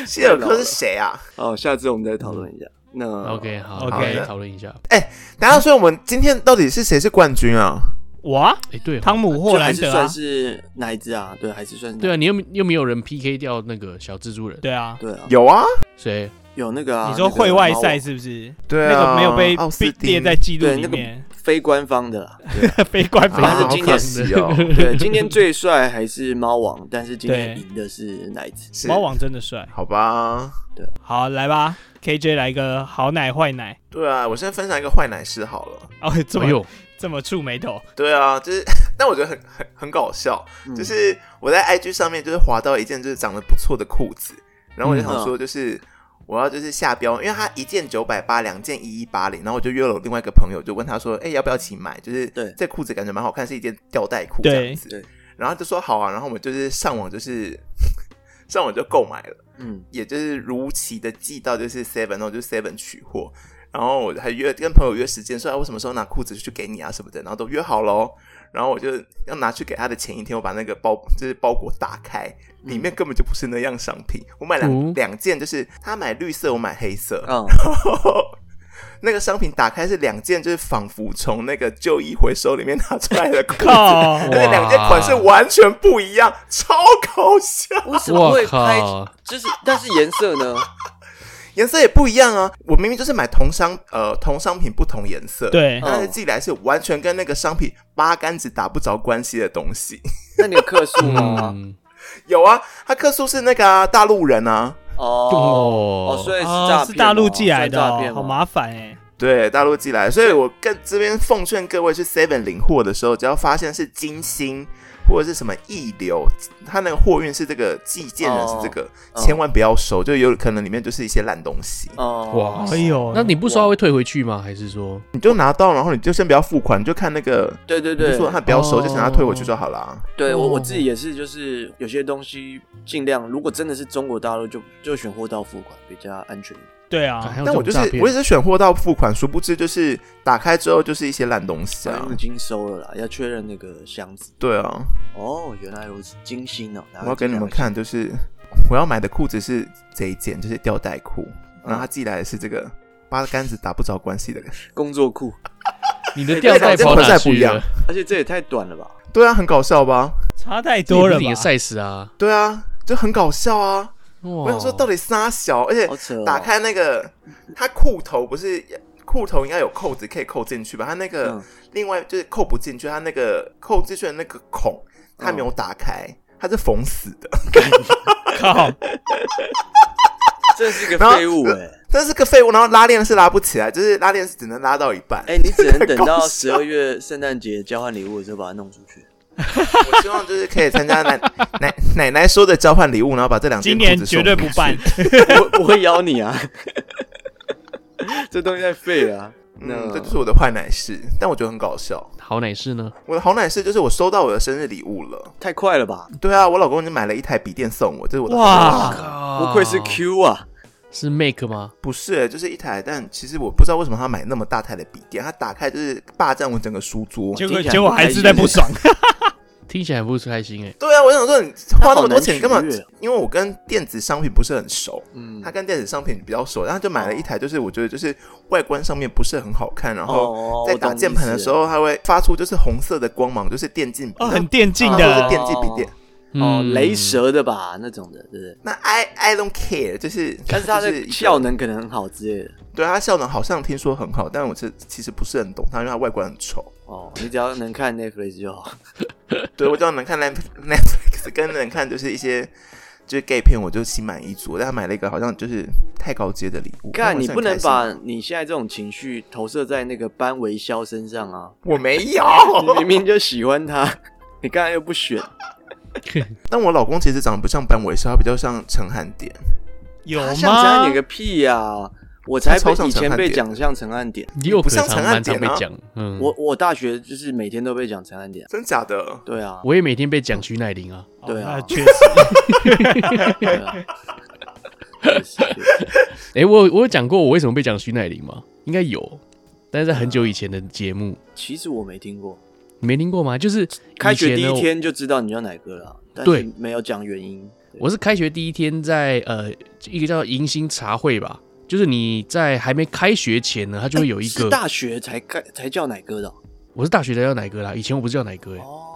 [SPEAKER 4] 希尔克是谁啊？
[SPEAKER 1] 哦，下次我们再讨论一下。那
[SPEAKER 2] OK，好
[SPEAKER 3] OK
[SPEAKER 2] 我们来讨论一下。
[SPEAKER 4] 等一下，所以我们今天到底是谁是冠军啊？
[SPEAKER 3] [LAUGHS] 哇，
[SPEAKER 2] 哎，对哦，
[SPEAKER 3] 汤姆霍
[SPEAKER 1] 就还
[SPEAKER 3] 兰
[SPEAKER 1] 是
[SPEAKER 3] 德
[SPEAKER 1] 算
[SPEAKER 3] 啊，
[SPEAKER 1] 是哪一只啊？对，还是算是哪
[SPEAKER 2] 对啊，你又没又没有人 PK 掉那个小蜘蛛人，
[SPEAKER 3] 对啊，
[SPEAKER 1] 对啊，有
[SPEAKER 4] 有啊，
[SPEAKER 2] 谁？
[SPEAKER 1] 有那个啊，
[SPEAKER 3] 你说
[SPEAKER 1] 那个
[SPEAKER 3] 会外
[SPEAKER 1] 猫
[SPEAKER 3] 赛是不是？
[SPEAKER 4] 对啊，
[SPEAKER 3] 那个没有被
[SPEAKER 4] 奥斯
[SPEAKER 3] 被
[SPEAKER 4] 汀
[SPEAKER 3] 列在记录
[SPEAKER 1] 对
[SPEAKER 3] 里
[SPEAKER 1] 那个
[SPEAKER 3] 面， [LAUGHS]
[SPEAKER 1] 非官方的啦，
[SPEAKER 3] 非官
[SPEAKER 4] 啊，
[SPEAKER 1] 但
[SPEAKER 3] 方
[SPEAKER 1] 是
[SPEAKER 4] 好
[SPEAKER 1] 今年
[SPEAKER 4] 可惜哦。
[SPEAKER 3] [LAUGHS]
[SPEAKER 1] 对，今天最帅还是猫王，但是今天
[SPEAKER 3] 对
[SPEAKER 1] 赢的是哪一只？
[SPEAKER 4] 是
[SPEAKER 3] 猫王真的帅。
[SPEAKER 4] 好吧，
[SPEAKER 3] 好，来吧，KJ 来一个好奶坏奶。
[SPEAKER 4] 对啊，我先分享一个坏奶事好了。
[SPEAKER 3] 哦，这
[SPEAKER 2] 哎
[SPEAKER 3] 么
[SPEAKER 2] 呦，
[SPEAKER 3] 这么触眉
[SPEAKER 2] [LAUGHS]
[SPEAKER 3] 头，
[SPEAKER 4] 对啊，就是， [LAUGHS] 但我觉得很很很搞笑，
[SPEAKER 1] 嗯
[SPEAKER 4] 就是我在 IG 上面就是滑到一件就是长得不错的裤子，然后我就想说就是。我要就是下标，因为它一件九百八，两件一一八零，然后我就约了我另外一个朋友，就问他说：“哎、要不要一起买？就是
[SPEAKER 1] 对
[SPEAKER 4] 这裤子感觉蛮好看，是一件吊带裤
[SPEAKER 3] 对
[SPEAKER 4] 这样子
[SPEAKER 1] 对。”
[SPEAKER 4] 然后他就说好啊，然后我们就是上网就是 [LAUGHS] 上网就购买了。
[SPEAKER 1] 嗯，
[SPEAKER 4] 也就是如期的寄到就是 Seven，然后就是 Seven 取货，然后我还约跟朋友约时间，说啊我什么时候拿裤子去给你啊什么的，然后都约好喽。然后我就要拿去给他的前一天，我把那个包就是包裹打开，里面根本就不是那样商品。我买
[SPEAKER 2] 嗯
[SPEAKER 4] 两两、件，就是他买绿色，我买黑色。
[SPEAKER 1] 嗯，
[SPEAKER 4] 那个商品打开是两件，就是仿佛从那个旧衣回收里面拿出来的裤子，
[SPEAKER 3] 靠
[SPEAKER 4] 而！且两件款式完全不一样，超搞笑。
[SPEAKER 1] 为什么
[SPEAKER 2] 我
[SPEAKER 1] 会拍？
[SPEAKER 2] 靠，
[SPEAKER 1] 就是但是颜色
[SPEAKER 3] [LAUGHS]
[SPEAKER 1] 呢？
[SPEAKER 4] 颜色也不一样啊！我明明就是买同商呃同商品不同颜色，，
[SPEAKER 3] [LAUGHS] 对，
[SPEAKER 4] 但是
[SPEAKER 1] 哦
[SPEAKER 4] 寄来是完全跟那个商品八竿子打不着关系的东西。 [LAUGHS]
[SPEAKER 1] 那你有克数吗？
[SPEAKER 2] 嗯，
[SPEAKER 4] 有啊，他客诉是那个啊、大陆人啊，
[SPEAKER 1] 哦
[SPEAKER 2] 哦
[SPEAKER 1] 哦，所以是诈骗
[SPEAKER 3] 哦
[SPEAKER 1] 哦，
[SPEAKER 3] 是大陆寄来的
[SPEAKER 1] 算诈骗
[SPEAKER 3] 哦，
[SPEAKER 1] 吗
[SPEAKER 3] 好麻烦哎。
[SPEAKER 4] 对，大陆寄来，所以我跟这边奉劝各位去 Seven 领货的时候，只要发现是金星或者是什么溢流，他那个货运是这个寄件人是这个，
[SPEAKER 1] 哦
[SPEAKER 4] 千万不要收，就有可能里面就是一些烂东西，
[SPEAKER 1] 哦，
[SPEAKER 2] 哇
[SPEAKER 3] 哎呦，
[SPEAKER 2] 那你不收会退回去吗？还是说，
[SPEAKER 4] 你就拿到，然后你就先不要付款，你就看那个。
[SPEAKER 1] 对对
[SPEAKER 4] 你就
[SPEAKER 1] 对，
[SPEAKER 4] 说他不要收，
[SPEAKER 2] 哦
[SPEAKER 4] 就想他退回去就好啊啦。
[SPEAKER 1] 对我我
[SPEAKER 2] 哦
[SPEAKER 1] 自己也是，就是有些东西尽量，如果真的是中国大陆，就就选货到付款比较安全。
[SPEAKER 3] 对
[SPEAKER 2] 还
[SPEAKER 3] 啊，
[SPEAKER 2] 有这
[SPEAKER 4] 但我
[SPEAKER 2] 种
[SPEAKER 4] 就是
[SPEAKER 2] 诈骗
[SPEAKER 4] 我也？是选货到付款，殊不知就是打开之后就是一些烂东西
[SPEAKER 1] 反
[SPEAKER 4] 啊
[SPEAKER 1] 正。已经收了
[SPEAKER 3] 嗯
[SPEAKER 1] 啦，要确认那个箱子。
[SPEAKER 4] 对啊，
[SPEAKER 1] 哦，原来如此，精心哦！
[SPEAKER 4] 我要给你们看，就是我要买的裤子是这一件，就是吊带裤，然后他寄来的是这个八竿子打不着关系的。
[SPEAKER 1] 工作裤，
[SPEAKER 2] 你的吊带
[SPEAKER 4] 这
[SPEAKER 2] 跑
[SPEAKER 4] 口
[SPEAKER 2] 哪
[SPEAKER 4] 袋不
[SPEAKER 2] 去
[SPEAKER 4] 一样
[SPEAKER 2] 了？
[SPEAKER 1] 而且这也太短了吧？
[SPEAKER 4] [LAUGHS] 对啊，很搞笑吧？
[SPEAKER 3] 差太多了
[SPEAKER 2] 这也不是你的
[SPEAKER 3] 吧？
[SPEAKER 2] size 啊！
[SPEAKER 4] 对啊，就很搞笑啊！
[SPEAKER 2] 哇，
[SPEAKER 4] 我想说到底仨小，而且
[SPEAKER 1] 好扯、哦！
[SPEAKER 4] 打开那个他裤头不是裤头应该有扣子可以扣进去吧？他那个。
[SPEAKER 1] 嗯，
[SPEAKER 4] 另外就是扣不进去，它那个扣进去的那个孔，它没有打开，它是缝死的。
[SPEAKER 2] [LAUGHS]
[SPEAKER 3] 靠，
[SPEAKER 1] 这是一
[SPEAKER 4] 然
[SPEAKER 1] 个
[SPEAKER 4] 后
[SPEAKER 1] 废物哎、
[SPEAKER 4] 但是个废物，然后拉链是拉不起来，就是拉链是只能拉到一半。
[SPEAKER 1] 哎、你只
[SPEAKER 4] [LAUGHS]
[SPEAKER 1] 能等
[SPEAKER 4] 搞
[SPEAKER 1] 到
[SPEAKER 4] 笑
[SPEAKER 1] 十二月圣诞节交换礼物的时候把它弄出
[SPEAKER 4] [LAUGHS]
[SPEAKER 1] 去。
[SPEAKER 4] 我希望就是可以参加奶奶 [LAUGHS] 奶奶说的交换礼物，然后把这两件
[SPEAKER 3] 今
[SPEAKER 4] 裤子
[SPEAKER 3] 年
[SPEAKER 4] 送
[SPEAKER 3] 绝对不
[SPEAKER 4] 出去
[SPEAKER 3] 办。
[SPEAKER 1] 我我会邀你
[SPEAKER 4] [LAUGHS]
[SPEAKER 1] 啊！这东西太废了啊、
[SPEAKER 4] 嗯，
[SPEAKER 1] 那
[SPEAKER 4] 这就是我的坏奶事，但我觉得很搞笑。
[SPEAKER 2] 好奶是呢？
[SPEAKER 4] 我的好奶事就是我收到我的生日礼物了。
[SPEAKER 1] 太快了吧？
[SPEAKER 4] 对啊，我老公已经买了一台笔电送我，这是我的好奶事
[SPEAKER 3] [LAUGHS] 哇，
[SPEAKER 1] 不
[SPEAKER 2] 不
[SPEAKER 1] 愧是 Q 啊！
[SPEAKER 2] 是 make 吗？
[SPEAKER 4] 不是、就是一台，但其实我不知道为什么他买那么大台的笔电，他打开就是霸占我整个书桌。
[SPEAKER 3] 结
[SPEAKER 1] 听
[SPEAKER 3] 果
[SPEAKER 1] 起来
[SPEAKER 3] 结果还是在不爽。
[SPEAKER 2] 听起来很不开心哎、
[SPEAKER 4] 对啊，我想说你花那么多钱你
[SPEAKER 1] 他
[SPEAKER 4] 干
[SPEAKER 1] 好
[SPEAKER 4] 嘛
[SPEAKER 1] 难取悦哦？
[SPEAKER 4] 因为我跟电子商品不是很熟，
[SPEAKER 1] 嗯哦
[SPEAKER 4] 他跟电子商品比较熟，然后就买了一台，就是我觉得就是外观上面不是很好看，然后
[SPEAKER 1] 哦
[SPEAKER 4] 在打键盘的时候，它会发出就是红色的光芒，就是电竞笔，
[SPEAKER 3] 哦，很电竞
[SPEAKER 4] 或者
[SPEAKER 3] 的
[SPEAKER 1] 哦，
[SPEAKER 4] 电竞笔电。
[SPEAKER 2] 嗯
[SPEAKER 1] 哦，雷蛇的吧那种的，对不
[SPEAKER 4] [LAUGHS]
[SPEAKER 1] 对？
[SPEAKER 4] 那 I I don't care，就是
[SPEAKER 1] 但是它
[SPEAKER 4] 就是一
[SPEAKER 1] 的
[SPEAKER 4] 个
[SPEAKER 1] 效能可能很好之类的。
[SPEAKER 4] 对它效能好像听说很好，但我是其实不是很懂它，因为它外观
[SPEAKER 1] [LAUGHS]
[SPEAKER 4] 很丑。
[SPEAKER 1] 哦，你只要能看 Netflix 就好。
[SPEAKER 4] 对我只要能看 Netflix [LAUGHS] Netflix 跟能看就是一些就是 gay 片，我就心满意足。但他买了一个好像就是太高阶的礼物，那
[SPEAKER 1] 看
[SPEAKER 4] 我
[SPEAKER 1] 你
[SPEAKER 4] 是很
[SPEAKER 1] 不能
[SPEAKER 4] 开心啊
[SPEAKER 1] 把你现在这种情绪投射在那个班维肖身上
[SPEAKER 4] [LAUGHS]
[SPEAKER 1] 啊！
[SPEAKER 4] 我没有，
[SPEAKER 1] 你明明就喜欢他， [LAUGHS] 你刚才又不选，
[SPEAKER 4] 但我老公其实长得不像班维肖，他比较像陈汉典。
[SPEAKER 3] 有
[SPEAKER 1] 他啊像陈汉
[SPEAKER 3] 吗
[SPEAKER 1] 典？个屁呀、我才
[SPEAKER 4] 他超
[SPEAKER 1] 被
[SPEAKER 4] 像
[SPEAKER 1] 以前被
[SPEAKER 4] 陈汉典
[SPEAKER 1] 讲像陈汉典，
[SPEAKER 2] 你又可
[SPEAKER 4] 不像
[SPEAKER 2] 常
[SPEAKER 4] 陈汉
[SPEAKER 2] 蛮常被
[SPEAKER 4] 典啊
[SPEAKER 2] 讲，嗯，
[SPEAKER 1] 我我大学就是每天都被讲陈汉典。
[SPEAKER 4] 真假的？
[SPEAKER 1] 对啊，
[SPEAKER 2] 我也每天被讲徐乃麟啊，
[SPEAKER 3] 哦
[SPEAKER 1] 对啊
[SPEAKER 3] 那确实， [LAUGHS]
[SPEAKER 1] 对啊。确实确实
[SPEAKER 2] 哎、我有我有讲过我为什么被讲徐乃麟吗？应该有，但是在很久以前的节目，
[SPEAKER 1] 其实我没听过，
[SPEAKER 2] 你没听过吗？就是
[SPEAKER 1] 开学第一
[SPEAKER 2] 以前呢我
[SPEAKER 1] 天就知道你叫哪个了，但
[SPEAKER 2] 对
[SPEAKER 1] 是没有讲原因。对
[SPEAKER 2] 我是开学第一天在呃一个叫迎新茶会吧，就是你在还没开学前呢，它就会有一
[SPEAKER 1] 哎是
[SPEAKER 2] 个。
[SPEAKER 1] 大学才开才叫奶哥的
[SPEAKER 2] 我是大学才叫奶哥啦，以前我不是叫奶哥哎、
[SPEAKER 1] 哦，嗯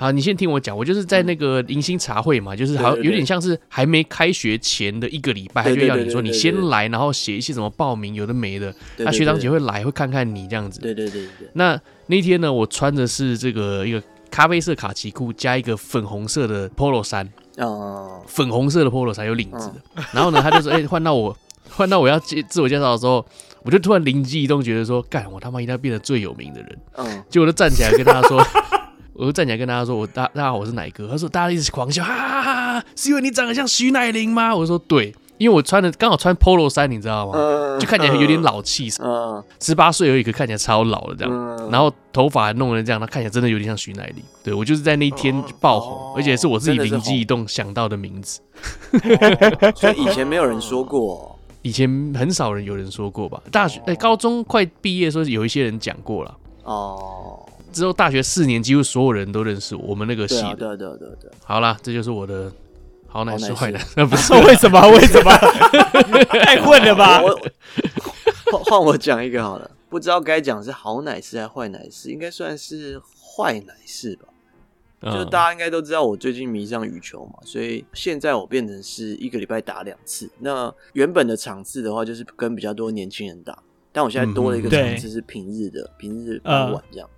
[SPEAKER 2] 好，你先听我讲，我就是在那个迎新茶会嘛，就是好像
[SPEAKER 1] 对对对
[SPEAKER 2] 有点像是还没开学前的一个礼拜，他
[SPEAKER 1] 对
[SPEAKER 2] 就
[SPEAKER 1] 对
[SPEAKER 2] 要
[SPEAKER 1] 对
[SPEAKER 2] 你说
[SPEAKER 1] 对
[SPEAKER 2] 你
[SPEAKER 1] 对
[SPEAKER 2] 先
[SPEAKER 1] 对对
[SPEAKER 2] 来，然后写一些什么报名有的没的，
[SPEAKER 1] 对
[SPEAKER 2] 那学长姐，
[SPEAKER 1] 对
[SPEAKER 2] 会来会看看你这样子。
[SPEAKER 1] 对对对对对，
[SPEAKER 2] 那那天呢，我穿的是这个一个咖啡色卡其裤加一个粉红色的 polo 衫，
[SPEAKER 1] 嗯，
[SPEAKER 2] 粉红色的 polo 衫有领子的。然后呢，他就说：“哎、 [LAUGHS] 换到我，换到我要介自我介绍的时候，我就突然灵机一动，觉得说，干，我他妈一定要变得最有名的人。”
[SPEAKER 1] 嗯，
[SPEAKER 2] 结果我就站起来跟大家说。 [LAUGHS] 我就站起来跟大家说：“我大大家好，我是奶哥。”他说：“大家一直狂笑，哈哈哈哈！是因为你长得像徐乃麟吗？”我就说：“对，因为我穿的刚好穿 polo 衫，你知道吗？
[SPEAKER 1] 嗯
[SPEAKER 2] 就哦看起来有点老气，
[SPEAKER 1] 嗯
[SPEAKER 2] 十八岁有一个看起来超老的这样。
[SPEAKER 1] 嗯
[SPEAKER 2] 然后头发还弄成这样，他看起来真的有点像徐乃麟。对我就是在那一天
[SPEAKER 4] 哦
[SPEAKER 2] 爆红，
[SPEAKER 1] 哦
[SPEAKER 2] 而且是我自己
[SPEAKER 1] 真的是
[SPEAKER 2] 灵机一动想到的名字。
[SPEAKER 1] 所以以前没有人说
[SPEAKER 2] [LAUGHS]
[SPEAKER 1] 过，
[SPEAKER 2] 以前很少人有人说过吧？大学、
[SPEAKER 1] 哦
[SPEAKER 2] 哎，高中快毕业的时候，有一些人讲过了。
[SPEAKER 1] 哦，
[SPEAKER 2] 之后大学四年，几乎所有人都认识我，我们那个系
[SPEAKER 1] 对啊，
[SPEAKER 2] 的。
[SPEAKER 1] 对啊，对啊，对啊，对啊，
[SPEAKER 2] 好啦，这就是我的好奶
[SPEAKER 1] 好奶
[SPEAKER 2] 是坏
[SPEAKER 1] 是 [LAUGHS]
[SPEAKER 2] 奶，那不是
[SPEAKER 3] 说为什么？为什么？太 [LAUGHS] 混了吧！
[SPEAKER 1] 我我换换我讲一个好了，不知道该讲是好奶事还是坏奶事，应该算是坏奶事吧。就
[SPEAKER 2] 嗯
[SPEAKER 1] 大家应该都知道，我最近迷上羽球嘛，所以现在我变成是一个礼拜打两次。那原本的场次的话，就是跟比较多年轻人打，但我现在多了一个
[SPEAKER 3] 嗯对嗯
[SPEAKER 1] 场次是平日的，平日傍晚这样。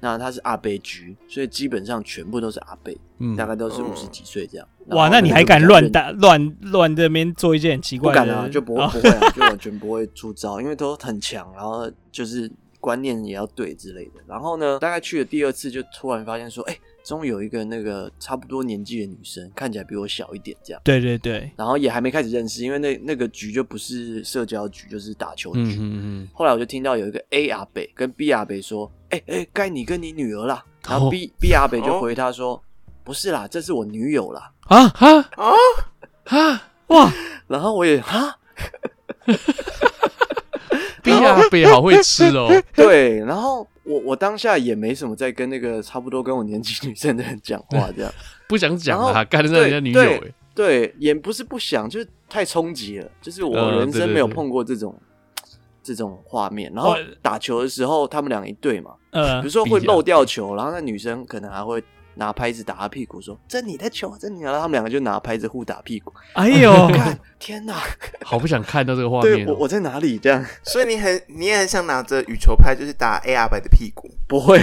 [SPEAKER 1] 那他是阿贝局，所以基本上全部都是阿贝，
[SPEAKER 2] 嗯
[SPEAKER 1] 大概都是
[SPEAKER 4] 嗯
[SPEAKER 1] 五十几岁这样。
[SPEAKER 3] 哦哇，
[SPEAKER 1] 然后
[SPEAKER 3] 那你
[SPEAKER 1] 就
[SPEAKER 3] 还
[SPEAKER 1] 比较
[SPEAKER 3] 敢乱
[SPEAKER 1] 认
[SPEAKER 3] 打乱乱这边做一件很奇
[SPEAKER 1] 不
[SPEAKER 3] 怪的？
[SPEAKER 1] 敢啊，就不会
[SPEAKER 3] 哦
[SPEAKER 1] 不会啊， [LAUGHS] 就完全不会出招，因为都很强，然后就是观念也要对之类的。然后呢，大概去了第二次，就突然发现说，哎、终于有一个那个差不多年纪的女生，看起来比我小一点这样，
[SPEAKER 3] 对对对，
[SPEAKER 1] 然后也还没开始认识，因为那那个局就不是社交局，就是打球
[SPEAKER 2] 嗯
[SPEAKER 1] 局。
[SPEAKER 2] 嗯
[SPEAKER 1] 后来我就听到有一个 A 阿北跟 B 阿北说，哎、哎、该你跟你女儿
[SPEAKER 3] 哦
[SPEAKER 1] 啦。然后 B、B 阿北就回他说，不是啦，这是我女友啦。
[SPEAKER 2] 嗯啊
[SPEAKER 1] [LAUGHS]
[SPEAKER 2] 啊
[SPEAKER 4] 啊
[SPEAKER 2] 啊！
[SPEAKER 3] 哇，
[SPEAKER 1] 然后我也哈。
[SPEAKER 2] 比亚贝好会吃哦， [LAUGHS]
[SPEAKER 1] 对，然后我我当下也没什么在跟那个差不多跟我年纪女生的人讲话，这样
[SPEAKER 2] 不想讲
[SPEAKER 1] 然
[SPEAKER 2] 啊，
[SPEAKER 1] 后
[SPEAKER 2] 干得让人家女友
[SPEAKER 1] 对
[SPEAKER 2] 哎，
[SPEAKER 1] 对，也不是不想，就是太冲击了，就是我
[SPEAKER 2] 呃
[SPEAKER 1] 人
[SPEAKER 2] 对
[SPEAKER 1] 生
[SPEAKER 2] 对
[SPEAKER 1] 没有
[SPEAKER 2] 对
[SPEAKER 1] 碰过这种、这种画面。然后
[SPEAKER 3] 哇
[SPEAKER 1] 打球的时候，他们俩一对嘛，比
[SPEAKER 3] 呃
[SPEAKER 1] 如，说会
[SPEAKER 2] 啊比较
[SPEAKER 1] 漏掉球，然后那女生可能还会拿拍子打他屁股，说：“这你的球，啊这你的。”然后他们两个就拿拍子互打
[SPEAKER 2] [LAUGHS]
[SPEAKER 1] 屁股。
[SPEAKER 3] 哎
[SPEAKER 1] [LAUGHS]
[SPEAKER 3] 呦，
[SPEAKER 1] 看，天哪！
[SPEAKER 2] 好不想看到这个画
[SPEAKER 1] 对
[SPEAKER 2] 面
[SPEAKER 1] 我
[SPEAKER 2] 哦。
[SPEAKER 1] 我在哪里？这样
[SPEAKER 4] 所以你很你也很想拿着羽球拍，就是打 AR 白的屁股。
[SPEAKER 1] 不会，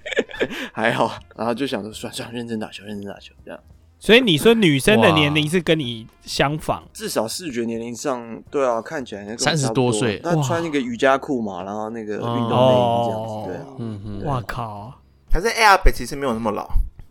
[SPEAKER 1] [LAUGHS] 还好。啊然后就想说，算算，认真打球，认真打球，这样。
[SPEAKER 3] 所以你说女生的
[SPEAKER 2] 哇
[SPEAKER 3] 年龄是跟你相仿，
[SPEAKER 1] 至少视觉年龄上，对啊，看起来跟我
[SPEAKER 2] 30
[SPEAKER 1] 差不多
[SPEAKER 2] 多岁
[SPEAKER 1] 他
[SPEAKER 2] 哇
[SPEAKER 1] 穿一个瑜伽裤嘛，然后那个运动内衣这样
[SPEAKER 3] 哦
[SPEAKER 1] 子，对啊，
[SPEAKER 2] 嗯嗯，
[SPEAKER 3] 哇靠！
[SPEAKER 4] 可是 AR 白其实没有那么老，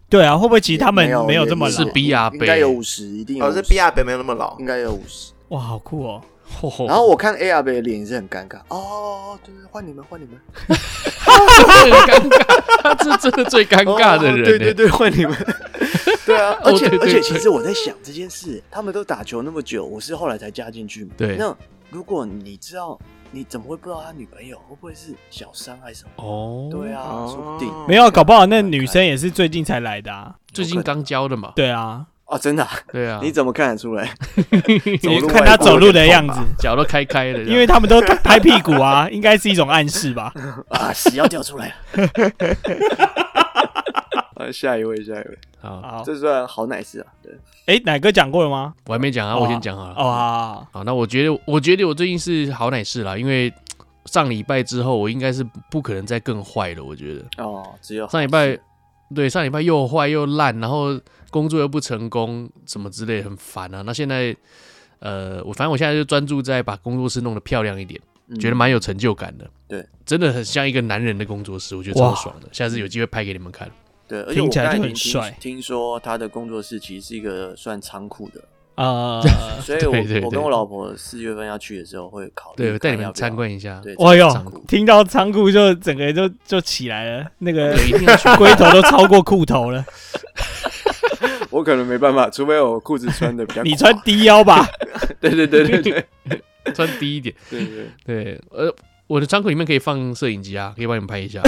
[SPEAKER 3] 对啊，会不会其实他们
[SPEAKER 1] 也
[SPEAKER 3] 没有这么
[SPEAKER 1] 也
[SPEAKER 2] 是
[SPEAKER 3] 老？
[SPEAKER 2] 比亚
[SPEAKER 1] 应
[SPEAKER 2] 贝
[SPEAKER 1] 该有五十，一定有
[SPEAKER 4] 哦，
[SPEAKER 1] 50，
[SPEAKER 4] 是 BR 白没有那么老
[SPEAKER 1] 应。该有五十。
[SPEAKER 3] 哇，好酷哦！
[SPEAKER 2] 吼吼
[SPEAKER 1] 然后我看 A R 贝的脸也是很尴尬，哦，对，换你们，换你们， [LAUGHS]
[SPEAKER 2] 很尴尬，他是真的最尴尬的
[SPEAKER 1] 哦
[SPEAKER 2] 人
[SPEAKER 1] 对对
[SPEAKER 2] 欸。
[SPEAKER 1] 对，换你们， [LAUGHS] 对啊，
[SPEAKER 2] 哦
[SPEAKER 1] 而且
[SPEAKER 2] 对对
[SPEAKER 1] 而且，
[SPEAKER 2] 对
[SPEAKER 1] 其实我在想这件事，他们都打球那么久，我是后来才加进去嘛，
[SPEAKER 2] 对
[SPEAKER 1] 那如果你知道你怎么会不知道他女朋友会不会是小三还是什么？
[SPEAKER 2] 哦，
[SPEAKER 1] 对啊，
[SPEAKER 4] 哦
[SPEAKER 1] 说不定
[SPEAKER 3] 没有，搞不好那女生也是最近才来的啊。
[SPEAKER 2] 最近刚教的嘛，
[SPEAKER 3] 对啊，
[SPEAKER 1] 哦，真的啊、
[SPEAKER 2] 对啊，
[SPEAKER 1] 你怎么看得出来？
[SPEAKER 3] 你
[SPEAKER 1] 走路
[SPEAKER 3] 看她
[SPEAKER 1] 外国
[SPEAKER 3] 走路
[SPEAKER 1] 有
[SPEAKER 3] 的
[SPEAKER 1] 点
[SPEAKER 3] 样
[SPEAKER 1] 痛
[SPEAKER 3] 子
[SPEAKER 1] 吧，
[SPEAKER 2] [LAUGHS] 脚都开开的这样，
[SPEAKER 3] 因为他们都拍屁股啊，应该是一种暗示吧。
[SPEAKER 1] 啊，屎要掉出来了。 [LAUGHS] 啊，下一位，下一位，
[SPEAKER 2] 好，
[SPEAKER 3] 好，
[SPEAKER 1] 这算好奶事啊。对，
[SPEAKER 3] 哎，奶哥讲过了吗？
[SPEAKER 2] 我还没讲啊，
[SPEAKER 3] 哦
[SPEAKER 2] 我先讲好了。
[SPEAKER 3] 哦，好好好
[SPEAKER 2] 好，那我觉得，我觉得我最近是好奶事啦，因为上礼拜之后，我应该是不可能再更坏了。我觉得
[SPEAKER 1] 哦，只有
[SPEAKER 2] 上礼拜，对上礼拜又坏又烂，然后工作又不成功，什么之类，很烦啊。那现在，呃，我反正我现在就专注在把工作室弄得漂亮一点，
[SPEAKER 1] 嗯
[SPEAKER 2] 觉得蛮有成就感的。
[SPEAKER 1] 对，
[SPEAKER 2] 真的很像一个男人的工作室，我觉得超
[SPEAKER 3] 哇
[SPEAKER 2] 爽的。下次有机会拍给你们看。
[SPEAKER 1] 对，而且我
[SPEAKER 3] 听起来
[SPEAKER 1] 刚才
[SPEAKER 3] 就
[SPEAKER 1] 已
[SPEAKER 3] 很
[SPEAKER 1] 经
[SPEAKER 3] 帅
[SPEAKER 1] 听听说他的工作室其实是一个算仓库的，
[SPEAKER 3] 呃，
[SPEAKER 1] 所以我
[SPEAKER 2] 对对
[SPEAKER 1] 我
[SPEAKER 2] 对
[SPEAKER 1] 跟我老婆四月份要去的时候会考虑，
[SPEAKER 2] 对，我带你
[SPEAKER 1] 看要
[SPEAKER 2] 们
[SPEAKER 1] 不要
[SPEAKER 2] 参。观一下。
[SPEAKER 1] 对，
[SPEAKER 3] 哎呦
[SPEAKER 1] 仓库
[SPEAKER 3] 听到仓库就整个就就起来了，那个
[SPEAKER 2] 对，一定要去。
[SPEAKER 3] 龟头都超过裤头了。
[SPEAKER 1] 我可能没办法，除非我裤子穿的
[SPEAKER 3] [LAUGHS]
[SPEAKER 1] 比较垮。
[SPEAKER 3] 你穿低腰吧？
[SPEAKER 1] [LAUGHS] 对？对对对对对
[SPEAKER 2] [LAUGHS] 穿低一点。
[SPEAKER 1] 对对。
[SPEAKER 2] 对，呃，我的仓库里面可以放摄影机啊，可以帮你们拍
[SPEAKER 1] [LAUGHS]
[SPEAKER 2] 一下。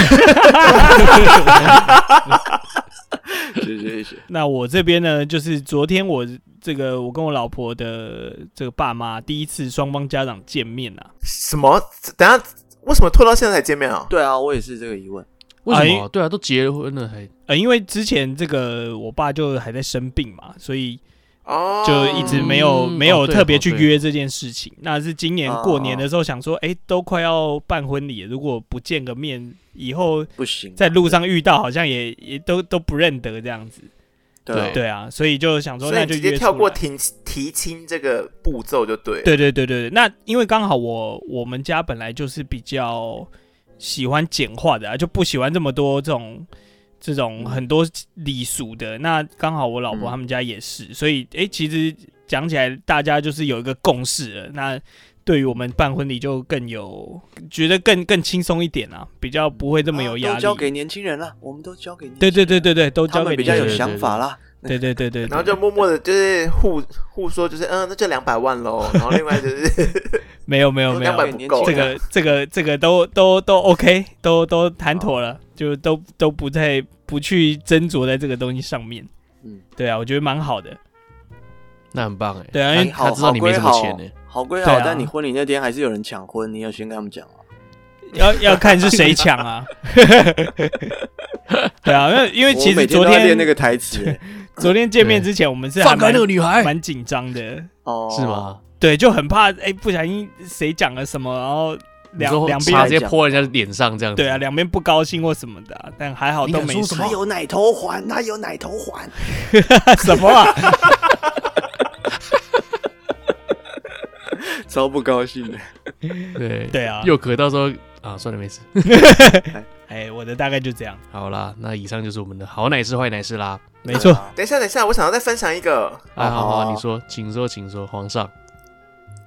[SPEAKER 1] 谢谢谢谢。
[SPEAKER 3] 那我这边呢，就是昨天我这个我跟我老婆的这个爸妈第一次双方家长见面啊，
[SPEAKER 4] 什么？等一下为什么拖到现在才见面啊？
[SPEAKER 1] 对啊，我也是这个疑问。
[SPEAKER 2] 为什
[SPEAKER 3] 哎
[SPEAKER 2] 么？对啊，都结了婚了还
[SPEAKER 3] 呃，因为之前这个我爸就还在生病嘛，所以
[SPEAKER 4] 哦，
[SPEAKER 3] 就一直没有、
[SPEAKER 2] 嗯
[SPEAKER 3] 没
[SPEAKER 2] 哦
[SPEAKER 3] 有
[SPEAKER 2] 对
[SPEAKER 3] 特别
[SPEAKER 2] 哦
[SPEAKER 3] 去
[SPEAKER 2] 对
[SPEAKER 3] 约这件事情。那是今年
[SPEAKER 1] 哦
[SPEAKER 3] 过年的时候想说，哎、都快要办婚礼了，如果不见个面，以后
[SPEAKER 1] 不行，啊
[SPEAKER 3] 在路上遇到好像也也都都不认得这样子。
[SPEAKER 1] 对
[SPEAKER 3] 对啊，所以就想说
[SPEAKER 4] 所以
[SPEAKER 3] 那
[SPEAKER 4] 你
[SPEAKER 3] 就
[SPEAKER 4] 直
[SPEAKER 3] 约
[SPEAKER 4] 接跳
[SPEAKER 3] 出
[SPEAKER 4] 过
[SPEAKER 3] 来
[SPEAKER 4] 提提亲这个步骤就对。，
[SPEAKER 3] 对对对对对，那因为刚好我我们家本来就是比较喜欢简化的啊，就不喜欢这么多这种这种很多礼俗的。那刚好我老婆
[SPEAKER 1] 嗯
[SPEAKER 3] 他们家也是，所以诶，其实讲起来大家就是有一个共识了。那对于我们办婚礼就更有觉得更更轻松一点啊，比较不会这么有
[SPEAKER 1] 啊
[SPEAKER 3] 压
[SPEAKER 1] 都
[SPEAKER 3] 力。
[SPEAKER 1] 交给年轻人了，我们都交给年轻
[SPEAKER 3] 对
[SPEAKER 1] 人
[SPEAKER 3] 对对对对，都
[SPEAKER 1] 他
[SPEAKER 3] 交
[SPEAKER 1] 们
[SPEAKER 3] 给
[SPEAKER 1] 比较
[SPEAKER 3] 你
[SPEAKER 1] 有
[SPEAKER 3] 了
[SPEAKER 1] 想法啦。
[SPEAKER 3] 对对对对，对
[SPEAKER 4] 然后就默默的就是互互说，就是嗯，那就两百万喽。然后另外就是
[SPEAKER 1] [LAUGHS]
[SPEAKER 3] 没有没有没有
[SPEAKER 4] 两，百不
[SPEAKER 1] 哦
[SPEAKER 4] 够，
[SPEAKER 3] 这个这个这个都都都 OK，都都谈妥了，就都都不太不去斟酌在这个东西上面。
[SPEAKER 1] 嗯
[SPEAKER 3] 对啊，我觉得蛮好的。
[SPEAKER 2] 那很棒哎。
[SPEAKER 3] 对啊，因
[SPEAKER 1] 哎
[SPEAKER 3] 为
[SPEAKER 1] 好
[SPEAKER 2] 他知道你没什么钱呢
[SPEAKER 1] 好归
[SPEAKER 3] 对
[SPEAKER 1] 好，
[SPEAKER 3] 啊
[SPEAKER 1] 但你婚礼那天还是有人啊抢婚，你有先跟他们讲吗？
[SPEAKER 3] 要要看是谁抢啊。 [LAUGHS] 对啊，因为因为其
[SPEAKER 1] 我每
[SPEAKER 3] 实
[SPEAKER 1] 天
[SPEAKER 3] 昨
[SPEAKER 1] 都在
[SPEAKER 3] 天
[SPEAKER 1] 练那个台
[SPEAKER 3] [LAUGHS]
[SPEAKER 1] 词，欸
[SPEAKER 3] 昨天见面之前，我们是还
[SPEAKER 2] 放开
[SPEAKER 3] 蛮
[SPEAKER 2] 那个女孩
[SPEAKER 3] 蛮紧张的，
[SPEAKER 1] 哦，
[SPEAKER 2] 是？吗？
[SPEAKER 3] 对，就很怕哎、不小心谁讲了什么，然后
[SPEAKER 2] 你
[SPEAKER 3] 两
[SPEAKER 2] 说
[SPEAKER 3] 两
[SPEAKER 2] 茶
[SPEAKER 3] 边
[SPEAKER 2] 直接泼人家脸上这样子。
[SPEAKER 3] 对啊，两边不高兴或什么的啊、但还好
[SPEAKER 2] 你
[SPEAKER 3] 都
[SPEAKER 2] 敢
[SPEAKER 3] 没
[SPEAKER 2] 说
[SPEAKER 3] 事
[SPEAKER 2] 什么
[SPEAKER 1] 他有奶头环，他有奶头环。
[SPEAKER 3] [LAUGHS] 什么啊。
[SPEAKER 1] 超不高兴的。
[SPEAKER 2] 对
[SPEAKER 3] 对啊
[SPEAKER 2] [LAUGHS] 又可到时候啊，算了，没事。
[SPEAKER 3] 哎、我的大概就这样，
[SPEAKER 2] 好啦，那以上就是我们的好奶事坏奶事啦。
[SPEAKER 3] 没错。
[SPEAKER 4] 等一下，等一下，我想要再分享一个，
[SPEAKER 2] 啊，好
[SPEAKER 1] 哦好
[SPEAKER 2] 好，你说，请说，请说，皇上。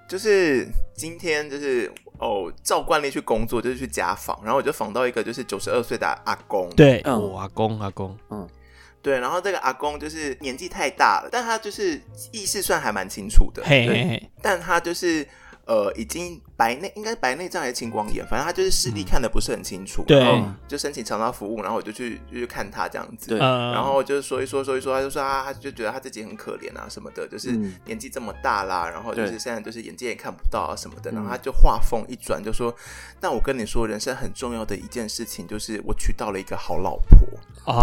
[SPEAKER 4] 就是今天就是哦，照惯例去工作，就是去家访，然后我就访到一个就是九十二岁的阿公，
[SPEAKER 3] 对，
[SPEAKER 1] 嗯
[SPEAKER 2] 我阿公，阿
[SPEAKER 1] [LAUGHS]
[SPEAKER 2] 公，
[SPEAKER 4] 对，然后这个阿公就是年纪太大了，但他就是意识算还蛮清楚的，
[SPEAKER 3] 嘿嘿嘿，
[SPEAKER 4] 但他就是呃已经白内应该白内障还是青光眼，反正他就是视力看的不是很清楚，
[SPEAKER 3] 嗯对
[SPEAKER 1] 嗯
[SPEAKER 4] 然后就申请长照服务，然后我就去就去看他这样子，
[SPEAKER 1] 对
[SPEAKER 3] 呃，
[SPEAKER 4] 然后就是说一说说一说，他就说啊，他就觉得他自己很可怜啊什么的，就是
[SPEAKER 1] 嗯
[SPEAKER 4] 年纪这么大啦，然后就
[SPEAKER 1] 对
[SPEAKER 4] 是现在就是眼睛也看不到啊什么的，然后
[SPEAKER 1] 嗯
[SPEAKER 4] 他就话锋一转就说，那我跟你说，人生很重要的一件事情就是我娶到了一个好老婆，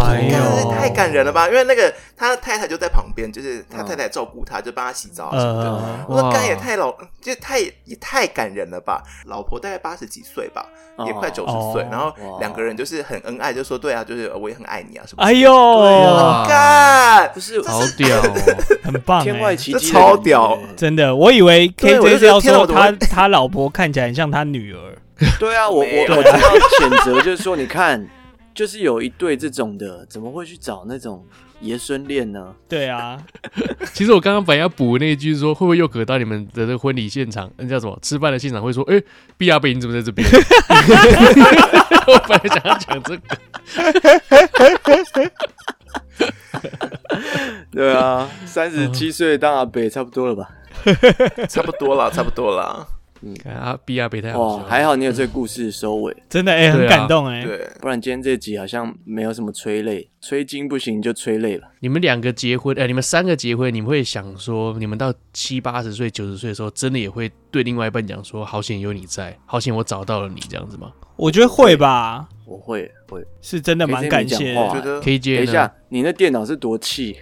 [SPEAKER 3] 哎
[SPEAKER 4] 真的是
[SPEAKER 3] 呦，
[SPEAKER 4] 太感人了吧？因为那个他太太就在旁边，就是他
[SPEAKER 1] 嗯
[SPEAKER 4] 太太照顾他，就帮他洗澡啊什么的。
[SPEAKER 3] 呃，
[SPEAKER 4] 我说
[SPEAKER 2] 哇
[SPEAKER 4] 干也太老，就太也太感人了吧！老婆大概八十几岁吧，也快九十岁
[SPEAKER 3] 哦，
[SPEAKER 4] 然后
[SPEAKER 1] 哇
[SPEAKER 4] 两个人就是很恩爱，就说对啊，就是呃我也很爱你啊什么的。
[SPEAKER 3] 哎呦，
[SPEAKER 2] 哇
[SPEAKER 4] 干
[SPEAKER 1] 不，是
[SPEAKER 2] 好屌哦！
[SPEAKER 3] 很棒、
[SPEAKER 4] 啊
[SPEAKER 1] 天外
[SPEAKER 3] 哎，
[SPEAKER 1] 奇迹，
[SPEAKER 4] 这超屌
[SPEAKER 3] 真的，我以为
[SPEAKER 4] 对我就
[SPEAKER 3] KJ 是
[SPEAKER 4] 觉得
[SPEAKER 3] 要
[SPEAKER 4] 天哪
[SPEAKER 3] 说
[SPEAKER 4] 我怎
[SPEAKER 3] 他
[SPEAKER 4] 么
[SPEAKER 3] 他老婆看起来很像他女儿，
[SPEAKER 1] 对啊，我我我
[SPEAKER 4] 没有
[SPEAKER 1] 知道谴责就是说，你看，就是有一对这种的，怎么会去找那种爷孙恋呢？
[SPEAKER 3] 对啊，
[SPEAKER 2] 其实我刚刚本来要补那一句说，会不会又可到你们的那个婚礼现场，那叫什么吃饭的现场会说，哎、毕亚贝你怎么在 [LAUGHS] 这边？我本来想要讲这个，
[SPEAKER 1] 对嗯啊，三十七岁当阿北差不多了吧？
[SPEAKER 4] 差不多了，差不多了。
[SPEAKER 2] 看啊，比亚北太好笑
[SPEAKER 1] 哇，
[SPEAKER 2] 了
[SPEAKER 1] 哦还好你有这个故事收尾， [LAUGHS]
[SPEAKER 3] 真的
[SPEAKER 2] 对
[SPEAKER 3] 哎、很
[SPEAKER 2] 啊
[SPEAKER 3] 感动哎、
[SPEAKER 4] 对，
[SPEAKER 1] 不然今天这集好像没有什么催泪，催经不行就催泪了。
[SPEAKER 2] 你们两个结婚，呃，你们三个结婚，你们会想说，你们到七八十岁、九十岁的时候，真的也会对另外一半讲说，好险有你在，好险我找到了你，这样子吗
[SPEAKER 3] 我觉得会吧，
[SPEAKER 1] 我会会，
[SPEAKER 3] 是真的蛮感谢的
[SPEAKER 1] 哇
[SPEAKER 4] 觉得
[SPEAKER 2] ？K
[SPEAKER 1] 等
[SPEAKER 2] J
[SPEAKER 1] 一
[SPEAKER 2] 呢
[SPEAKER 1] 下？，你那电脑是多
[SPEAKER 2] [LAUGHS]
[SPEAKER 1] 气？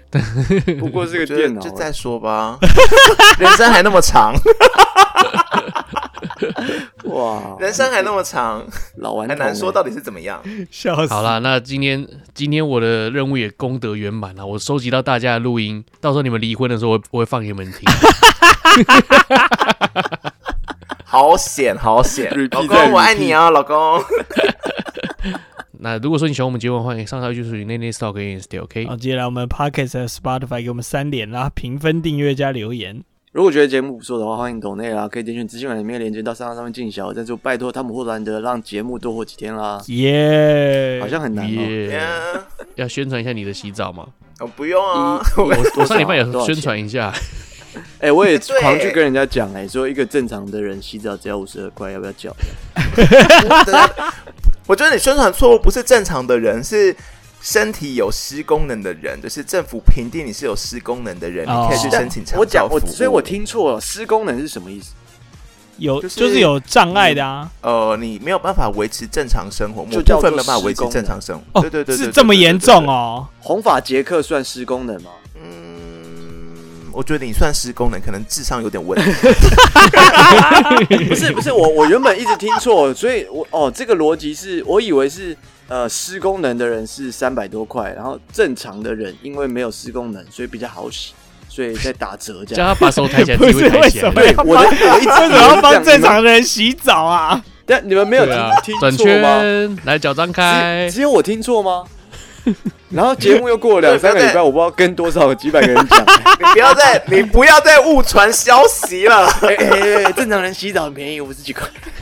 [SPEAKER 1] 不过是个
[SPEAKER 4] 觉得
[SPEAKER 1] 电脑
[SPEAKER 4] 就
[SPEAKER 1] 而已，
[SPEAKER 4] 再说吧，人生还那么长，
[SPEAKER 1] 欸哇，
[SPEAKER 4] 人生还那么长，
[SPEAKER 1] 老顽
[SPEAKER 4] 很
[SPEAKER 1] 童
[SPEAKER 4] 难说
[SPEAKER 1] 欸
[SPEAKER 4] 到底是怎么样。
[SPEAKER 3] 笑死。
[SPEAKER 2] 好啦，那今天今天我的任务也功德圆满了，我收集到大家的录音，到时候你们离婚的时候，我会我会放给你们听。
[SPEAKER 4] 好险，好险
[SPEAKER 1] Repeat！
[SPEAKER 4] 老
[SPEAKER 1] 再
[SPEAKER 4] 公，我爱
[SPEAKER 1] repeat
[SPEAKER 4] 你哦，老公。
[SPEAKER 2] 那如果说你喜欢我们节目的话，上台就是那那 talk a s t OK。
[SPEAKER 3] 好，接下来我们 Pocket 和 Spotify 给我们三连啦，评分、订阅加留言。
[SPEAKER 1] 如果觉得节目不错的话，欢迎抖内啦，可以点选资讯栏里面的链接到上上面进小，但是拜托汤姆·霍兰德让节目多活几天啦，
[SPEAKER 3] 耶、
[SPEAKER 1] 好像很难哦。
[SPEAKER 2] 耶
[SPEAKER 4] Yeah
[SPEAKER 2] 要宣传一下你的洗澡吗？
[SPEAKER 4] 哦，不用啊，
[SPEAKER 1] 我
[SPEAKER 2] 我上礼拜有宣，传一下，
[SPEAKER 1] [LAUGHS] 哎、我也
[SPEAKER 4] 对
[SPEAKER 1] 狂去跟人家讲，哎，说一个正常的人洗澡只要五十二块，要不要叫？
[SPEAKER 4] 等下我觉得你宣传错误，不是正常的人，是身体有失功能的人，就是政府评定你是有失功能的人，
[SPEAKER 3] 哦
[SPEAKER 4] 你可以去申请长
[SPEAKER 1] 我
[SPEAKER 4] 照
[SPEAKER 1] 讲
[SPEAKER 4] 服
[SPEAKER 1] 我，
[SPEAKER 4] 务。
[SPEAKER 1] 所以我听错了，失功能是什么意思？
[SPEAKER 3] 有
[SPEAKER 4] 就是
[SPEAKER 3] 就是有障碍的啊，
[SPEAKER 4] 呃，你没有办法维持正常生活，某
[SPEAKER 1] 就叫
[SPEAKER 4] 部分
[SPEAKER 1] 做
[SPEAKER 4] 没有办法
[SPEAKER 1] 失
[SPEAKER 4] 维持
[SPEAKER 1] 功
[SPEAKER 4] 正
[SPEAKER 1] 能
[SPEAKER 4] 常生活。
[SPEAKER 3] 哦，
[SPEAKER 4] 对对对，对
[SPEAKER 3] 是这么严重。哦。
[SPEAKER 1] 红发杰克算失功能
[SPEAKER 4] [LAUGHS]
[SPEAKER 1] 吗？
[SPEAKER 4] 对对对对嗯，我觉得你算失功能，可能智商有点问题。
[SPEAKER 3] [LAUGHS]
[SPEAKER 1] 不是不是，我我原本一直听错， [LAUGHS] 所以我哦，这个逻辑是我以为是呃失功能的人是三百多块，然后正常的人因为没有失功能，所以比较好洗，所以再打折这
[SPEAKER 2] 叫
[SPEAKER 1] 样。
[SPEAKER 2] 他把手抬起来，
[SPEAKER 3] 不
[SPEAKER 2] 自
[SPEAKER 3] 是
[SPEAKER 2] 己会抬起来啊
[SPEAKER 3] 为什。么
[SPEAKER 1] 对，我的我一直
[SPEAKER 3] 为什
[SPEAKER 1] 以
[SPEAKER 3] 么
[SPEAKER 1] 为
[SPEAKER 3] 要
[SPEAKER 1] 是
[SPEAKER 3] 帮
[SPEAKER 1] 这样
[SPEAKER 3] 正常的人洗澡啊？
[SPEAKER 1] 但你们没有
[SPEAKER 2] 对
[SPEAKER 1] 听、
[SPEAKER 2] 啊，
[SPEAKER 1] 听
[SPEAKER 2] 转
[SPEAKER 1] 错吗？
[SPEAKER 2] 圈，来脚张开
[SPEAKER 1] 只，只有我听错吗？ [LAUGHS] 然后节目又过了两三个礼拜，我不知道跟多少几百个人讲。
[SPEAKER 4] 你不要再，你不要再误传消息了。
[SPEAKER 1] 哎哎哎，正常人洗澡很便宜，五十几块。 [LAUGHS]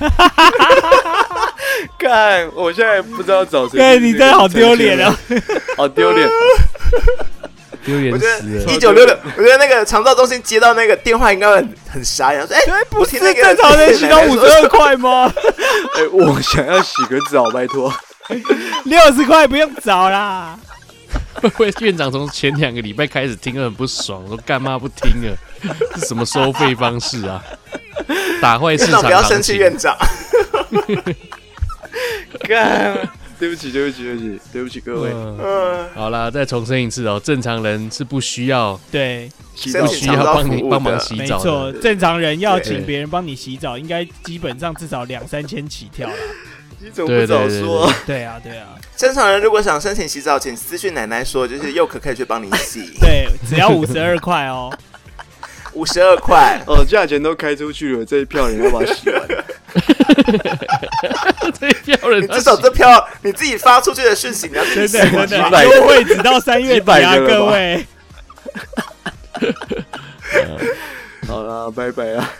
[SPEAKER 1] 看，我现在不知道找谁。
[SPEAKER 3] 哎对，你真的好丢脸啊！！
[SPEAKER 1] 好丢
[SPEAKER 3] [LAUGHS]
[SPEAKER 1] 脸！
[SPEAKER 2] 丢脸
[SPEAKER 4] 我觉
[SPEAKER 2] 死
[SPEAKER 3] 啊
[SPEAKER 4] 得
[SPEAKER 2] 了。
[SPEAKER 4] 一九六六，我觉得那个长照中心接到那个电话，应该会很很傻眼，说：“哎、
[SPEAKER 3] 不
[SPEAKER 4] 我
[SPEAKER 3] 是
[SPEAKER 4] 听那个
[SPEAKER 3] 正常
[SPEAKER 4] [LAUGHS]
[SPEAKER 3] 人洗到五十二块吗？
[SPEAKER 1] [LAUGHS] 哎、我想要洗个澡，拜托。
[SPEAKER 3] 六十块不用找啦。
[SPEAKER 2] 会不会院长从前两个礼拜开始听了很不爽，说干嘛不听了？这是什么收费方式
[SPEAKER 4] [LAUGHS]
[SPEAKER 2] 啊？打坏市
[SPEAKER 4] 院长
[SPEAKER 2] 场
[SPEAKER 4] 不要
[SPEAKER 2] 行
[SPEAKER 4] 生气，
[SPEAKER 2] 情。
[SPEAKER 4] 院长。 [LAUGHS]
[SPEAKER 1] 干，对不起，对不起，对不起，对不起各位。
[SPEAKER 2] 嗯，
[SPEAKER 4] 嗯，
[SPEAKER 2] 好啦，再重申一次哦，正常人是不需要
[SPEAKER 3] 对，
[SPEAKER 1] 洗
[SPEAKER 4] 身
[SPEAKER 1] 澡
[SPEAKER 2] 不
[SPEAKER 4] 体
[SPEAKER 2] 需
[SPEAKER 1] 洗
[SPEAKER 2] 要
[SPEAKER 4] 常
[SPEAKER 1] 澡，
[SPEAKER 4] 照
[SPEAKER 2] 帮
[SPEAKER 4] 服
[SPEAKER 2] 你
[SPEAKER 4] 务
[SPEAKER 2] 帮忙
[SPEAKER 4] 的
[SPEAKER 2] 洗
[SPEAKER 3] 没
[SPEAKER 2] 澡
[SPEAKER 3] 错
[SPEAKER 2] [LAUGHS] 的。，
[SPEAKER 3] 正常人要
[SPEAKER 2] 对
[SPEAKER 3] 请别人帮你洗澡，应该基本上至少两三千起跳啦。
[SPEAKER 1] 你怎么
[SPEAKER 2] 对
[SPEAKER 1] 不
[SPEAKER 2] 对
[SPEAKER 1] 早
[SPEAKER 2] 对
[SPEAKER 1] 说？
[SPEAKER 3] 对啊，对啊，
[SPEAKER 4] 正常人如果想申请洗澡，请私讯奶奶说，就是佑可可以去帮你
[SPEAKER 3] [LAUGHS]
[SPEAKER 4] 洗，
[SPEAKER 3] 对，只要五十二块 [LAUGHS] 哦。
[SPEAKER 4] 五十二
[SPEAKER 3] [LAUGHS]
[SPEAKER 4] 块。
[SPEAKER 1] 哦，价钱都开出去了，这一票你要把它洗完。 [LAUGHS]
[SPEAKER 2] 这票人
[SPEAKER 4] 你至少这票你自己发出去的讯息，你要自己
[SPEAKER 3] 真
[SPEAKER 4] 洗
[SPEAKER 3] 的真
[SPEAKER 1] 几
[SPEAKER 3] 的，
[SPEAKER 1] 百个
[SPEAKER 3] 优惠只到三月
[SPEAKER 1] 几
[SPEAKER 3] 底
[SPEAKER 1] 百
[SPEAKER 3] 啊，
[SPEAKER 1] 个了吧
[SPEAKER 3] 各位。
[SPEAKER 1] 好啦，拜拜
[SPEAKER 3] [LAUGHS]
[SPEAKER 1] 啊，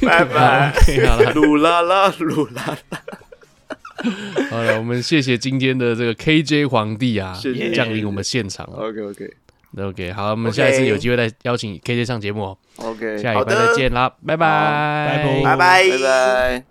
[SPEAKER 4] 拜拜。
[SPEAKER 2] OK，好了，
[SPEAKER 1] 鲁拉拉，鲁拉拉，
[SPEAKER 2] 好了，我们谢谢今天的这个 KJ 皇帝啊
[SPEAKER 1] 谢谢，
[SPEAKER 2] 降临我们现场。
[SPEAKER 1] OK OK
[SPEAKER 2] OK，好，我们下一次
[SPEAKER 4] OK
[SPEAKER 2] 有机会再邀请 KJ 上节目哦。
[SPEAKER 1] OK，
[SPEAKER 2] 下礼拜再见啦，拜拜，
[SPEAKER 3] 好拜拜
[SPEAKER 4] 拜拜
[SPEAKER 1] 拜拜。